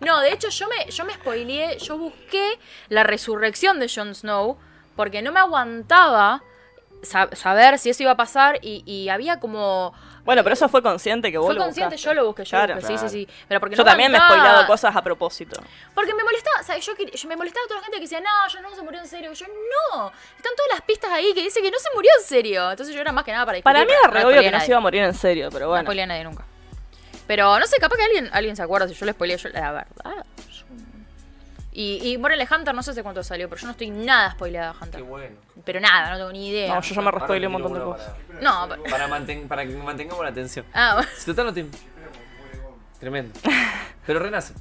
No, de hecho yo me, yo me spoileé, yo busqué la resurrección de Jon Snow porque no me aguantaba sa- saber si eso iba a pasar y, y había como... Bueno, pero eso fue consciente que vos Fue lo consciente, buscaste. yo lo busqué, yo Claro. lo busqué, sí, sí, sí. Pero porque Yo no también me he aguantaba. spoileado cosas a propósito. Porque me molestaba, o sea, yo, quería- yo me molestaba a toda la gente que decía, no, yo no se murió en serio. Yo, no, están todas las pistas ahí que dice que no se murió en serio. Entonces yo era más que nada para discutir. Para mí no era re obvio spoileé a que no nadie. se iba a morir en serio, pero No bueno. spoileé a nadie nunca. Pero no sé, capaz que alguien, alguien se acuerda si yo le spoileé yo, la verdad. yo- Y, y Morele Hunter, no sé hace cuánto salió, pero yo no estoy nada spoileada de Qué Hunter. bueno. Pero nada, no tengo ni idea. No, yo ya me Ahora respoilé un te tiro montón de uno cosas. para- No, pero- Para, manten- para que mantengamos la atención. Ah, bueno. Si total no te- Tremendo. Pero renace.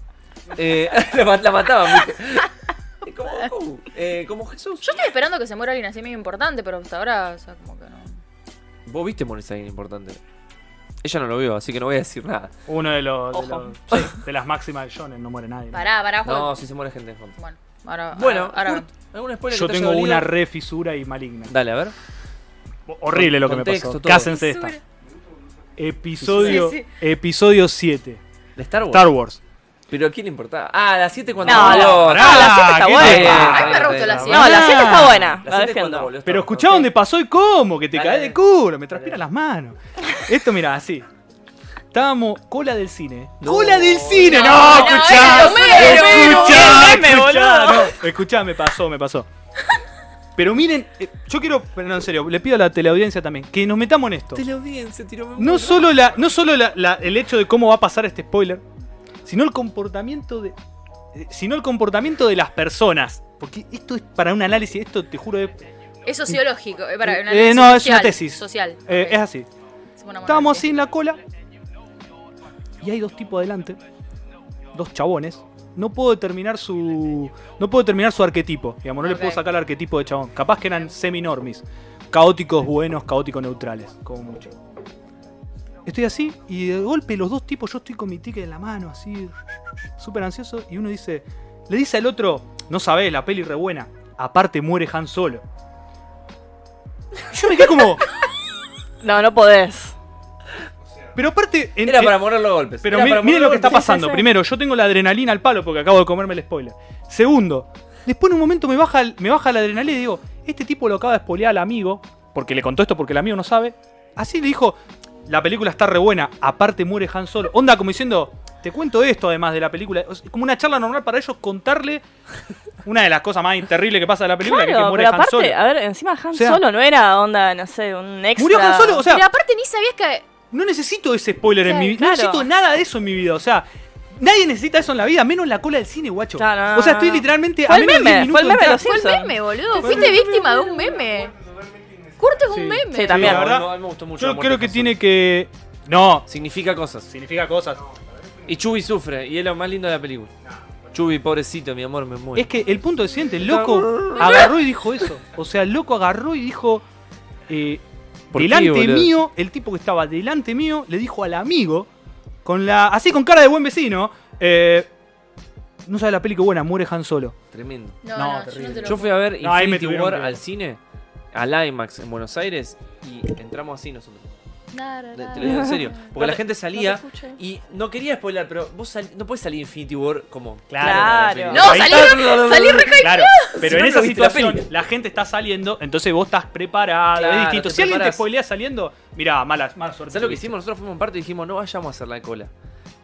Eh, la, ma- la mataba mucho. Como Goku, eh, como Jesús. Yo estoy esperando que se muera alguien así medio importante, pero hasta ahora, o sea, como que no. Vos viste morir a alguien importante. Ella no lo vio, así que no voy a decir nada. Uno de los. De, Ojo. los- sí, de las máximas del shonen, no muere nadie. ¿no? Pará, Ah, pará, joder. No, si se muere gente en Hunter. Bueno, ahora. Bueno, ahora. ahora- Kurt, ¿algún spoiler Yo que te haya tengo dolido? una re fisura y maligna. Dale, a ver. Horrible lo que Contexto, me pasó. todo. Cásense esta. Episodio, Sí, sí. episodio 7. De Star Wars. Star Wars. Pero ¿a quién le importaba? Ah, a las 7 cuando No, voló. pará, la siete está ¿qué buena. te Eh, pasa? está bien, me re gustó está la bien. siete. No, la 7 está buena. La La siete cuando defiendo. voló Star Pero Wars, escuchá ok. dónde pasó y cómo, que te Dale, caes dale. de culo, me transpiran las manos. Esto, mira, así. Estábamos cola del cine. No. ¡Cola del cine! No, ¡No, no, escuchá! era Homero, ¡Escuchá! era Homero, escuchá, boludo. no, escuchá, me pasó, me pasó. Pero miren, eh, yo quiero. pero no, en serio, le pido a la teleaudiencia también que nos metamos en esto. Te la audiencia, tiró me No muero. solo, la, no solo la- la- el hecho de cómo va a pasar este spoiler, sino el comportamiento de. eh, Sino el comportamiento de las personas. Porque esto es para un análisis, esto te juro. eh, es- Es sociológico. Eh, pará, Eh, una análisis no, es una social, tesis. Social. eh, ok. es así. Es una Estábamos monarquía. así en la cola. Y hay dos tipos adelante. Dos chabones. No puedo determinar su. No puedo determinar su arquetipo. Digamos, no le puedo Ok. sacar el arquetipo de chabón. Capaz que eran semi-normis. Caóticos buenos, caóticos neutrales. Como mucho. Estoy así y de golpe los dos tipos, yo estoy con mi ticket en la mano, así, súper ansioso. Y uno dice. Le dice al otro, no sabés, la peli re buena. Aparte muere Han solo. Yo me quedé como. No, no podés. Pero aparte. en- Era en- para morir los golpes. Pero Era mi- para miren morir lo que está los golpes. pasando. Primero, yo tengo la adrenalina al palo porque acabo de comerme el spoiler. Segundo, después en un momento me baja, el- me baja la adrenalina y digo, este tipo lo acaba de spoilear al amigo, porque le contó esto porque el amigo no sabe. Así le dijo, la película está re buena, aparte muere Han Solo. Onda como diciendo, te cuento esto además de la película. O sea, como una charla normal para ellos contarle una de las cosas más terribles que pasa de la película, que es que Claro, muere pero Han aparte, Solo. a ver, encima Han O sea- Solo no era onda, no sé, un extra. Murió Han Solo, o sea, Pero aparte ni sabías que. No necesito ese spoiler en Sí, mi vida. claro. No necesito nada de eso en mi vida. O sea, nadie necesita eso en la vida, menos la cola del cine, guacho. No, no, no, o sea, no, estoy no. literalmente Fue a el menos de meme, 10 fue el meme, minutos de lo entrar. sé. Fue el Simpson. meme, boludo. Fuiste víctima de un meme. Kurt es un Sí. meme. Sí, también. la No, verdad, no, a mí me gustó mucho la Yo muerte creo de que Han tiene Solo. que. No. Significa cosas. Significa cosas. Y Chubby sufre, y es lo más lindo de la película. Chubby, pobrecito, mi amor, me muero. Es que el punto es el siguiente, el loco agarró y dijo eso. O sea, el loco agarró y dijo. eh, ¿Por qué, delante boludo? mío, el tipo que estaba delante mío, le dijo al amigo, con la. así con cara de buen vecino. eh, no sabe la peli que buena, muere Han Solo. Tremendo. No, No, no, yo terrible. no te lo Yo fui a ver No, ahí me Infinity tuvieron War que- al cine, al IMAX en Buenos Aires, y entramos así nosotros. Te- Te lo digo en serio. Porque la gente salía y no quería spoiler, pero vos sal- no puedes salir Infinity War como. Claro. Claro. No, Ahí salí, está. salí re Claro, Si pero no, en no esa viste la situación peli. la, gente está saliendo, entonces vos estás preparado, Claro, es distinto. te Si alguien te preparás. spoilea saliendo, mirá, mala, mala suerte. ¿Sabes lo que tuviste. hicimos? Nosotros fuimos en parte y dijimos, no vayamos a hacer la cola.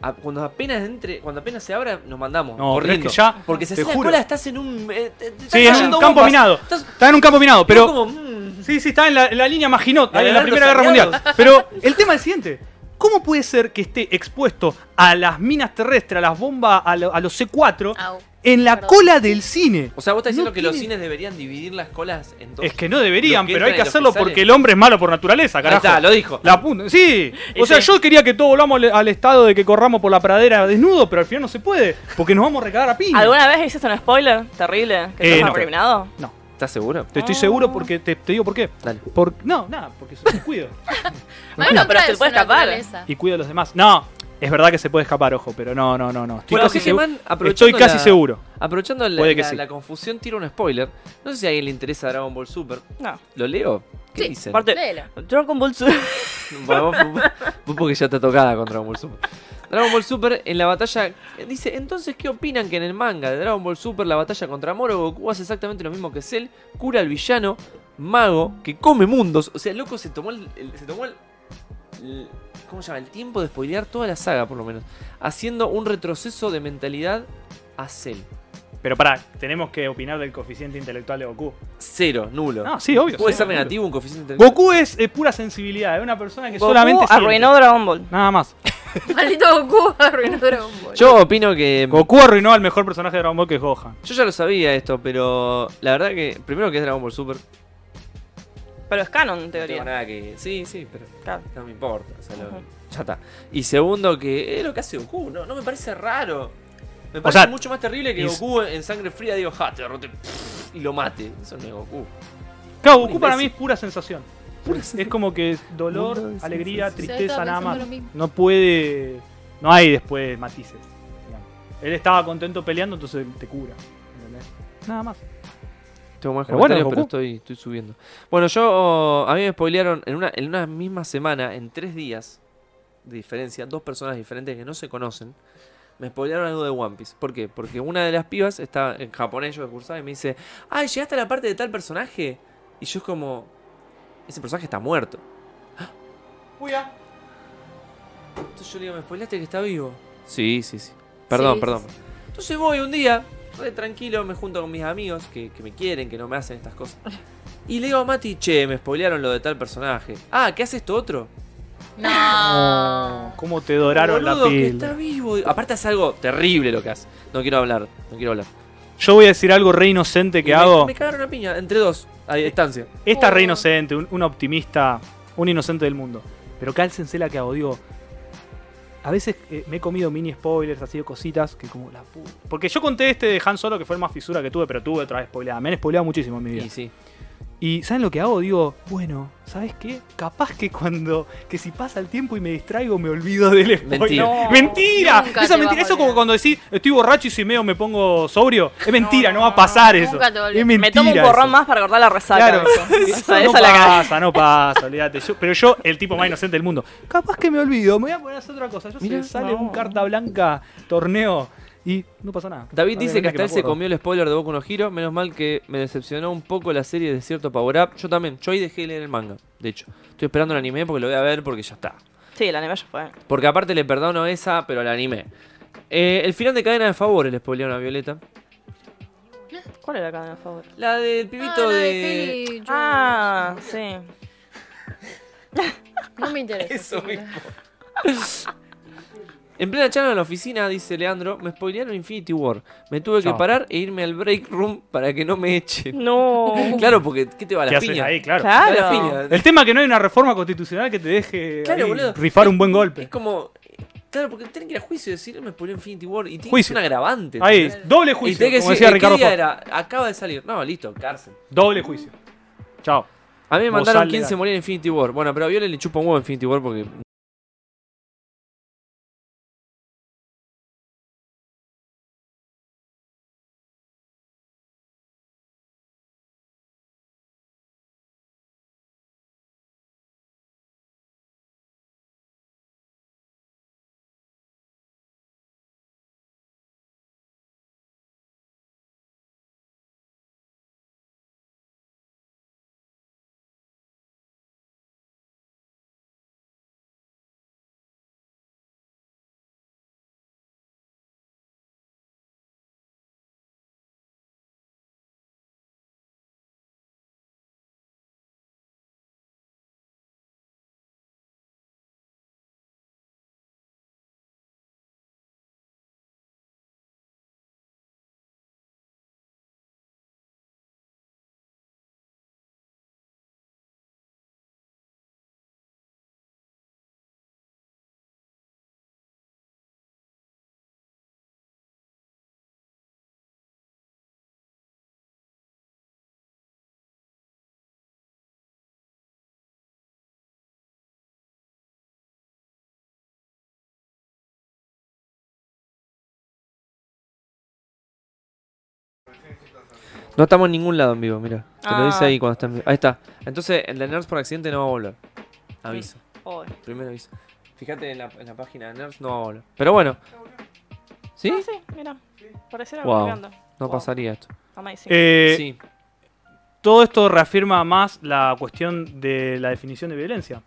A- cuando apenas entre, cuando apenas se abra, nos mandamos. No, pero corriendo. es que ya, Porque si te haces la juro. cola estás en un. eh, te- te están Sí, en un cayendo campo bombas. minado. Estás- Está en un campo minado, pero. como, mm, Sí, sí, está en la, en la línea Maginot, La en la de Primera Guerra los Mundial. Pero el tema es el siguiente. ¿Cómo puede ser que esté expuesto a las minas terrestres, a las bombas, a, lo- a los C4, Au. en la Perdón. cola del cine? Ah, O sea, vos estás diciendo No que los tiene- cines deberían dividir las colas en dos. Es que no deberían, Lo que pero entra hay que y lo hacerlo que sale. porque el hombre es malo por naturaleza, Ahí carajo. está, lo dijo. La punta. Sí. Y O sea, sí. yo quería que todos volvamos al, al estado de que corramos por la pradera desnudo, pero al final no se puede, porque nos vamos a recagar a piña. ¿Alguna vez hiciste un spoiler terrible? ¿Que Eh, te has no. arruinado? No, ¿Estás seguro? te estoy Ah. seguro porque te, te digo por qué. Dale. Por, no, nada, porque soy me cuido. Me Bueno, cuido pero pero te es puedes una escapar. naturaleza. y cuido a los demás. No, es verdad que se puede escapar, ojo, pero no, no, no, no. Estoy Bueno, casi, Guzmán, seguro. aprovechando Estoy casi la- seguro. Aprovechando la, Puede que la- sí. la confusión, tiro un spoiler. No sé si a alguien le interesa Dragon Ball Super. No. ¿Lo leo? ¿Qué Sí. dicen? Aparte, Léelo. Dragon Ball Z- Vos, vos- vos porque ya está tocada con Dragon Ball Super. Dragon Ball Super en la batalla dice, entonces ¿qué opinan que en el manga de Dragon Ball Super la batalla contra Moro Goku hace exactamente lo mismo que Cell, cura al villano, mago, que come mundos? O sea, loco se tomó el, el- se tomó el, el- ¿cómo se llama? El tiempo de spoilear toda la saga por lo menos, haciendo un retroceso de mentalidad a Cell. Pero pará, tenemos que opinar del coeficiente intelectual de Goku. Cero, nulo. No, Ah, sí, obvio. Puede sí, ser obvio. negativo un coeficiente intelectual. Goku es, eh, pura sensibilidad, es una persona que Goku solamente. siente. arruinó Dragon Ball. Nada más. Maldito Goku arruinó Dragon Ball. Yo opino que Goku arruinó al mejor personaje de Dragon Ball que es Gohan. Yo ya lo sabía esto, pero la verdad que primero que es Dragon Ball Super. no Pero es canon, en tengo teoría. nada que sí, sí, pero Claro. no me importa, o sea, lo- Ujú. ya está. Y segundo que es lo que hace Goku, no, no me parece raro. Me O parece sea, mucho más terrible que y- Goku en sangre fría digo, ja, te derrote pff, y lo mate. Eso no es Goku. Claro, Un Goku para mí imbécil. es pura sensación. Es, es como que dolor, Mundo de alegría, sensación. tristeza, Yo estaba nada pensando más. lo mismo. No puede. No hay después matices. digamos. Él estaba contento peleando, entonces te cura. ¿entendés? Nada más. Tengo más Pero bueno, comentarios, Goku. pero estoy, estoy subiendo. Bueno, yo a mí me spoilearon en una, en una misma semana, en tres días de diferencia, dos personas diferentes que no se conocen. Me spoilearon algo de One Piece. ¿Por qué? Porque una de las pibas está en japonés, yo que cursaba, y me dice, ay, ¿llegaste a la parte de tal personaje? Y yo es como, ese personaje está muerto. Entonces yo le digo, ¿me spoileaste que está vivo? Sí, sí, sí. Perdón, Sí, perdón. sí, sí. Entonces voy un día, re tranquilo, me junto con mis amigos que, que me quieren, que no me hacen estas cosas. Y le digo a Mati, che, me spoilearon lo de tal personaje. Ah, ¿qué hace esto otro? No. ¿Cómo te doraron la Boludo, que piel? está vivo. Aparte hace algo terrible lo que hace. No quiero hablar, no quiero hablar. Yo voy a decir algo re inocente que Y me- hago. Me cagaron una piña, entre dos, a distancia. Esta es re Oh. inocente, un, un optimista, un inocente del mundo. Pero cálcense la que hago, digo. A veces eh, me he comido mini spoilers, así de cositas que como la puta. Porque yo conté este de Han Solo que fue el más fisura que tuve, pero tuve otra vez spoileada. Me han spoileado muchísimo en mi vida. Y sí. Y ¿saben lo que hago? Digo, bueno, ¿sabes qué? Capaz que cuando. que si pasa el tiempo y me distraigo me olvido del spoiler. Mentira. No, ¡Mentira! nunca Esa te mentira. vas a Eso como olvidar. cuando decís, estoy borracho y si meo me pongo sobrio. Es mentira, no, no, va a pasar eso. nunca te va a Es olvidar. Me tomo un mentira porrón eso. más para cortar la resaca. Claro, Esa- Eso esa no es la que- pasa, no pasa, olvídate. Yo- pero yo, el tipo más inocente del mundo. Capaz que me olvido, me voy a poner a hacer otra cosa. Yo Mirá, sé, sale no. un carta blanca, torneo y no pasa nada. David Obviamente dice que hasta me él se acuerdo. comió el spoiler de Boku no Hero. Menos mal que me decepcionó un poco la serie de cierto Power Up. Yo también, yo ahí dejé de leer el manga. De hecho, estoy esperando el anime porque lo voy a ver porque ya está. Sí, el anime ya fue. Porque aparte le perdono esa, pero el anime. Eh, el final de cadena de favores le spoilearon a Violeta. ¿Cuál era la cadena de favor? La del Ah, pibito la de. de Haley Joel. Ah, sí. No me interesa. Eso sí, mismo. En plena charla en la oficina, dice Leandro, me spoilearon Infinity War. Me tuve que Chao. parar e irme al break room para que no me echen. No. Claro, porque ¿qué te va ¿Qué la haces piña? ahí? Claro. Claro. Te va la piña. El tema es que no hay una reforma constitucional que te deje Claro, ahí boludo. rifar un buen Es golpe. como. Claro, porque tienen que ir a juicio y decir, me spoileó Infinity War. Y tiene que Juicio. ser un agravante. Ahí, ¿entendés? doble Y juicio, tiene que como decir, decía "¿Eh, Ricardo ¿qué día Ford. era? Acaba de salir. No, listo, cárcel. Doble juicio. Chao. A mí me Vos mandaron sal de quién se acá. moría en Infinity War. Bueno, pero a Viola le chupa un huevo Infinity War porque. No estamos en ningún lado en vivo, mira. Te lo dice Ah. ahí cuando está en vivo. Ahí está. Entonces, el de Nerds por accidente no va a volver. Aviso. Oh, Primer aviso. Fíjate en la, en la página de Nerds, no va a volver. Pero bueno. ¿Sí? Ah, sí, mira. Pareciera Wow. colgando. No Wow. pasaría esto. Amazing. Eh, Sí. Todo esto reafirma más la cuestión de la definición de violencia.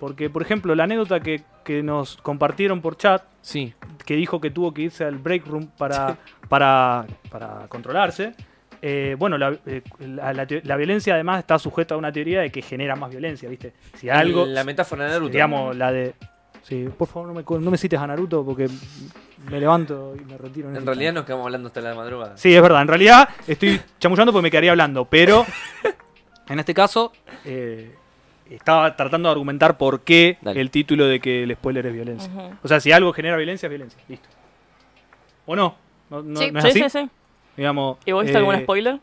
Porque, por ejemplo, la anécdota que, que nos compartieron por chat, Sí. que dijo que tuvo que irse al break room para, para, para controlarse, eh, bueno, la, eh, la- la teo- la violencia además está sujeta a una teoría de que genera más violencia, ¿viste? Si algo, La metáfora de Naruto. digamos, la de... Sí, por favor, no me, co- no me cites a Naruto porque me levanto y me retiro. En este realidad instante. nos quedamos hablando hasta la madrugada. Sí, es verdad. En realidad estoy chamullando porque me quedaría hablando, pero en este caso eh, estaba tratando de argumentar por qué Dale. el título de que el spoiler es violencia. Ujú. O sea, si algo genera violencia, es violencia. Listo. ¿O no? ¿No, no- Sí. no es sí, así? sí, sí. Digamos, ¿Y vos viste eh, algún spoiler?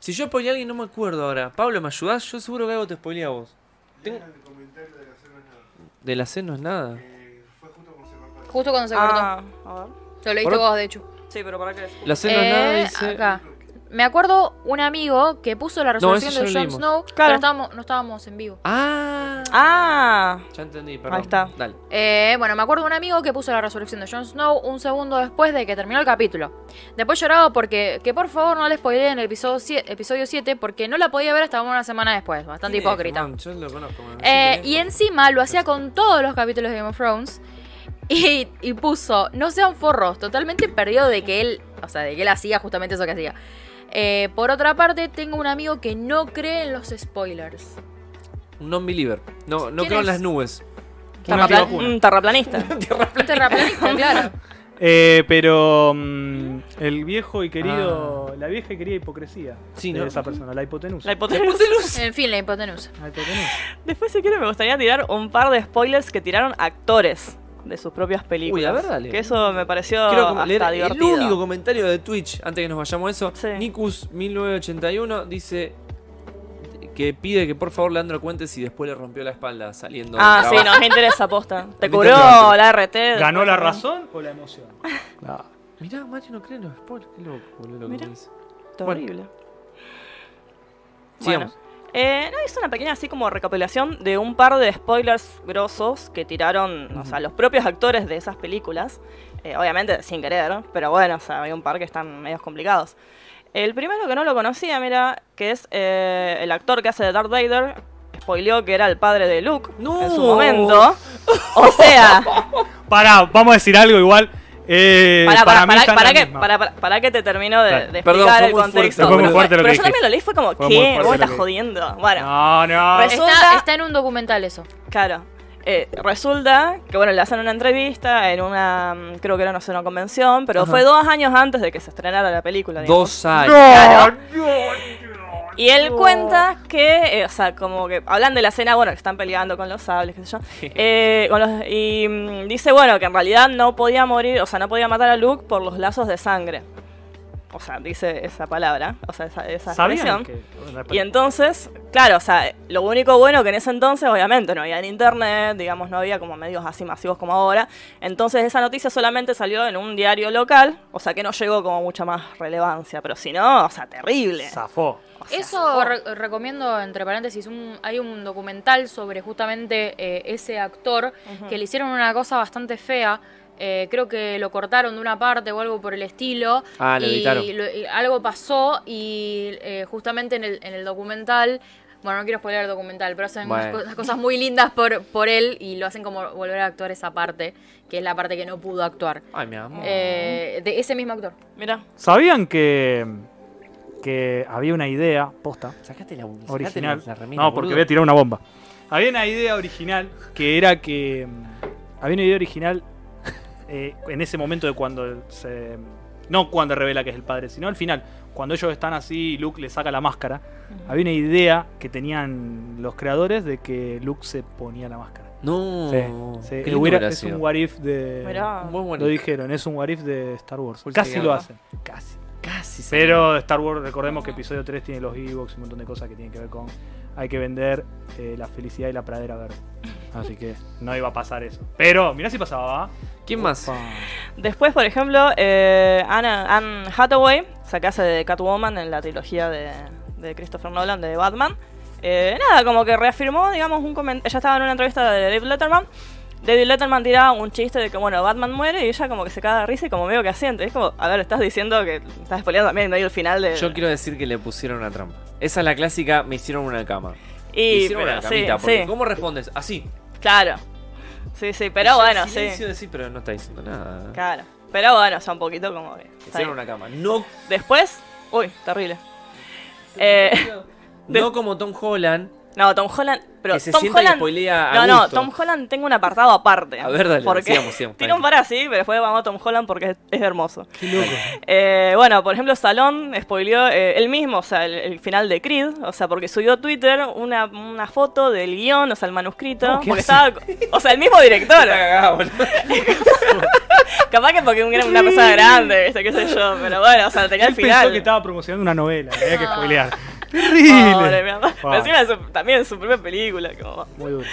Si yo spoileé a alguien, no me acuerdo ahora. Pablo, ¿me ayudás? Yo seguro que algo te spoileé a vos. Tengo- el comentario de la cena es De la C no es nada. nada, que fue justo con Sebastián. Justo cuando se Ah, a ver. cortó. Lo leíste ¿Por- vos, de hecho. Sí, pero para qué. La C no es nada, Eh, dice. acá. Me acuerdo un amigo que puso No, la resolución eso ya de lo Jon leímos. Snow, pero Claro. estábamos, no estábamos en vivo. Ah. Ah, Ya entendí, perdón. Ahí está. Dale. Eh, bueno, me acuerdo un amigo que puso la resolución de Jon Snow un segundo después de que terminó el capítulo. Después lloraba porque, que por favor no le spoileen el episodio 7, episodio 7 porque no la podía ver hasta una semana después. Bastante ¿Quién es, hipócrita. man? Yo lo conozco. man. Eh, ¿Quién es? y encima lo hacía con todos los capítulos de Game of Thrones. Y, y puso, no sean forros, totalmente perdido de que él, o sea, de que él hacía justamente eso que hacía. Eh, por otra parte, tengo un amigo que no cree en los spoilers. Un non-believer. No, no ¿Quién creo en es? las nubes. Un terrapla- antivacuna. un mm, terraplanista. Un terraplanista, claro. eh, pero mm, el viejo y querido, la vieja y querida hipocresía Ah. Sí, de ¿no? esa persona, la hipotenusa. La hipotenusa. En fin, la hipotenusa. La hipotenusa. Después, si quieren, me gustaría tirar un par de spoilers que tiraron actores de sus propias películas. Uy, a ver, dale. Que eso me pareció Quiero como Oh, hasta leer el divertido. único comentario de Twitch antes que nos vayamos a eso. Sí. Nikus1981 dice que pide que por favor Leandro cuente si después le rompió la espalda saliendo. del Ah, sí, trabajo. no, me interesa, aposta. Te Me curó interesa. la RT. ¿Ganó después la también. razón o la emoción? Ah. Mirá, Mario no cree en los spoilers. Qué loco, boludo, lo que Mirá. dice. Terrible. Sigamos. Eh, no, hice una pequeña así como recopilación de un par de spoilers grosos que tiraron, o sea, los propios actores de esas películas. Eh, obviamente sin querer, ¿no? pero bueno, o sea, hay un par que están medios complicados. El primero que no lo conocía, mira, que es eh, el actor que hace de Darth Vader, spoileó que era el padre de Luke No. en su momento. O sea, Pará, vamos a decir algo igual. Eh, para, para, mí para, están para la que, misma. para, para- para que te termino de, Claro. de explicar Perdón, fue el muy fuerte. contexto. Fue muy pero fuerte lo pero que yo dijiste. también lo leí, fue como, Fue muy ¿qué? fuerte ¿Vos lo estás que- jodiendo? Bueno, No, no. Res- Resulta- Está, está en un documental eso. claro. Eh, resulta que, bueno, le hacen una entrevista en una, mm, creo que era, no sé, una convención, pero Ajá. fue dos años antes de que se estrenara la película. digamos. Dos años. No, Y él cuenta que, eh, o sea, como que hablan de la escena, bueno, que están peleando con los sables, qué sé yo. eh, con los- y mm, dice, bueno, que en realidad no podía morir, o sea, no podía matar a Luke por los lazos de sangre. O sea, dice esa palabra, o sea, esa, esa ¿Sabían expresión. que- Y entonces, claro, o sea, lo único bueno que en ese entonces, obviamente, no había en internet, digamos, no había como medios así masivos como ahora. Entonces, esa noticia solamente salió en un diario local, o sea, que no llegó como mucha más relevancia, pero si no, o sea, terrible. Zafó. O sea, Eso re- recomiendo, entre paréntesis, un- hay un documental sobre justamente eh, ese actor Ujú. que le hicieron una cosa bastante fea. eh, creo que lo cortaron de una parte o algo por el estilo. Ah, lo y editaron. lo- y algo pasó y eh, justamente en el, en el documental, bueno, no quiero spoiler el documental, pero hacen unas Bueno. co- unas cosas muy lindas por, por él y lo hacen como volver a actuar esa parte, que es la parte que no pudo actuar. Ay, mi amor. Eh, de ese mismo actor. Mira, ¿Sabían que, que había una idea posta Sacate la, sacate original? la- la remera, no, porque boludo. voy a tirar una bomba. Había una idea original que era que. mm, Había una idea original eh, en ese momento de cuando se. No cuando revela que es el padre, sino al final. Cuando ellos están así y Luke le saca la máscara. Había una idea que tenían los creadores de que Luke se ponía la máscara. No. Sí, Mm. Qué sí. lindo Hubiera- hubiera es un sido. what if de. mira. Muy bueno. Lo dijeron, es un what if de Star Wars. Full Casi seriado. lo hacen. Casi. Casi. se- Pero Star Wars, recordemos que episodio 3 tiene los e y un montón de cosas que tienen que ver con. Hay que vender eh, la felicidad y la pradera verde. Así que no iba a pasar eso. Pero mirá si pasaba. ¿Quién más? Pa. Después, por ejemplo, eh, Anna, Anne Hathaway, sacase de Catwoman en la trilogía de, de Christopher Nolan de Batman. Eh, nada, como que reafirmó, digamos, un comentario. Ella estaba en una entrevista de David Letterman. David Letterman tiraba un chiste de que, bueno, Batman muere y ella como que se caga de risa y como medio que asiente. Es como, a ver, estás diciendo que estás spoileando también medio el final de. Yo quiero decir que le pusieron una trampa. Esa es la clásica, me hicieron una cama. Me y, hicieron pero una sí, camita, sí, porque ¿cómo respondes? Así. claro. Sí, sí, pero Y ya en bueno, silencio sí. decís, pero no está diciendo nada. Claro. Pero bueno, o sea, un poquito como que. Me está hicieron bien. una cama. No, Después. Uy, terrible. Eh, no como Tom Holland, No, Tom Holland. Pero que se Tom sienta y Holland. spoilea a No, no, gusto. Tom Holland tengo un apartado aparte. A ver, dale, porque sigamos, sigamos, Tiene un tranqui. par así, pero después vamos a Tom Holland porque es, es hermoso. Qué loco. Eh, bueno, por ejemplo, Salón spoileó eh, él mismo, o sea, el, el final de Creed, o sea, porque subió a Twitter una, una foto del guión, o sea, el manuscrito. No, ¿qué porque hace? estaba. O sea, el mismo director. Está cagado, boludo. Capaz que porque era una cosa grande, ¿viste? qué sé yo, pero bueno, o sea, tenía el Él pensó final. que estaba promocionando una novela. que Había que spoilear. Terrible. Pobre, mi amor. Pa. Encima es su- también es su propia película, como... Ah. Muy duro.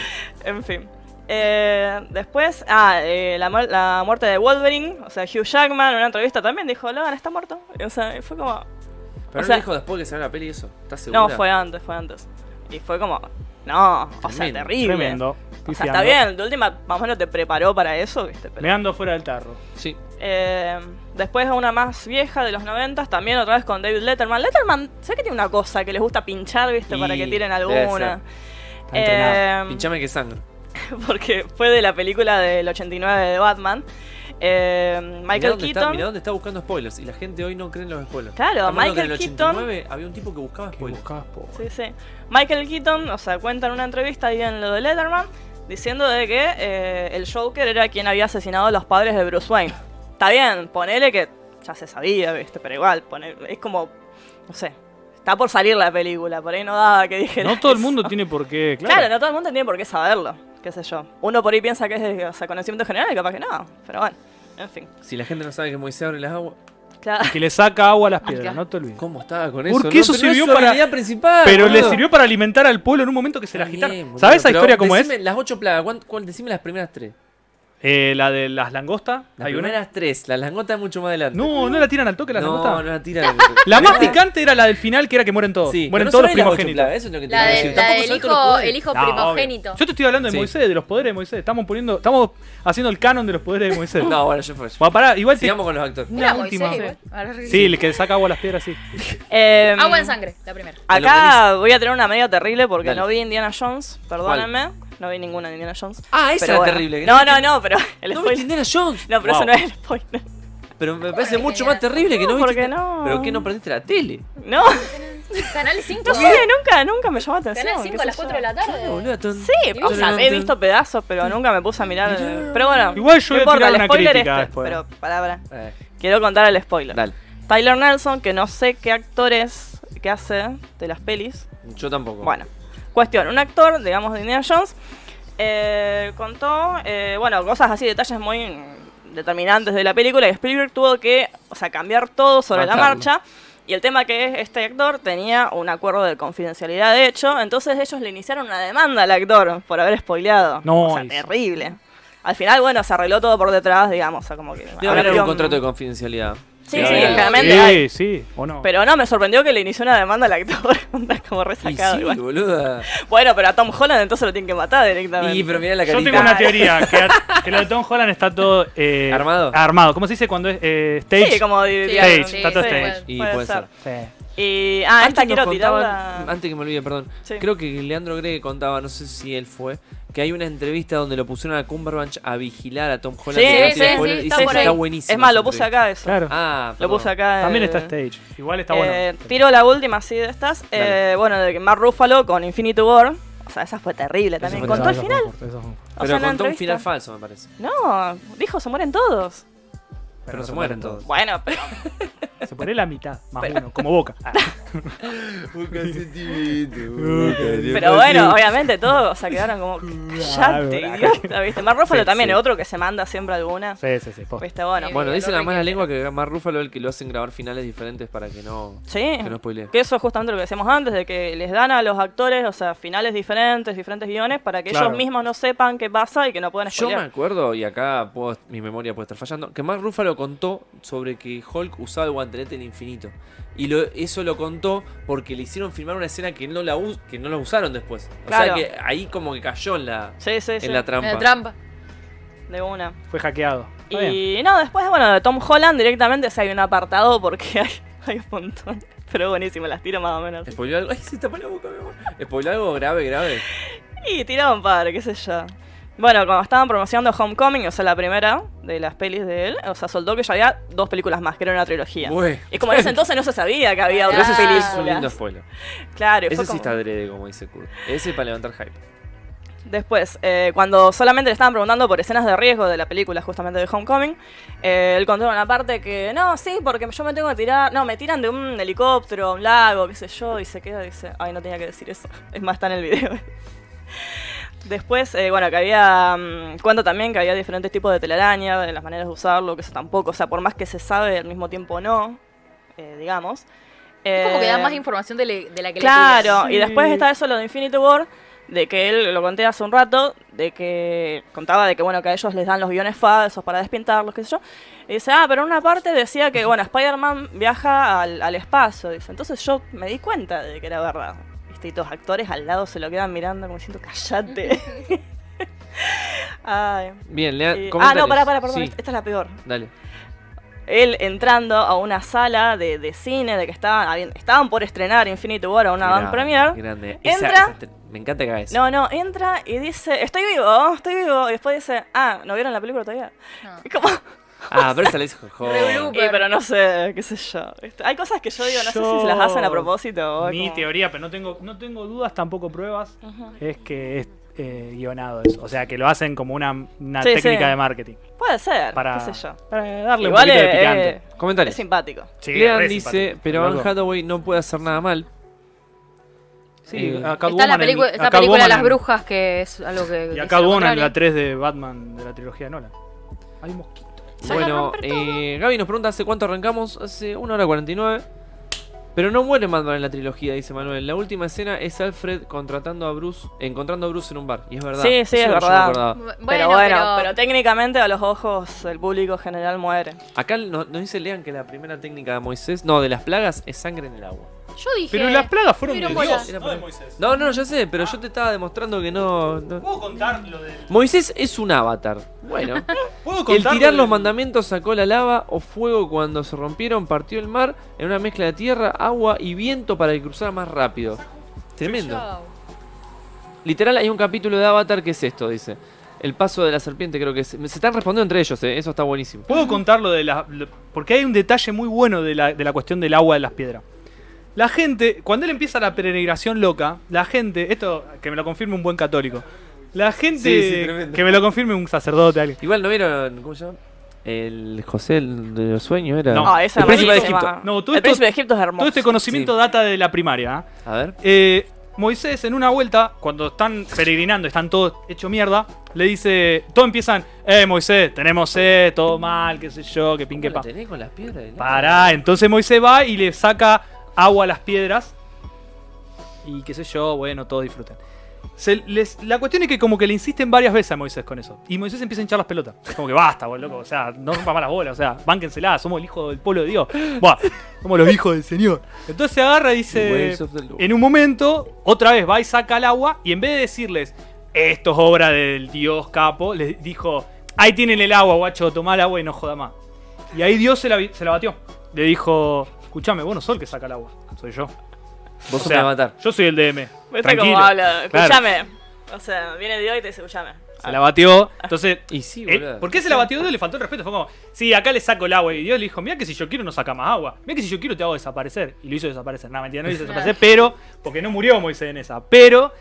En fin. Eh, después, ah, eh, la, mu- la muerte de Wolverine, o sea, Hugh Jackman en una entrevista también dijo, Logan está muerto. O sea, fue como... Pero O sea- no dijo después que salió la peli eso. ¿Estás segura? No, fue antes, fue antes. Y fue como, no, o sea, Tremendo, terrible. Tremendo. O sea, está Pifiando. bien, de última, más o menos te preparó para eso, ¿viste? Pero- Me ando fuera del tarro. Sí. Eh, después una más vieja de los 90, también otra vez con David Letterman. Letterman, sé que tiene una cosa que les gusta pinchar, ¿viste? Y Para que tiren debe alguna. Está entrenado. Eh, Pinchame que sangre. porque fue de la película del 89 de Batman. Eh, Mirá Michael dónde está, mirá Keaton. dónde está buscando spoilers. Y la gente hoy no cree en los spoilers. Claro, Estamos hablando Michael que en el Keaton- 89 había un tipo que buscaba Que spoilers. buscabas, po. Sí, sí. Michael Keaton, o sea, cuenta en una entrevista ahí en lo de Letterman, diciendo de que eh, el Joker era quien había asesinado a los padres de Bruce Wayne. Está bien, ponele que ya se sabía, ¿viste? Pero igual, pone- es como, no sé, está por salir la película, por ahí no daba que dijera. No todo el eso. mundo tiene por qué. Claro. Claro. no todo el mundo tiene por qué saberlo, qué sé yo. Uno por ahí piensa que es de o sea, conocimiento general y capaz que no, pero bueno, en fin. Si la gente no sabe que Moisés abre las aguas, Claro. Que le saca agua a las piedras, claro. no te olvides. ¿cómo estaba con eso? Porque eso Pero no sirvió es su para- habilidad principal. Pero le boludo. sirvió para alimentar al pueblo en un momento que se la Está bien, agitaron. boludo, ¿Sabes esa pero historia cómo es? decime Las ocho plagas, ¿cuán- cuál- decime las primeras tres. Eh, la de las langostas. Las hay una- primeras tres, las langotas mucho más adelante. No, no la tiran al toque las no, langostas. no la tiran. La más picante era la del final, que era que mueren todos. Sí, pero mueren no todos los sabés las ocho primogénitos. plagas, Eso es lo que te La, quiero de- decir. la Tampoco del sabés todos los hijo, poderes. el hijo No, obvio. primogénito. Yo te estoy hablando de Sí. Moisés, de los poderes de Moisés. Estamos poniendo, estamos haciendo el canon de los poderes de Moisés. No, bueno, yo fue. Bueno, pará, igual te- Sigamos con los actores. una Era Moisés, última. igual. Ahora sí. Sí, el que saca agua a las piedras, sí. Em, Agua en sangre, la primera. Acá voy a tener una media terrible porque Dale. no vi Indiana Jones, perdónenme. No vi ninguna de Indiana Jones. Ah, esa pero era terrible, que no No, viste- no, no, pero el No viste spoiler. Indiana Jones. No, pero eso Wow. no es el spoiler. Pero me parece que mucho Indiana más terrible que no No, viste. ¿por qué Indiana- no? ¿Pero qué no perdiste la tele? No, Canal 5. no sé, nunca, nunca me llamó la atención. Canal qué 5 sé a las yo. 4 de la Claro, tarde. boludo, ton- Sí, o ton- sea, he visto pedazos, pero nunca me puse a mirar. eh, Pero bueno, Igual yo no voy a importa, tirar el una spoiler crítica este, después. Pero, pará, pará. Eh, Quiero contar el spoiler. Dale, Tyler Nelson, que no sé qué actor es que hace de las pelis, yo tampoco. Bueno, cuestión, un actor, digamos, de Indiana Jones, eh, contó, eh, bueno, cosas así, detalles muy mm, determinantes de la película, y Spielberg tuvo que, o sea, cambiar todo sobre la Matarlo. marcha. Y el tema que es, este actor tenía un acuerdo de confidencialidad, de hecho, entonces ellos le iniciaron una demanda al actor por haber spoileado. No, o sea, es- terrible. Al final, bueno, se arregló todo por detrás, digamos, o sea, como que... Debe haber abrieron- un contrato de confidencialidad. Sí, Debe sí, haber algo. claramente Sí, hay. sí, o no. Pero no, me sorprendió que le inició una demanda al actor. Onda como Y resacado. sí, igual. boluda. Bueno, pero a Tom Holland entonces lo tienen que matar directamente. Y pero mirá la Yo carita. Ah, tengo una teoría, que, a- que lo de Tom Holland está todo... eh, ¿Armado? Armado. ¿Cómo se dice cuando es eh, stage? Sí, como diría. Stage, sí, Tato sí, Stage. puede- Y puede puede ser. Sí. Y, ah, esta nos quiero contaban- tirarla. antes que me olvide, perdón. Sí. Creo que Leandro Gregue contaba, no sé si él fue, que hay una entrevista donde lo pusieron a Cumberbatch a vigilar a Tom Holland. Sí, que no sí, tire sí, spoilers, sí, y está dice por que ahí. está buenísimo. Es más, esa lo puse entrevista. acá eso. Claro. Ah, Lo puse acá. También eh, está este, stage. Igual está eh, bueno. Tiro la última así de estas. Dale. Eh, bueno, de que Mark Ruffalo con Infinity War. O sea, esa fue terrible también. fue contó el terrible. final. Eso fue fuerte, eso fue fuerte. O Pero sea, en la contó un entrevista. final falso, me parece. No, dijo, se mueren todos. Pero se mueren todos. Bueno, pero Se pone la mitad, más uno, como boca. Ah, Un calcetito. Pero bueno, obviamente todos se quedaron como callate, Claro. idiota, ¿viste? Mark Ruffalo Sí, también, sí. otro que se manda siempre alguna. sí, sí, sí. posta. ¿Viste? Bueno. Bueno, Eh, dicen lo la mala requiere. lengua que Mar Ruffalo es el que lo hacen grabar finales diferentes para que no, Sí. que no spoilee. Que eso es justamente lo que decíamos antes, de que les dan a los actores, o sea, finales diferentes, diferentes guiones, para que Claro. ellos mismos no sepan qué pasa y que no puedan Yo me spoilear. acuerdo, y acá puedo- mi memoria puede estar fallando, que Mark Ruffalo contó sobre que Hulk usaba el guantelete del infinito. Y lo- eso lo contó porque le hicieron filmar una escena que no la, us- que no la usaron después. O sea Claro. que ahí como que cayó en la, Sí, sí, sí. en la trampa. Eh, trampa. De una. Fue hackeado. Está bien. Y no, después, bueno, de Tom Holland directamente si hay un apartado porque hay, hay un montón. Pero buenísimo, las tiro más o menos. ¿Spoiló algo? Ay, se tapó la boca, mi amor. ¿Spoiló algo grave, grave? Y tiraban padre, qué sé yo. Bueno, cuando estaban promocionando Homecoming, o sea, la primera de las pelis de él, o sea, soltó que ya había dos películas más, que era una trilogía. Bueno. Y como en ese entonces no se sabía que había Pero otras ese sí películas. es un lindo spoiler. Claro, y Ese fue sí como- está adrede, como dice Kurt. Ese es para levantar hype. Después, eh, cuando solamente le estaban preguntando por escenas de riesgo de la película, justamente de Homecoming, eh, él contó una parte que, no, sí, porque yo me tengo que tirar, no, me tiran de un helicóptero, a un lago, qué sé yo, y se queda y dice, ay, no tenía que decir eso. Es más, está en el video. Después, eh, bueno, que había, mm, cuento también que había diferentes tipos de telaraña, de las maneras de usarlo, que eso tampoco, o sea, por más que se sabe, al mismo tiempo no, eh, digamos. Es como que da Eh, más información de, le- de la que le Claro, Sí. y después está eso lo de Infinity War, de que él lo conté hace un rato, de que contaba de que bueno, que a ellos les dan los guiones falsos para despintarlos, qué sé yo. Y dice, ah, pero en una parte decía que bueno, Spider-Man viaja al, al espacio, dice. Entonces yo me di cuenta de que era verdad. ¿Viste? Y todos los actores al lado se lo quedan mirando como diciendo, callate. Ay. Bien, Lea, Eh, ah, comentarios. no, pará, pará, perdón, Sí, esta esta es la peor dale. él entrando a una sala de, de cine de que estaban, habi- estaban por estrenar Infinity War a una Grande, van premier. Grande. Entra. te- me encanta que haga eso. No, no, entra y dice, estoy vivo, estoy vivo. Y después dice, ah, ¿no vieron la película todavía? No. Es como, Ah, pero esa le dijo Re joder. blue. "Eh, pero no sé, qué sé yo. Este, Hay cosas que yo digo, no sé si se las hacen a propósito. o es Mi como- teoría, pero no tengo, no tengo dudas, tampoco pruebas, Ujú. es que es eh, guionado eso. O sea, que lo hacen como una, una Sí, técnica sí. de marketing. Puede ser, Para, qué sé yo. para darle Igual un poquito eh, de picante. eh, es Comentarios. simpático. Sí, Lean re dice, simpático, pero Anne loco. Hathaway no puede hacer nada mal. Sí, Eh, a Está Catwoman la en- película, a esta película de Catwoman las en- brujas que es algo que. Y que a es Catwoman lo en la contrario. 3 de Batman de la trilogía Nolan. Hay un mosquito. Bueno, eh, Gaby nos pregunta hace cuánto arrancamos. Hace 1 hora 49. Pero no muere Batman en la trilogía, dice Manuel. La última escena es Alfred contratando a Bruce, encontrando a Bruce en un bar. Y es verdad. Sí, sí, Eso es yo no verdad. acordaba. Bueno, pero pero, bueno, pero... técnicamente a los ojos del público general muere. Acá no- nos dice Lean que la primera técnica de Moisés, no, de las plagas, es sangre en el agua. yo dije. Pero las plagas fueron de Pero Dios. bolas. Era no de por- Moisés. No, no, ya sé, pero yo te estaba demostrando que no. no. ¿Puedo contar lo del.? Moisés es un avatar. Bueno, ¿Puedo el contar tirar lo los del- mandamientos sacó la lava o fuego cuando se rompieron, partió el mar en una mezcla de tierra, agua y viento para que cruzara más rápido. Tremendo. Chau. Literal, hay un capítulo de Avatar que es esto, dice. El paso de la serpiente, creo que es. Se están respondiendo entre ellos, eh, eso está buenísimo. Puedo contar lo de la. lo- porque hay un detalle muy bueno de la, de la cuestión del agua de las piedras. La gente, cuando él empieza la peregrinación loca, la gente, esto que me lo confirme un buen católico, la gente Sí, sí, tremendo. que me lo confirme un sacerdote, alguien. Igual no vieron, ¿cómo se llama? El José el de los sueños era. No. Ah, No, Ah, esa El príncipe de buenísima. Egipto. No, todo el esto- príncipe de Egipto es hermoso. Todo este conocimiento Sí. data de la primaria. ¿ah? A ver. Eh, Moisés en una vuelta, cuando están peregrinando, están todos hecho mierda, le dice, todos empiezan, eh Moisés, tenemos sed, todo mal, qué sé yo, que pinque ¿Cómo la pa. tenés con las piedras? del agua? Pará, entonces Moisés va y le saca agua a las piedras. Y qué sé yo, bueno, todos disfruten. Se les- la cuestión es que como que le insisten varias veces a Moisés con eso. Y Moisés empieza a hinchar las pelotas. Como que basta, boludo, loco. O sea, no rompa más las bolas. O sea, bánquensela, somos el hijo del pueblo de Dios. Buah, somos los hijos del Señor. Entonces agarra y dice... Waves of the Lord. En un momento, otra vez va y saca el agua y en vez de decirles, esto es obra del dios capo, les dijo, ahí tienen el agua, guacho, tomá el agua y no joda más. Y ahí Dios se la, vi- se la batió. Le dijo, escuchame, vos no sos el que saca el agua, soy yo. Vos O sos sea, un avatar. Yo soy el DM. ¿Viste Tranquilo. cómo habla? Claro. Escúchame. O sea, viene Dios y te dice, escúchame. Se la batió. Entonces, Y sí, eh, boludo. ¿por qué se la batió Dios? Le faltó el respeto. Fue como, sí, acá le saco el agua. Y Dios le dijo, mira que si yo quiero no saca más agua. Mira que si yo quiero te hago desaparecer. Y lo hizo desaparecer. No, mentira, no lo hizo desaparecer. pero, porque no murió Moisés en esa. Pero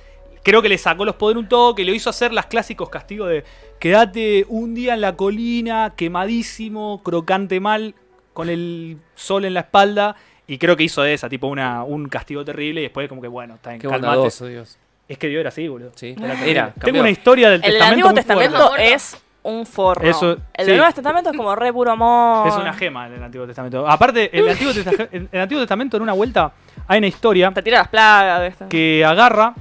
creo que le sacó los poderes un toque, lo hizo hacer las clásicos castigos de quédate un día en la colina, quemadísimo, crocante mal, con el sol en la espalda. Y creo que hizo de esa, tipo una, un castigo terrible. Y después, como que bueno, está en Qué calmate. bondadoso, Dios. Es que Dios era así, boludo. Sí. Era terrible. Era, Tengo cambió. una historia del El testamento. Antiguo muy fuerte. Testamento fuerte. es un forno. Eso, el sí. del Nuevo Testamento es como re puro amor. Es una gema del Antiguo Testamento. Aparte, el Antiguo, Testa- el- el Antiguo Testamento, en una vuelta, hay una historia Te tira las plagas. ¿viste? que agarra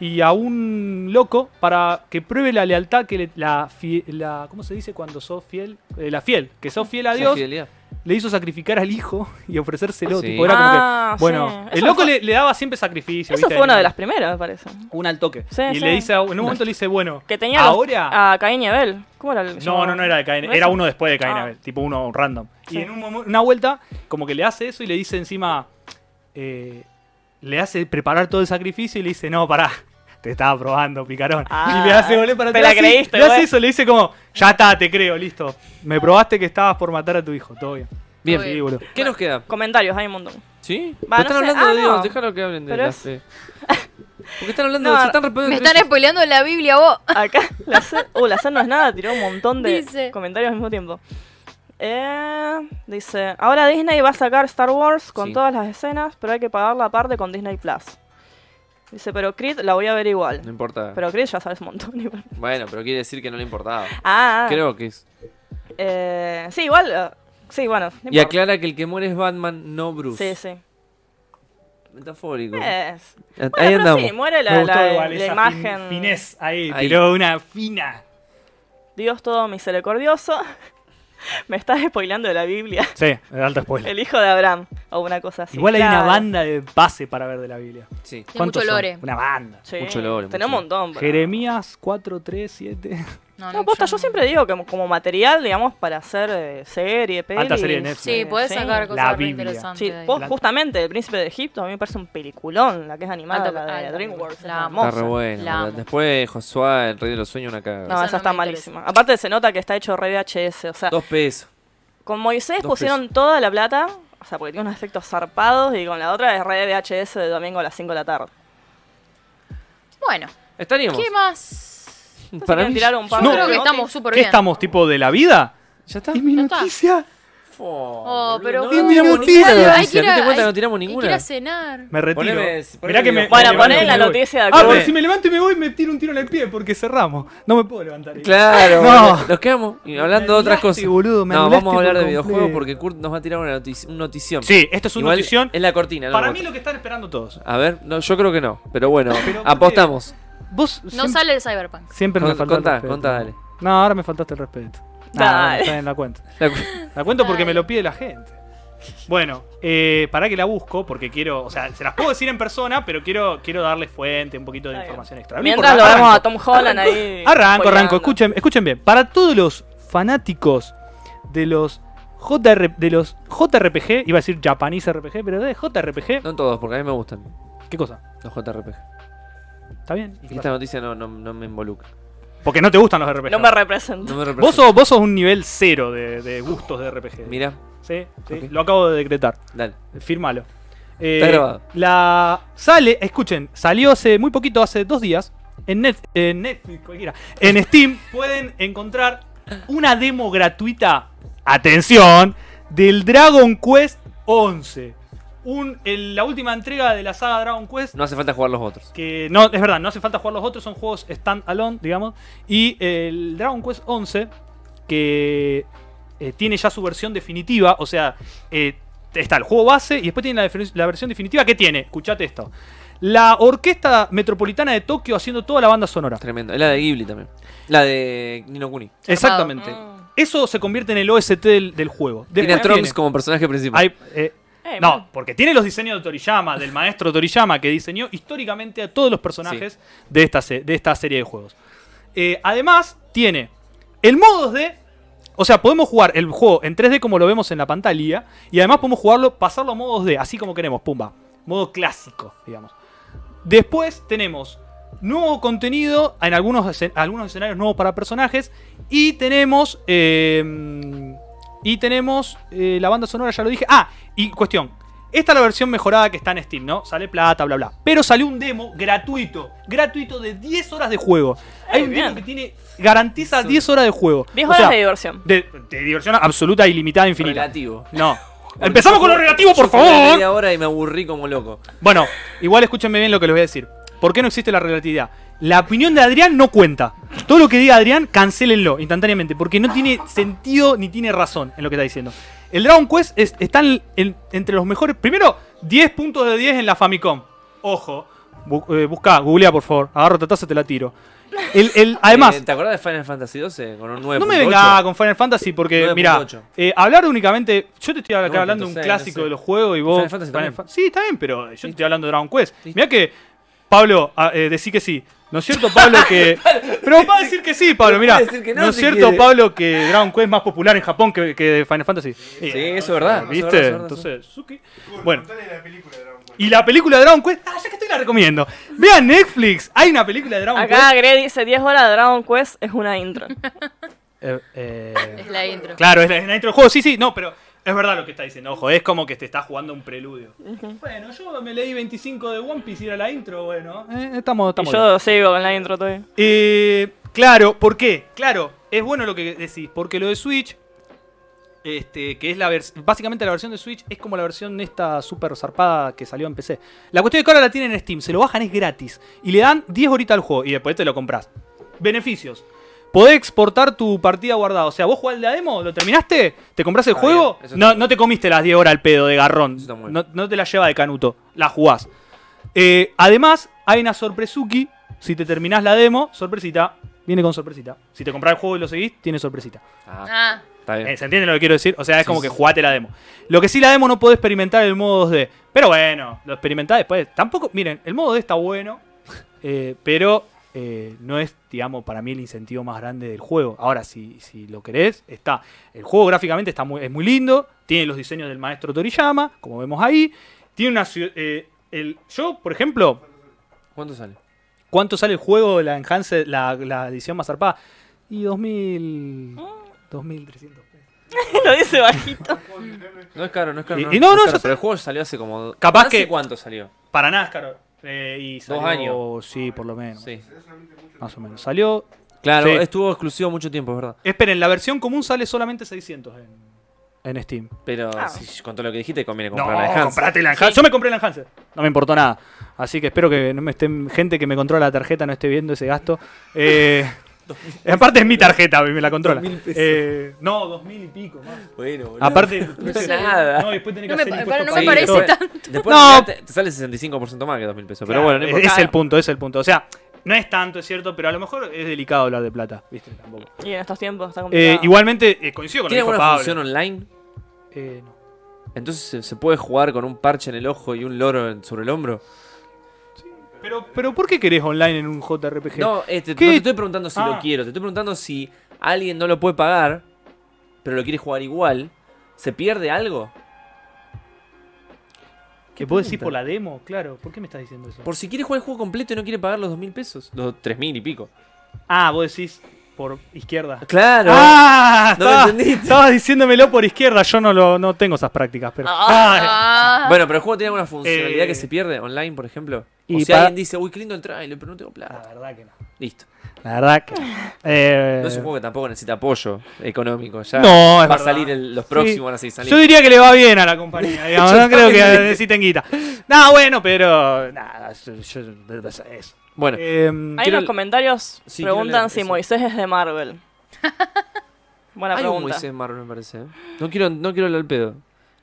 y a un loco para que pruebe la lealtad que le- la, fi- la ¿cómo se dice cuando sos fiel? Eh, la fiel, que sos fiel a Esa Dios, fidelidad. le hizo sacrificar al hijo y ofrecérselo, Sí. tipo, era como que- Ah, sí. bueno, el Eso loco fue- le, le daba siempre sacrificio, Eso ¿viste? fue una de las primeras, me parece. una al toque. Sí, y sí. le dice, a- en un momento le dice, bueno, Que tenía los- ahora a Caín y Abel. ¿Cómo era el No, no, no era de Cain, era uno después de Cain Ah. Abel, tipo uno random. Sí. Y en un momen- una vuelta, como que le hace eso y le dice encima, eh, le hace preparar todo el sacrificio y le dice, no, pará, te estaba probando, picarón. Ah, y le hace volver para te atrás la y creíste, Le hace güey. eso, le dice como, ya está, te creo, listo. Me probaste que estabas por matar a tu hijo, todo bien. Bien. Sí, boludo. ¿Qué nos queda? Comentarios, hay un montón. ¿Sí? Va, Pero no están sé. hablando Ah, de Dios, no. déjalo que hablen de Pero la es- fe. Porque están hablando, No, se están respondiendo. Me entre están ellos. spoileando la Biblia vos. Acá, la C, uh, la C no es nada, tiró un montón de Dice. comentarios al mismo tiempo. Eh, dice, ahora Disney va a sacar Star Wars con Sí. todas las escenas, pero hay que pagarla aparte con Disney Plus. Dice, pero Creed la voy a ver igual. No importa. Pero Creed ya sabes un montón igual. Bueno, pero quiere decir que no le importaba. Ah, Creo que es. eh, sí, igual. eh, sí, bueno. no Y importa. aclara que el que muere es Batman, no Sí, Bruce. sí. Metafórico. Es. Ahí Bueno, pero andamos. sí, muere Me la, gustó la- igual la esa fin- imagen. finés ahí, Ahí. tiró una fina. Dios todo misericordioso. Me estás spoileando de la Biblia. Sí, de alto spoiler. El hijo de Abraham. O una cosa así. Igual hay una Claro. banda de base para ver de la Biblia. Sí. Y ¿Cuántos mucho son? lore. Una banda. Sí, Mucho lore, Tenés mucho. un montón. pero- Jeremías 4, 3, 7. No, No, posta, yo no. siempre digo que como- como material, digamos, para hacer eh, serie, peli. Alta serie de Netflix. Sí, podés Sí. sacar La cosas re Biblia. interesantes. Sí, de ahí. vos, La- justamente, El Príncipe de Egipto, a mí me parece un peliculón, la que es animada, Alta- la de alta DreamWorks. película. es La amo. Está hermosa. re bueno. La amo. Después Josué, el rey de los sueños, una caga. No, Esa esa no está me malísima. interesa. Aparte se nota que está hecho re VHS, o sea, Dos pesos. con Moisés Dos pusieron toda la plata, o sea, porque tiene unos efectos zarpados, y con la otra es re VHS de domingo a las 5 de la tarde. Bueno, Estaríamos. ¿qué más? Para quieren mí. tirar un par No. de Creo que botis. estamos súper ¿Qué bien. estamos, tipo, de la vida? ¿Ya está? Es mi Ya está. noticia. Oh, pero no bueno. tiramos Hay ninguna. que ir a- Hay que hay- ¿Te cuenta que no tiramos hay que ir ninguna? a cenar. Me retiro. Poneme- poneme Mirá que me- video. Bueno, me poné levanto y la me voy. noticia de Ah, Cruz. pero si me levanto y me voy, me tiro un tiro en el pie porque cerramos. No me puedo levantar. ahí. Claro, No. boludo. nos quedamos y hablando de otras anulaste, cosas. boludo, me no, anulaste vamos a hablar por de videojuegos completo. porque Kurt nos va a tirar una notici- un notición. Sí, esto es una Igual notición. Es la cortina, ¿no? Para la mí cortina. lo que están esperando todos. A ver, no, yo creo que no, pero bueno, Pero, ¿por apostamos. Vos No siempre, sale el Cyberpunk. siempre me Con- faltaste contá, el respeto. contá, dale. No, ahora me faltaste el respeto. Dale. Nada, está en la cuenta. La cu- La cuento porque Dale. me lo pide la gente. Bueno, eh, para que la busco, porque quiero. O sea, se las puedo decir en persona, pero quiero, quiero darle fuente, un poquito de Está bien. información extra. No Mientras lo importa, vemos a arranco. Tom Holland ahí. Arranco, arranco, spoileando. escuchen, escuchen bien. Para todos los fanáticos de los JR, de los JRPG, iba a decir Japanese RPG, pero de JRPG, No todos, porque a mí me gustan ¿qué cosa? los JRPG. ¿Está bien? Y esta noticia no, no, no me involucra. Porque no te gustan los RPG. No me represento. No me vos, representa. sos, vos sos un nivel cero de, de gustos de RPG. Mira, Sí, sí, Ok. lo acabo de decretar. dale. Firmalo. Eh, Está grabado. La sale, escuchen, salió hace muy poquito, hace dos días, en, Net- en Netflix, cualquiera, en Steam pueden encontrar una demo gratuita, atención, del Dragon Quest 11. Un, el- la última entrega de la saga Dragon Quest No hace falta jugar los otros. que no, es verdad, no hace falta jugar los otros, son juegos stand-alone, digamos. Y el Dragon Quest 11, que eh, tiene ya su versión definitiva, o sea, eh, está el juego base y después tiene la, defer- la versión definitiva que tiene, escuchate esto, la Orquesta Metropolitana de Tokio haciendo toda la banda sonora. Tremendo. Es la de Ghibli también. La de Nino Kuni. Exactamente. Mm. Eso se convierte en el OST del, del juego. Tiene a Después Trunks viene- como personaje principal. hay, eh, Eh, no, porque tiene los diseños de Toriyama, del maestro Toriyama, que diseñó históricamente a todos los personajes de, esta, se- de esta serie de juegos. Eh, además, tiene el modo 2D. O sea, podemos jugar el juego en 3D como lo vemos en la pantalla. Y además podemos jugarlo, pasarlo a modo 2D, así como queremos, pumba. Modo clásico, digamos. Después tenemos nuevo contenido en algunos, escen- algunos escenarios nuevos para personajes. Y tenemos. em, eh, y tenemos eh, la banda sonora, ya lo dije. Ah, y cuestión. Esta es la versión mejorada que está en Steam, ¿no? Sale plata, bla, bla. Pero salió un demo gratuito, gratuito de 10 horas de juego. Hay un Ah, bien. demo que tiene garantiza 10 horas de juego. 10 O horas sea, de diversión. de, de diversión absoluta, ilimitada, infinita. Relativo. No. Empezamos con lo relativo, por Yo jugué favor. media hora y me aburrí como loco. Bueno, igual escúchenme bien lo que les voy a decir. ¿Por qué no existe la relatividad? La opinión de Adrián no cuenta. Todo lo que diga Adrián, cancélenlo instantáneamente, porque no tiene sentido ni tiene razón en lo que está diciendo. El Dragon Quest es- está en- en- entre los mejores. Primero, 10 puntos de 10 en la Famicom. Ojo. Bu- eh, busca, googlea por favor. Agarro taza, te la tiro. El, el- además, Eh, ¿Te acordás de Final Fantasy XII? Con un 9. no me venga con Final Fantasy porque, mira, 9.8. eh, hablar únicamente. Yo te estoy acá No, hablando de un 9.6, clásico no sé. de los juegos y vos. Final Fantasy también. Fan- sí, está bien, pero yo te estoy hablando de Dragon Sí. Quest. Mira que, Pablo, ah, eh, decí que sí. ¿No es cierto, Pablo, que. Pero va a decir que sí, Pablo, mira. puede decir que no, No, es si cierto, quiere. Pablo, que Dragon Quest es más popular en Japón que, que Final Fantasy. Sí, eso es verdad, eso es ¿Viste? verdad, eso es verdad, Entonces, Suki. Cool, Bueno. contale de la película de Dragon Ball. Y la película de Dragon Quest. Ah, ya que estoy la recomiendo. Vean Netflix. Hay una película de Dragon Acá Quest. Gre dice 10 horas de Dragon Quest es una intro. Eh, eh, Es la intro. Claro, es la, es la intro del juego, sí, sí, no, pero es verdad lo que está diciendo, ojo, es como que te está jugando un preludio. Bueno, yo me leí 25 de One Piece y era la intro, bueno. eh, Y estamos, estamos. bien. yo sigo con la intro todavía. Eh, claro, ¿por qué? Claro, es bueno lo que decís, porque lo de Switch, este, que es la vers- básicamente la versión de Switch, es como la versión de esta super zarpada que salió en PC. La cuestión es que ahora la tienen en Steam, se lo bajan, es gratis, y le dan 10 horitas al juego, y después te lo compras. Beneficios. Podés exportar tu partida guardada. O sea, vos jugás la demo, lo terminaste, te compras el Está juego. bien, eso No, está no te comiste las 10 horas al pedo de garrón. Eso está muy No, no te la lleva de canuto. La jugás. Eh, además, hay una sorpresuki. Si te terminás la demo, sorpresita. Viene con sorpresita. Si te compras el juego y lo seguís, tiene sorpresita. Ah, Ah, está bien. Eh, ¿Se entiende lo que quiero decir? O sea, es Sí, como sí. que jugate la demo. Lo que sí la demo no podés experimentar el modo 2D. Pero bueno, lo experimentás después. Tampoco, miren, el modo 2D está bueno. eh, pero eh, no es, digamos, para mí el incentivo más grande del juego. Ahora, si, si lo querés, está. El juego gráficamente está muy, es muy lindo. Tiene los diseños del maestro Toriyama, como vemos ahí. Tiene una ciu- eh, el, yo, por ejemplo, ¿Cuánto sale? ¿Cuánto sale el juego, la enhanced, la, la edición más zarpada? Y 2000... 2300 pesos. Lo dice bajito. No es caro, no es caro. Y- y no, es no, caro, eso- pero el juego salió hace como. Capaz ¿Hace que- ¿Cuánto salió? Para nada es caro. Eh, y salió, años. Sí, por lo menos. Sí. Más o menos. Salió... Claro, Sí. estuvo exclusivo mucho tiempo, es verdad. Esperen, la versión común sale solamente 600 en, en Steam. Pero Ah. si- con todo lo que dijiste, conviene No, comprar la de Hans. comprate la enhanced. Yo me compré la enhanced. No me importó nada. Así que espero que no me estén, gente que me controla la tarjeta no esté viendo ese gasto. Eh, aparte es mi tarjeta, me la controla. Eh, no, dos mil y pico más. Bueno, boludo. Aparte, No es nada. No, después tenés que No me hacer pa- impuestos no me para- parece todo. tan- Después No. te, te sale 65% más que 2000 pesos. Pero bueno, no Es- importa. es el punto, es el punto. O sea, no es tanto, es cierto, pero a lo mejor es delicado hablar de plata, ¿viste? Tampoco. Y en estos tiempos está Eh, complicado. igualmente, eh, coincido con lo ¿Tiene que dijo alguna Pablo. función online? Eh, no. Entonces ¿se, se puede jugar con un parche en el ojo y un loro en- sobre el hombro. pero, pero, ¿por qué querés online en un JRPG? No, este, no ¿Qué? te estoy preguntando si Ah. lo quiero. Te estoy preguntando si alguien no lo puede pagar, pero lo quiere jugar igual. ¿Se pierde algo? que puedo decir pregunta? por la demo, claro. ¿Por qué me estás diciendo eso? Por si quiere jugar el juego completo y no quiere pagar los 2000 pesos. Los 3000 y pico. Ah, vos decís por izquierda. Claro. Ah, No estaba- me entendiste. estabas diciéndomelo por izquierda. Yo no, lo, no tengo esas prácticas, pero. Ah, ah, Bueno, pero el juego tiene alguna funcionalidad Eh. que se pierde online, por ejemplo. Y o si pa- alguien dice, uy, qué lindo el trailer, pero no tengo la plata. verdad que no. Listo. La verdad que no. Eh, No es un juego que tampoco necesita apoyo económico. Ya No, va es a verdad. salir el- los próximos, van a seguir Yo saliendo. diría que le va bien a la compañía, digamos. no creo que también. necesiten guita. No, bueno, pero. Nada, yo. yo- eso. Bueno, Em, Hay quiero- unos comentarios Sí, quiero preguntan leer si eso. Moisés es de Marvel. Buena hay un pregunta. Moisés Marvel, me parece. ¿eh? No quiero, no quiero hablar al pedo.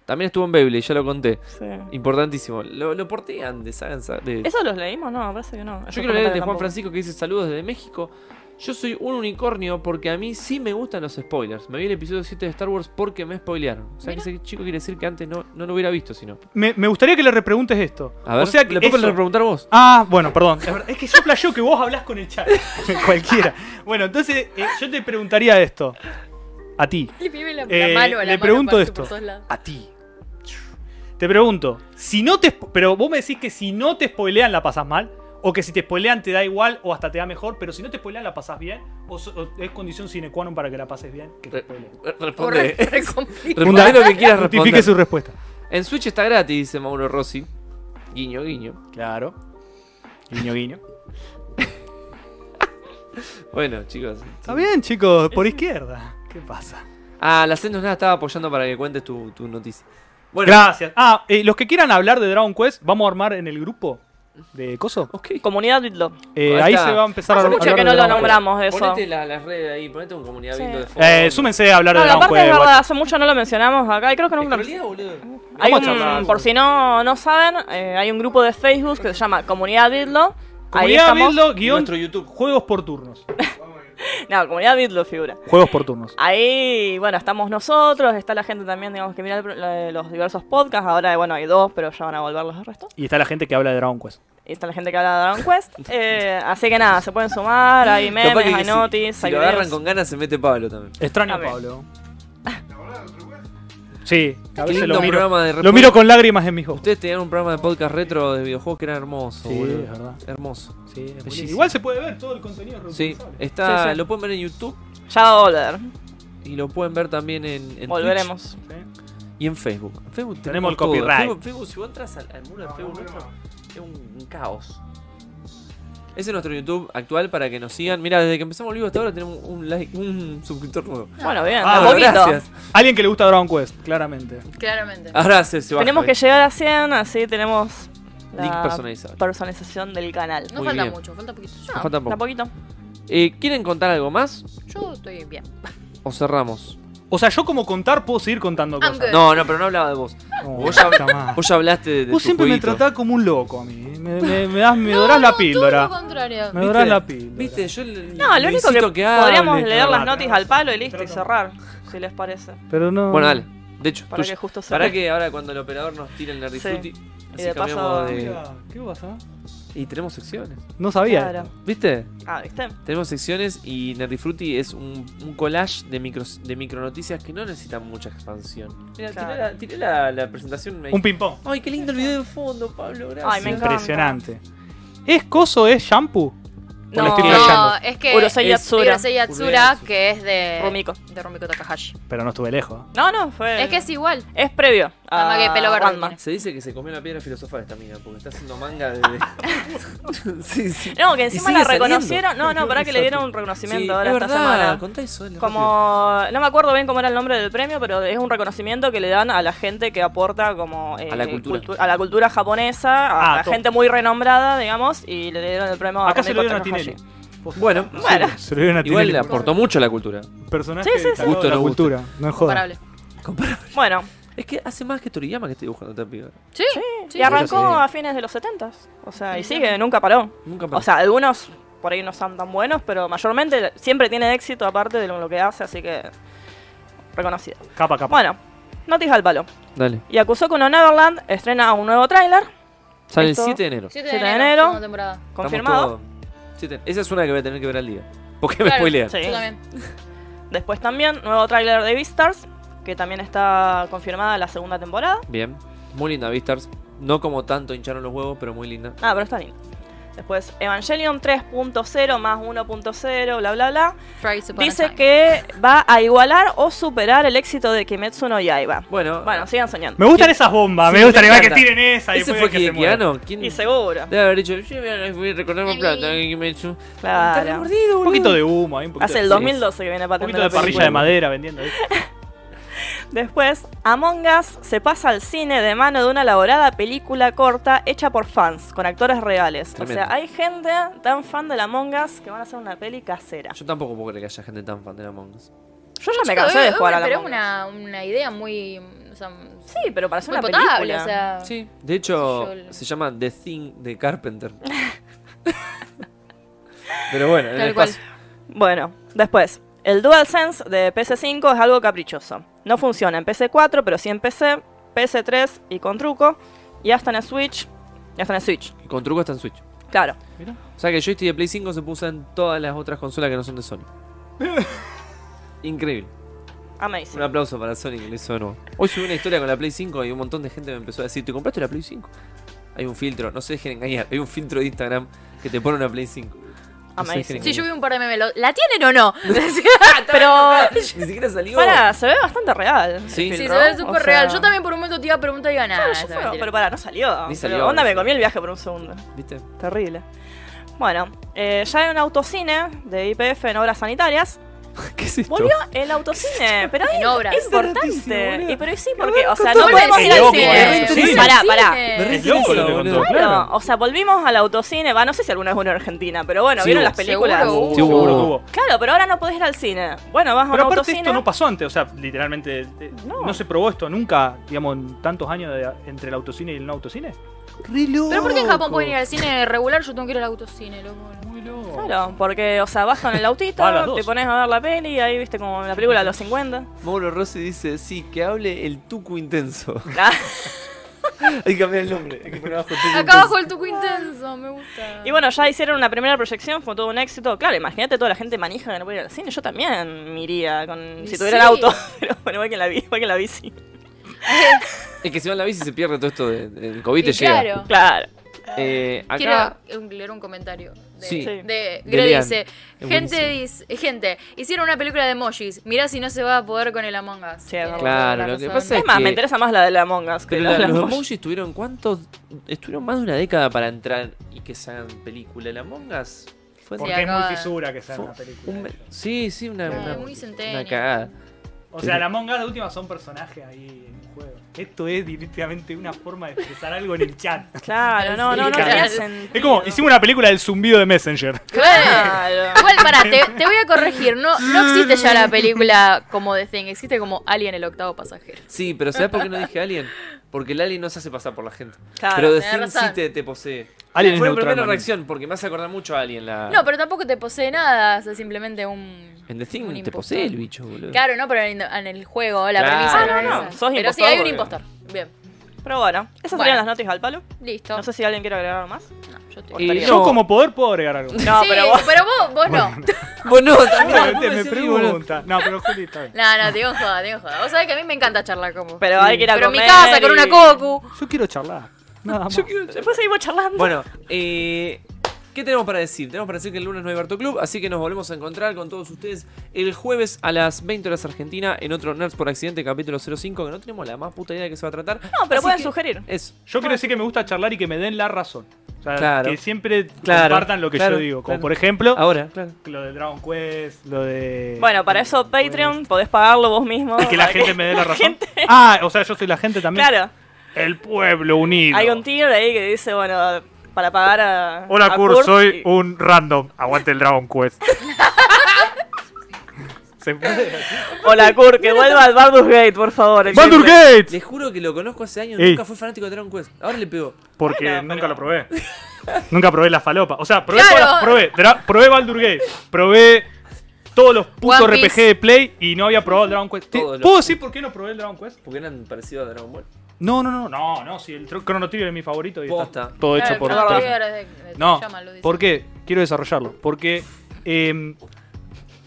También estuvo en Beyblade, ya lo conté. Sí. Importantísimo. Lo, lo portean de saga en saga- de- ¿Eso los leímos? No, me parece que no. Esos Yo quiero leer el de comentarios Juan tampoco. Francisco que dice saludos desde México. Yo soy un unicornio porque a mí sí me gustan los spoilers. Me vi el episodio 7 de Star Wars porque me spoilearon. O sea, que ese chico quiere decir que antes no, no lo hubiera visto, sino. me, me gustaría que le repreguntes esto. A ver, o sea que le puedo eso- preguntar vos. Ah, bueno, perdón. Es, verdad, es que yo flasheo que vos hablas con el chat. Cualquiera. Bueno, entonces eh, yo te preguntaría esto. A ti. le pibe la, Eh, la mano, la le mano pregunto parece esto. por todos lados. A ti. Te pregunto, si no te spo- pero vos me decís que si no te spoilean la pasás mal, o que si te spoilean te da igual o hasta te da mejor, pero si no te spoilean la pasás bien, o, so- o es condición sine qua non para que la pases bien, que te spoileen. Responde. Re- re complicado. Responde Eh, lo que quieras responder. Justifique su respuesta. En Switch está gratis, dice Mauro Rossi. Guiño, guiño. Claro. Guiño, guiño. Bueno, chicos. Está bien, chicos, por izquierda. ¿Qué pasa? Ah, la Sendos nada estaba apoyando para que cuentes tu, tu noticia. Bueno, Gracias. Ah, eh, los que quieran hablar de Dragon Quest, vamos a armar en el grupo de Coso. ok. Comunidad Bitlo. Eh, Ahí ahí está. se va a empezar Hace a mucho hablar que de no lo Dragon Quest. nombramos eso. Ponete la- las redes ahí, ponete un comunidad Sí. viendo de fondo. Eh, súmense a hablar No, de la Dragon aparte es Quest. verdad, guacho. hace mucho no lo mencionamos acá y creo que nunca... Escrolea, boludo. Hay Vamos a un- charlar. por si no, no saben, eh, hay un grupo de Facebook que se llama Comunidad Bitlo. Ahí Comunidad estamos. Bildo, guión, Nuestro YouTube. juegos por turnos. No, Comunidad Bitlo figura. Juegos por turnos. Ahí, bueno, estamos nosotros, está la gente también, digamos, que mira el pro- la- los diversos podcasts. Ahora, bueno, hay dos, pero ya van a volver los restos. Y está la gente que habla de Dragon Quest. Y está la gente que habla de Dragon Quest. Eh, así que nada, se pueden sumar, hay memes, Capaz que hay si- notis, si hay lo videos. agarran con ganas, se mete Pablo también. Extraño a A ver. Pablo. Sí, a Qué veces lindo lo miro. programa de Lo miro con lágrimas en mis ojos. Ustedes tenían un programa de podcast retro de videojuegos que era hermoso, Sí, boludo. es verdad. Hermoso. Sí, es Bellísimo. Igual se puede ver todo el contenido. Sí, está, Sí, sí. lo pueden ver en YouTube Ya va a volver, y lo pueden ver también en, en volveremos. Twitch y en Facebook. En Facebook tenemos, ¿eh? Tenemos el todo. copyright. Facebook, Facebook, si vos entras al, al muro de Facebook nuestro, es un, un caos. Ese es nuestro YouTube actual para que nos sigan. Mira, desde que empezamos el vivo hasta ahora tenemos un like, un suscriptor nuevo. Bueno, bien, Ah, de a Bueno, poquito. gracias. Ah, Alguien que le gusta Dragon Quest, claramente. Claramente. Ahora se, se baja, Tenemos que ¿viste? llegar a 100, así tenemos la Link personalizado. personalización del canal. No Muy falta bien. mucho, falta poquito. No, falta poco. de a poquito. Eh, ¿Quieren contar algo más Yo estoy bien. o cerramos? O sea, yo como contar puedo seguir contando I'm cosas. good. No, no, pero no hablaba de vos. No, Oh, Vos ya- puta madre. Vos ya hablaste de, de Vos tu siempre me jueguito. tratás como un loco a mí. eh. Me, me- me das, me dorás la Todo píldora. lo contrario. Me ¿Viste? dorás la píldora. Viste, yo le- No, lo único que, necesito hable. podríamos leer las Ah, notis al palo y listo, y cerrar, si les parece. Pero no. Bueno, dale. De hecho, Para tuyo. que justo se Pues, Para ve. que ahora cuando el operador nos tire el Nerdy Sí. Fruity, Y así de paso- cambiamos de... Mira, ¿Qué pasa? Y tenemos secciones. No sabía. Claro. esto. ¿Viste? Ah, ¿viste? Tenemos secciones y Nerdy Fruity es un, un collage de micro, de micronoticias que no necesitan mucha expansión. Mira, Claro. tiré, la, tiré la, la presentación. ahí. Un ping-pong. Ay, qué lindo el video de fondo, Pablo. Gracias. Ay, me encanta. Impresionante. ¿Es coso? ¿Es shampoo? No, lo estoy no. flasheando. es que Urosei Yatsura. Urosei Yatsura, Urosei. que es de Rumiko. de Rumiko Takahashi. Pero no estuve lejos. ¿eh? No, no, fue. Es que es igual. Es previo. Ah, a que pelo verde Ranma. tiene. Se dice que se comió la piedra filosofal esta mina, porque está haciendo manga de... sí, sí. No, que Y encima sigue la saliendo. reconocieron. No, no, para que le dieron un Sí, reconocimiento ahora es esta verdad, semana. contá eso. dale, rápido. Como. No me acuerdo bien cómo era el nombre del premio, pero es un reconocimiento que le dan a la gente que aporta como. eh, A la cultura. cultu- a la cultura japonesa, a, Ah, a to- gente muy renombrada, digamos, y le dieron el premio Acá a se lo dieron a Rumiko Tinelli. Takahashi. Bueno, Bueno, Se lo dieron a Tinelli. igual le aportó mucho a la cultura. Personaje Sí, sí, sí. destacado Gusto de la no gusto. cultura. No es joda. Comparable. bueno. Es que hace más que Toriyama que estoy dibujando esta piba. Sí, sí. y arrancó sí. a fines de los 70 O sea, y sigue, nunca paró. Nunca paró. O sea, algunos por ahí no son tan buenos, pero mayormente siempre tiene éxito aparte de lo que hace, así que. reconocido. Capa, capa. Bueno, notis al palo. Dale. Y Akusoko no Neverland estrena un nuevo tráiler, Sale Esto- el 7 de enero. 7 de Siete de enero. enero. segunda temporada. Estamos confirmado. todo- siete- Esa es una que voy a tener que ver al día. Porque me Claro, spoilean. Sí. Yo también. Después también, nuevo tráiler de Beastars, que también está confirmada la segunda temporada. Bien. Muy linda, Vistars. No como tanto hincharon los huevos, pero muy linda. Ah, pero está lindo. Después, Evangelion 3.0 más 1.0, bla, bla, bla. Fries upon a Dice time. que va a igualar o superar el éxito de Kimetsu no Yaiba. Bueno, Bueno, sigan soñando. Me gustan esas bombas. Sí, me gusta me que encanta. tiren esa y ese fue después que se mueran. Kidequiano. ¿Quién Y seguro. debe haber dicho? Yo voy a- voy a recordar mi plata. Ay, que me echó. Claro. Está remordido, boludo. Un poquito de humo ahí, un poquito Hace de- el 2012 que viene Un patente poquito de la parrilla de película. madera vendiendo. ¿viste? Después, Among Us se pasa al cine de mano de una elaborada película corta hecha por fans, con actores reales. Tremendo. O sea, hay gente tan fan de la Among Us que van a hacer una peli casera. Yo tampoco puedo creer que haya gente tan fan de la Us. Yo ya me Pero cansé de es- jugar a la Pero es Among Us. una, una idea muy. O sea, muy Sí, pero para hacer una potable, película. o sea. Sí. De hecho, Yo- se llama The Thing de Carpenter. pero bueno, en el Tal cual. espacio. Bueno, después. El DualSense de PS5 es algo caprichoso. No funciona en PS4, pero sí en PC, PS3 y con truco. Y hasta en el Switch. Y hasta en el Switch, Con truco está en Switch. claro. O sea que el joystick de Play 5 se puso en todas las otras consolas que no son de Sony. Increíble. Un Amazing. aplauso para Sony que lo hizo de nuevo. Hoy subí una historia con la Play 5 y un montón de gente me empezó a decir, ¿te compraste la Play 5? Hay un filtro, no se dejen engañar, hay un filtro de Instagram que te pone una Play 5. sé qué Amazing. ningún- Sí, yo vi un par de memes. lo- ¿La tienen o no? Ah, Pero Ni siquiera salió. Pará, se ve bastante real. Ah, Sí. Sí, se filtró, ve o súper sea- real. Yo también por un momento te iba a preguntar y ganar. Claro, yo fueron, pero pará, no salió. Ni Ni salió, Onda, no me salió. comí el viaje por un segundo. ¿Viste? Terrible. Bueno, eh, ya en un autocine de IPF en obras sanitarias. ¿Qué es esto? Volvió el autocine, pero ahí En obras. es rarísimo, importante. boludo. Y pero sí, porque, o sea, No no podemos ir al loco, es eh, cine. re triste. Pará, pará. Me Es loco lo que boludo. contó. Claro, o sea, volvimos al autocine. Va, no sé si alguna vez uno en Argentina, pero bueno, Sí vieron hubo. las películas. Seguro hubo. Sí, hubo, Seguro que hubo. hubo. Claro, pero ahora no podés ir al cine. Bueno, vas a un Pero aparte autocine. esto no pasó antes, o sea, literalmente eh, No. no, se probó esto nunca, digamos, en tantos años de- entre el autocine y el no autocine. Pero ¿por qué en Japón pueden ir al cine regular? Yo tengo que ir al autocine, loco. Muy loco. Claro, porque, o sea, vas con el autito, Va a las dos. te pones a ver la peli, ahí viste como la película de los 50. Mauro Rossi dice, sí, que hable el tucu intenso. Ah. Hay que cambiar el nombre. Hay que poner abajo tucu Acá abajo el tuco intenso, me gusta. Y bueno, ya hicieron una primera proyección, fue todo un éxito. Claro, imagínate toda la gente manija que no puede ir al cine. Yo también me iría con, Y si tuviera el sí. auto, pero bueno, voy que en la, bi- voy que en la bici. Es que si va en la bici se pierde todo esto de- del COVID Y te llega. claro. Claro. Eh, acá... Quiero un- leer un comentario. De, eh, Sí. Sí. de- De Greg Lean. dice, Es gente, dice, gente, hicieron una película de emojis. Mirá si no se va a poder con el Among Us. Sí, es verdad. Claro, toda la lo que razón. pasa Es más, que- me interesa más la de la Among Us que Pero la de la la- los Among Us. emojis tuvieron cuántos. Estuvieron más de una década para entrar y que se hagan película. El Among Us fue. Sí, fue Porque es muy acaba- fisura que sea una película. un me- de hecho. sí, sí, una, Claro, una, muy una centennial. cagada. O sea, la Among Us, la última son personajes ahí en el juego. Esto es directamente una forma de expresar algo en el chat. Claro, no, no, no, Sí, claro. tiene Es sentido. Es como, hicimos una película del zumbido de Messenger. Claro. Claro. Igual, pará, te, te voy a corregir. No, no existe ya la película como The Thing, existe como Alien el octavo pasajero. Sí, pero ¿sabes por qué no dije Alien? Porque el Alien no se hace pasar por la gente. Claro, pero de tenés Thing sí razón. te, te posee. Alien es Fue mi neutral, primera Manu. reacción, porque me hace acordar mucho a Alien. La... No, pero tampoco te posee nada, es simplemente un. Ah. En The Thing un te impostor. posee el bicho, boludo. Claro, no, pero en, en el juego, la Claro. premisa. Ah, no, la no, premisa. sos Pero sí, impostor, hay un porque- impostor. Bien, Pero bueno, esas Bueno. serían las noticias al palo. listo. No sé si alguien quiere agregar más. No, yo Y estoy. no, Yo como poder puedo agregar algo. No, sí, pero vos. vos, vos no. Vos no, también, Ah, vos te me decís, boludo. pregunta. No, pero Juli está bien. No, no, te digo joda, te digo joda. Vos sabés que a mí me encanta charlar con vos. Pero hay que ir a Pero en mi comer casa, con y- una cocu. Yo quiero charlar. Nada más. Después seguimos charlando. Bueno, eh, ¿qué tenemos para decir? Tenemos para decir que el lunes no hay Barto Club, así que nos volvemos a encontrar con todos ustedes el jueves a las 20 horas Argentina en otro Nerds por Accidente, capítulo 05, que no tenemos la más puta idea de qué se va a tratar. no, pero Así pueden que- sugerir. Eso. Yo quiero decir que me gusta charlar y que me den la razón. O sea, Claro. que siempre Claro, compartan lo que claro, yo digo. Como claro. por ejemplo, Ahora, claro. lo de Dragon Quest, lo de. Bueno, para eso Patreon, podés pagarlo vos mismo. Que la para gente me dé la razón. Ah, o sea, yo soy la gente también. Claro. El pueblo unido. Hay un tier ahí que dice, bueno, para pagar a. Hola, a Kurt, Kurt soy y- un random. Aguante el Dragon Quest. Se puede. Hola, Kurt, que vuelva al Baldur's Gate, por favor. el ¡Bandur gameplay. Gates! Les juro que lo conozco hace años, Ey. nunca fui fanático de Dragon Quest. Ahora le pegó. Porque nunca lo probé. nunca probé la falopa. O sea, probé, Claro. todas las- probé, Dra- probé Baldur Gate, probé todos los putos One Piece. RPG de Play y no había probado el Dragon Quest. ¿Te- Todos los- ¿Puedo decir por qué no probé el Dragon Quest? Porque eran parecidos a Dragon Ball. No, no, no, no, no, sí, el tro- Chrono Trigger es mi favorito y está Posta. todo hecho por Chrono por- Trigger No, ¿por qué? Quiero desarrollarlo. Porque eh,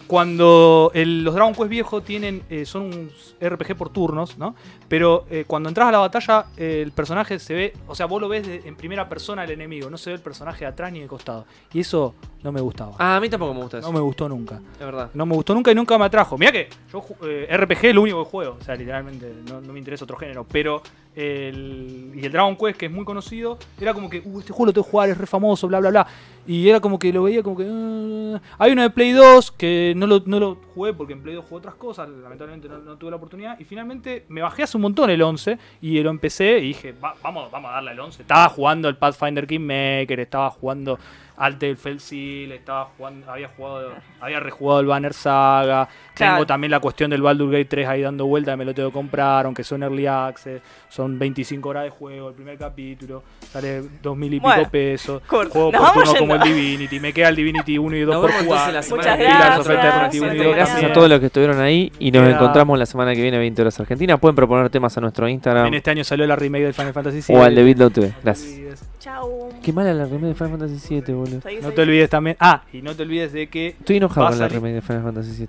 cuando el- los Dragon Quest viejos tienen, eh, son un RPG por turnos, ¿no? Pero eh, cuando entras a la batalla, eh, el personaje se ve, o sea, vos lo ves de- en primera persona al enemigo, no se ve el personaje de atrás ni de costado. Y eso no me gustaba. Ah, a mí tampoco me gusta eso. No me gustó nunca. Es verdad. No me gustó nunca y nunca me atrajo. Mira que yo ju- eh, RPG es lo único que juego. O sea, literalmente no, no me interesa otro género. Pero el, y el Dragon Quest, que es muy conocido, era como que, "Uh, este juego lo tengo que jugar, es re famoso, bla, bla, bla. Y era como que lo veía como que... "Ah". Hay uno de Play 2 que no lo, no lo jugué porque en Play 2 jugué otras cosas. Lamentablemente no, no tuve la oportunidad. Y finalmente me bajé hace un montón el 11 y lo empecé y dije, "Va- vamos, vamos a darle al 11. Estaba jugando el Pathfinder Kingmaker, estaba jugando... Alter Felsil, estaba jugando, había jugado, había rejugado el Banner Saga. Claro. Tengo también la cuestión del Baldur Gate 3 ahí dando vuelta, me lo tengo que comprar, aunque son early access, son 25 horas de juego, el primer capítulo, sale 2000 y Bueno, pico pesos. Kurt, juego nos por vamos turno como el yendo. Divinity, me queda el Divinity 1 y 2 Nos por vemos jugar. entonces la semana Muchas que viene. gracias. Pillars of Eternity 1 y 2 Gracias a también. todos los que estuvieron ahí y nos Queda- encontramos la semana que viene 20 horas Argentina. Pueden proponer temas a nuestro En Instagram este año salió la remake del Final Fantasy VII. o al de Bitlow TV. Gracias. Chau. Qué mala la remake de Final Fantasy VII, boludo. Seguí, No seguí. te olvides también. Ah, y no te olvides de que Estoy enojado Va a con la salir. remake de Final Fantasy VII.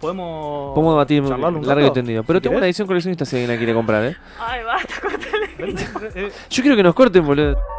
podemos. Podemos debatir charlarlo un largo y rato, tendido. si Pero tengo querés. una edición coleccionista si alguien la quiere comprar, ¿eh? Ay, basta, cortale. Eh, Yo quiero que nos corten, boludo.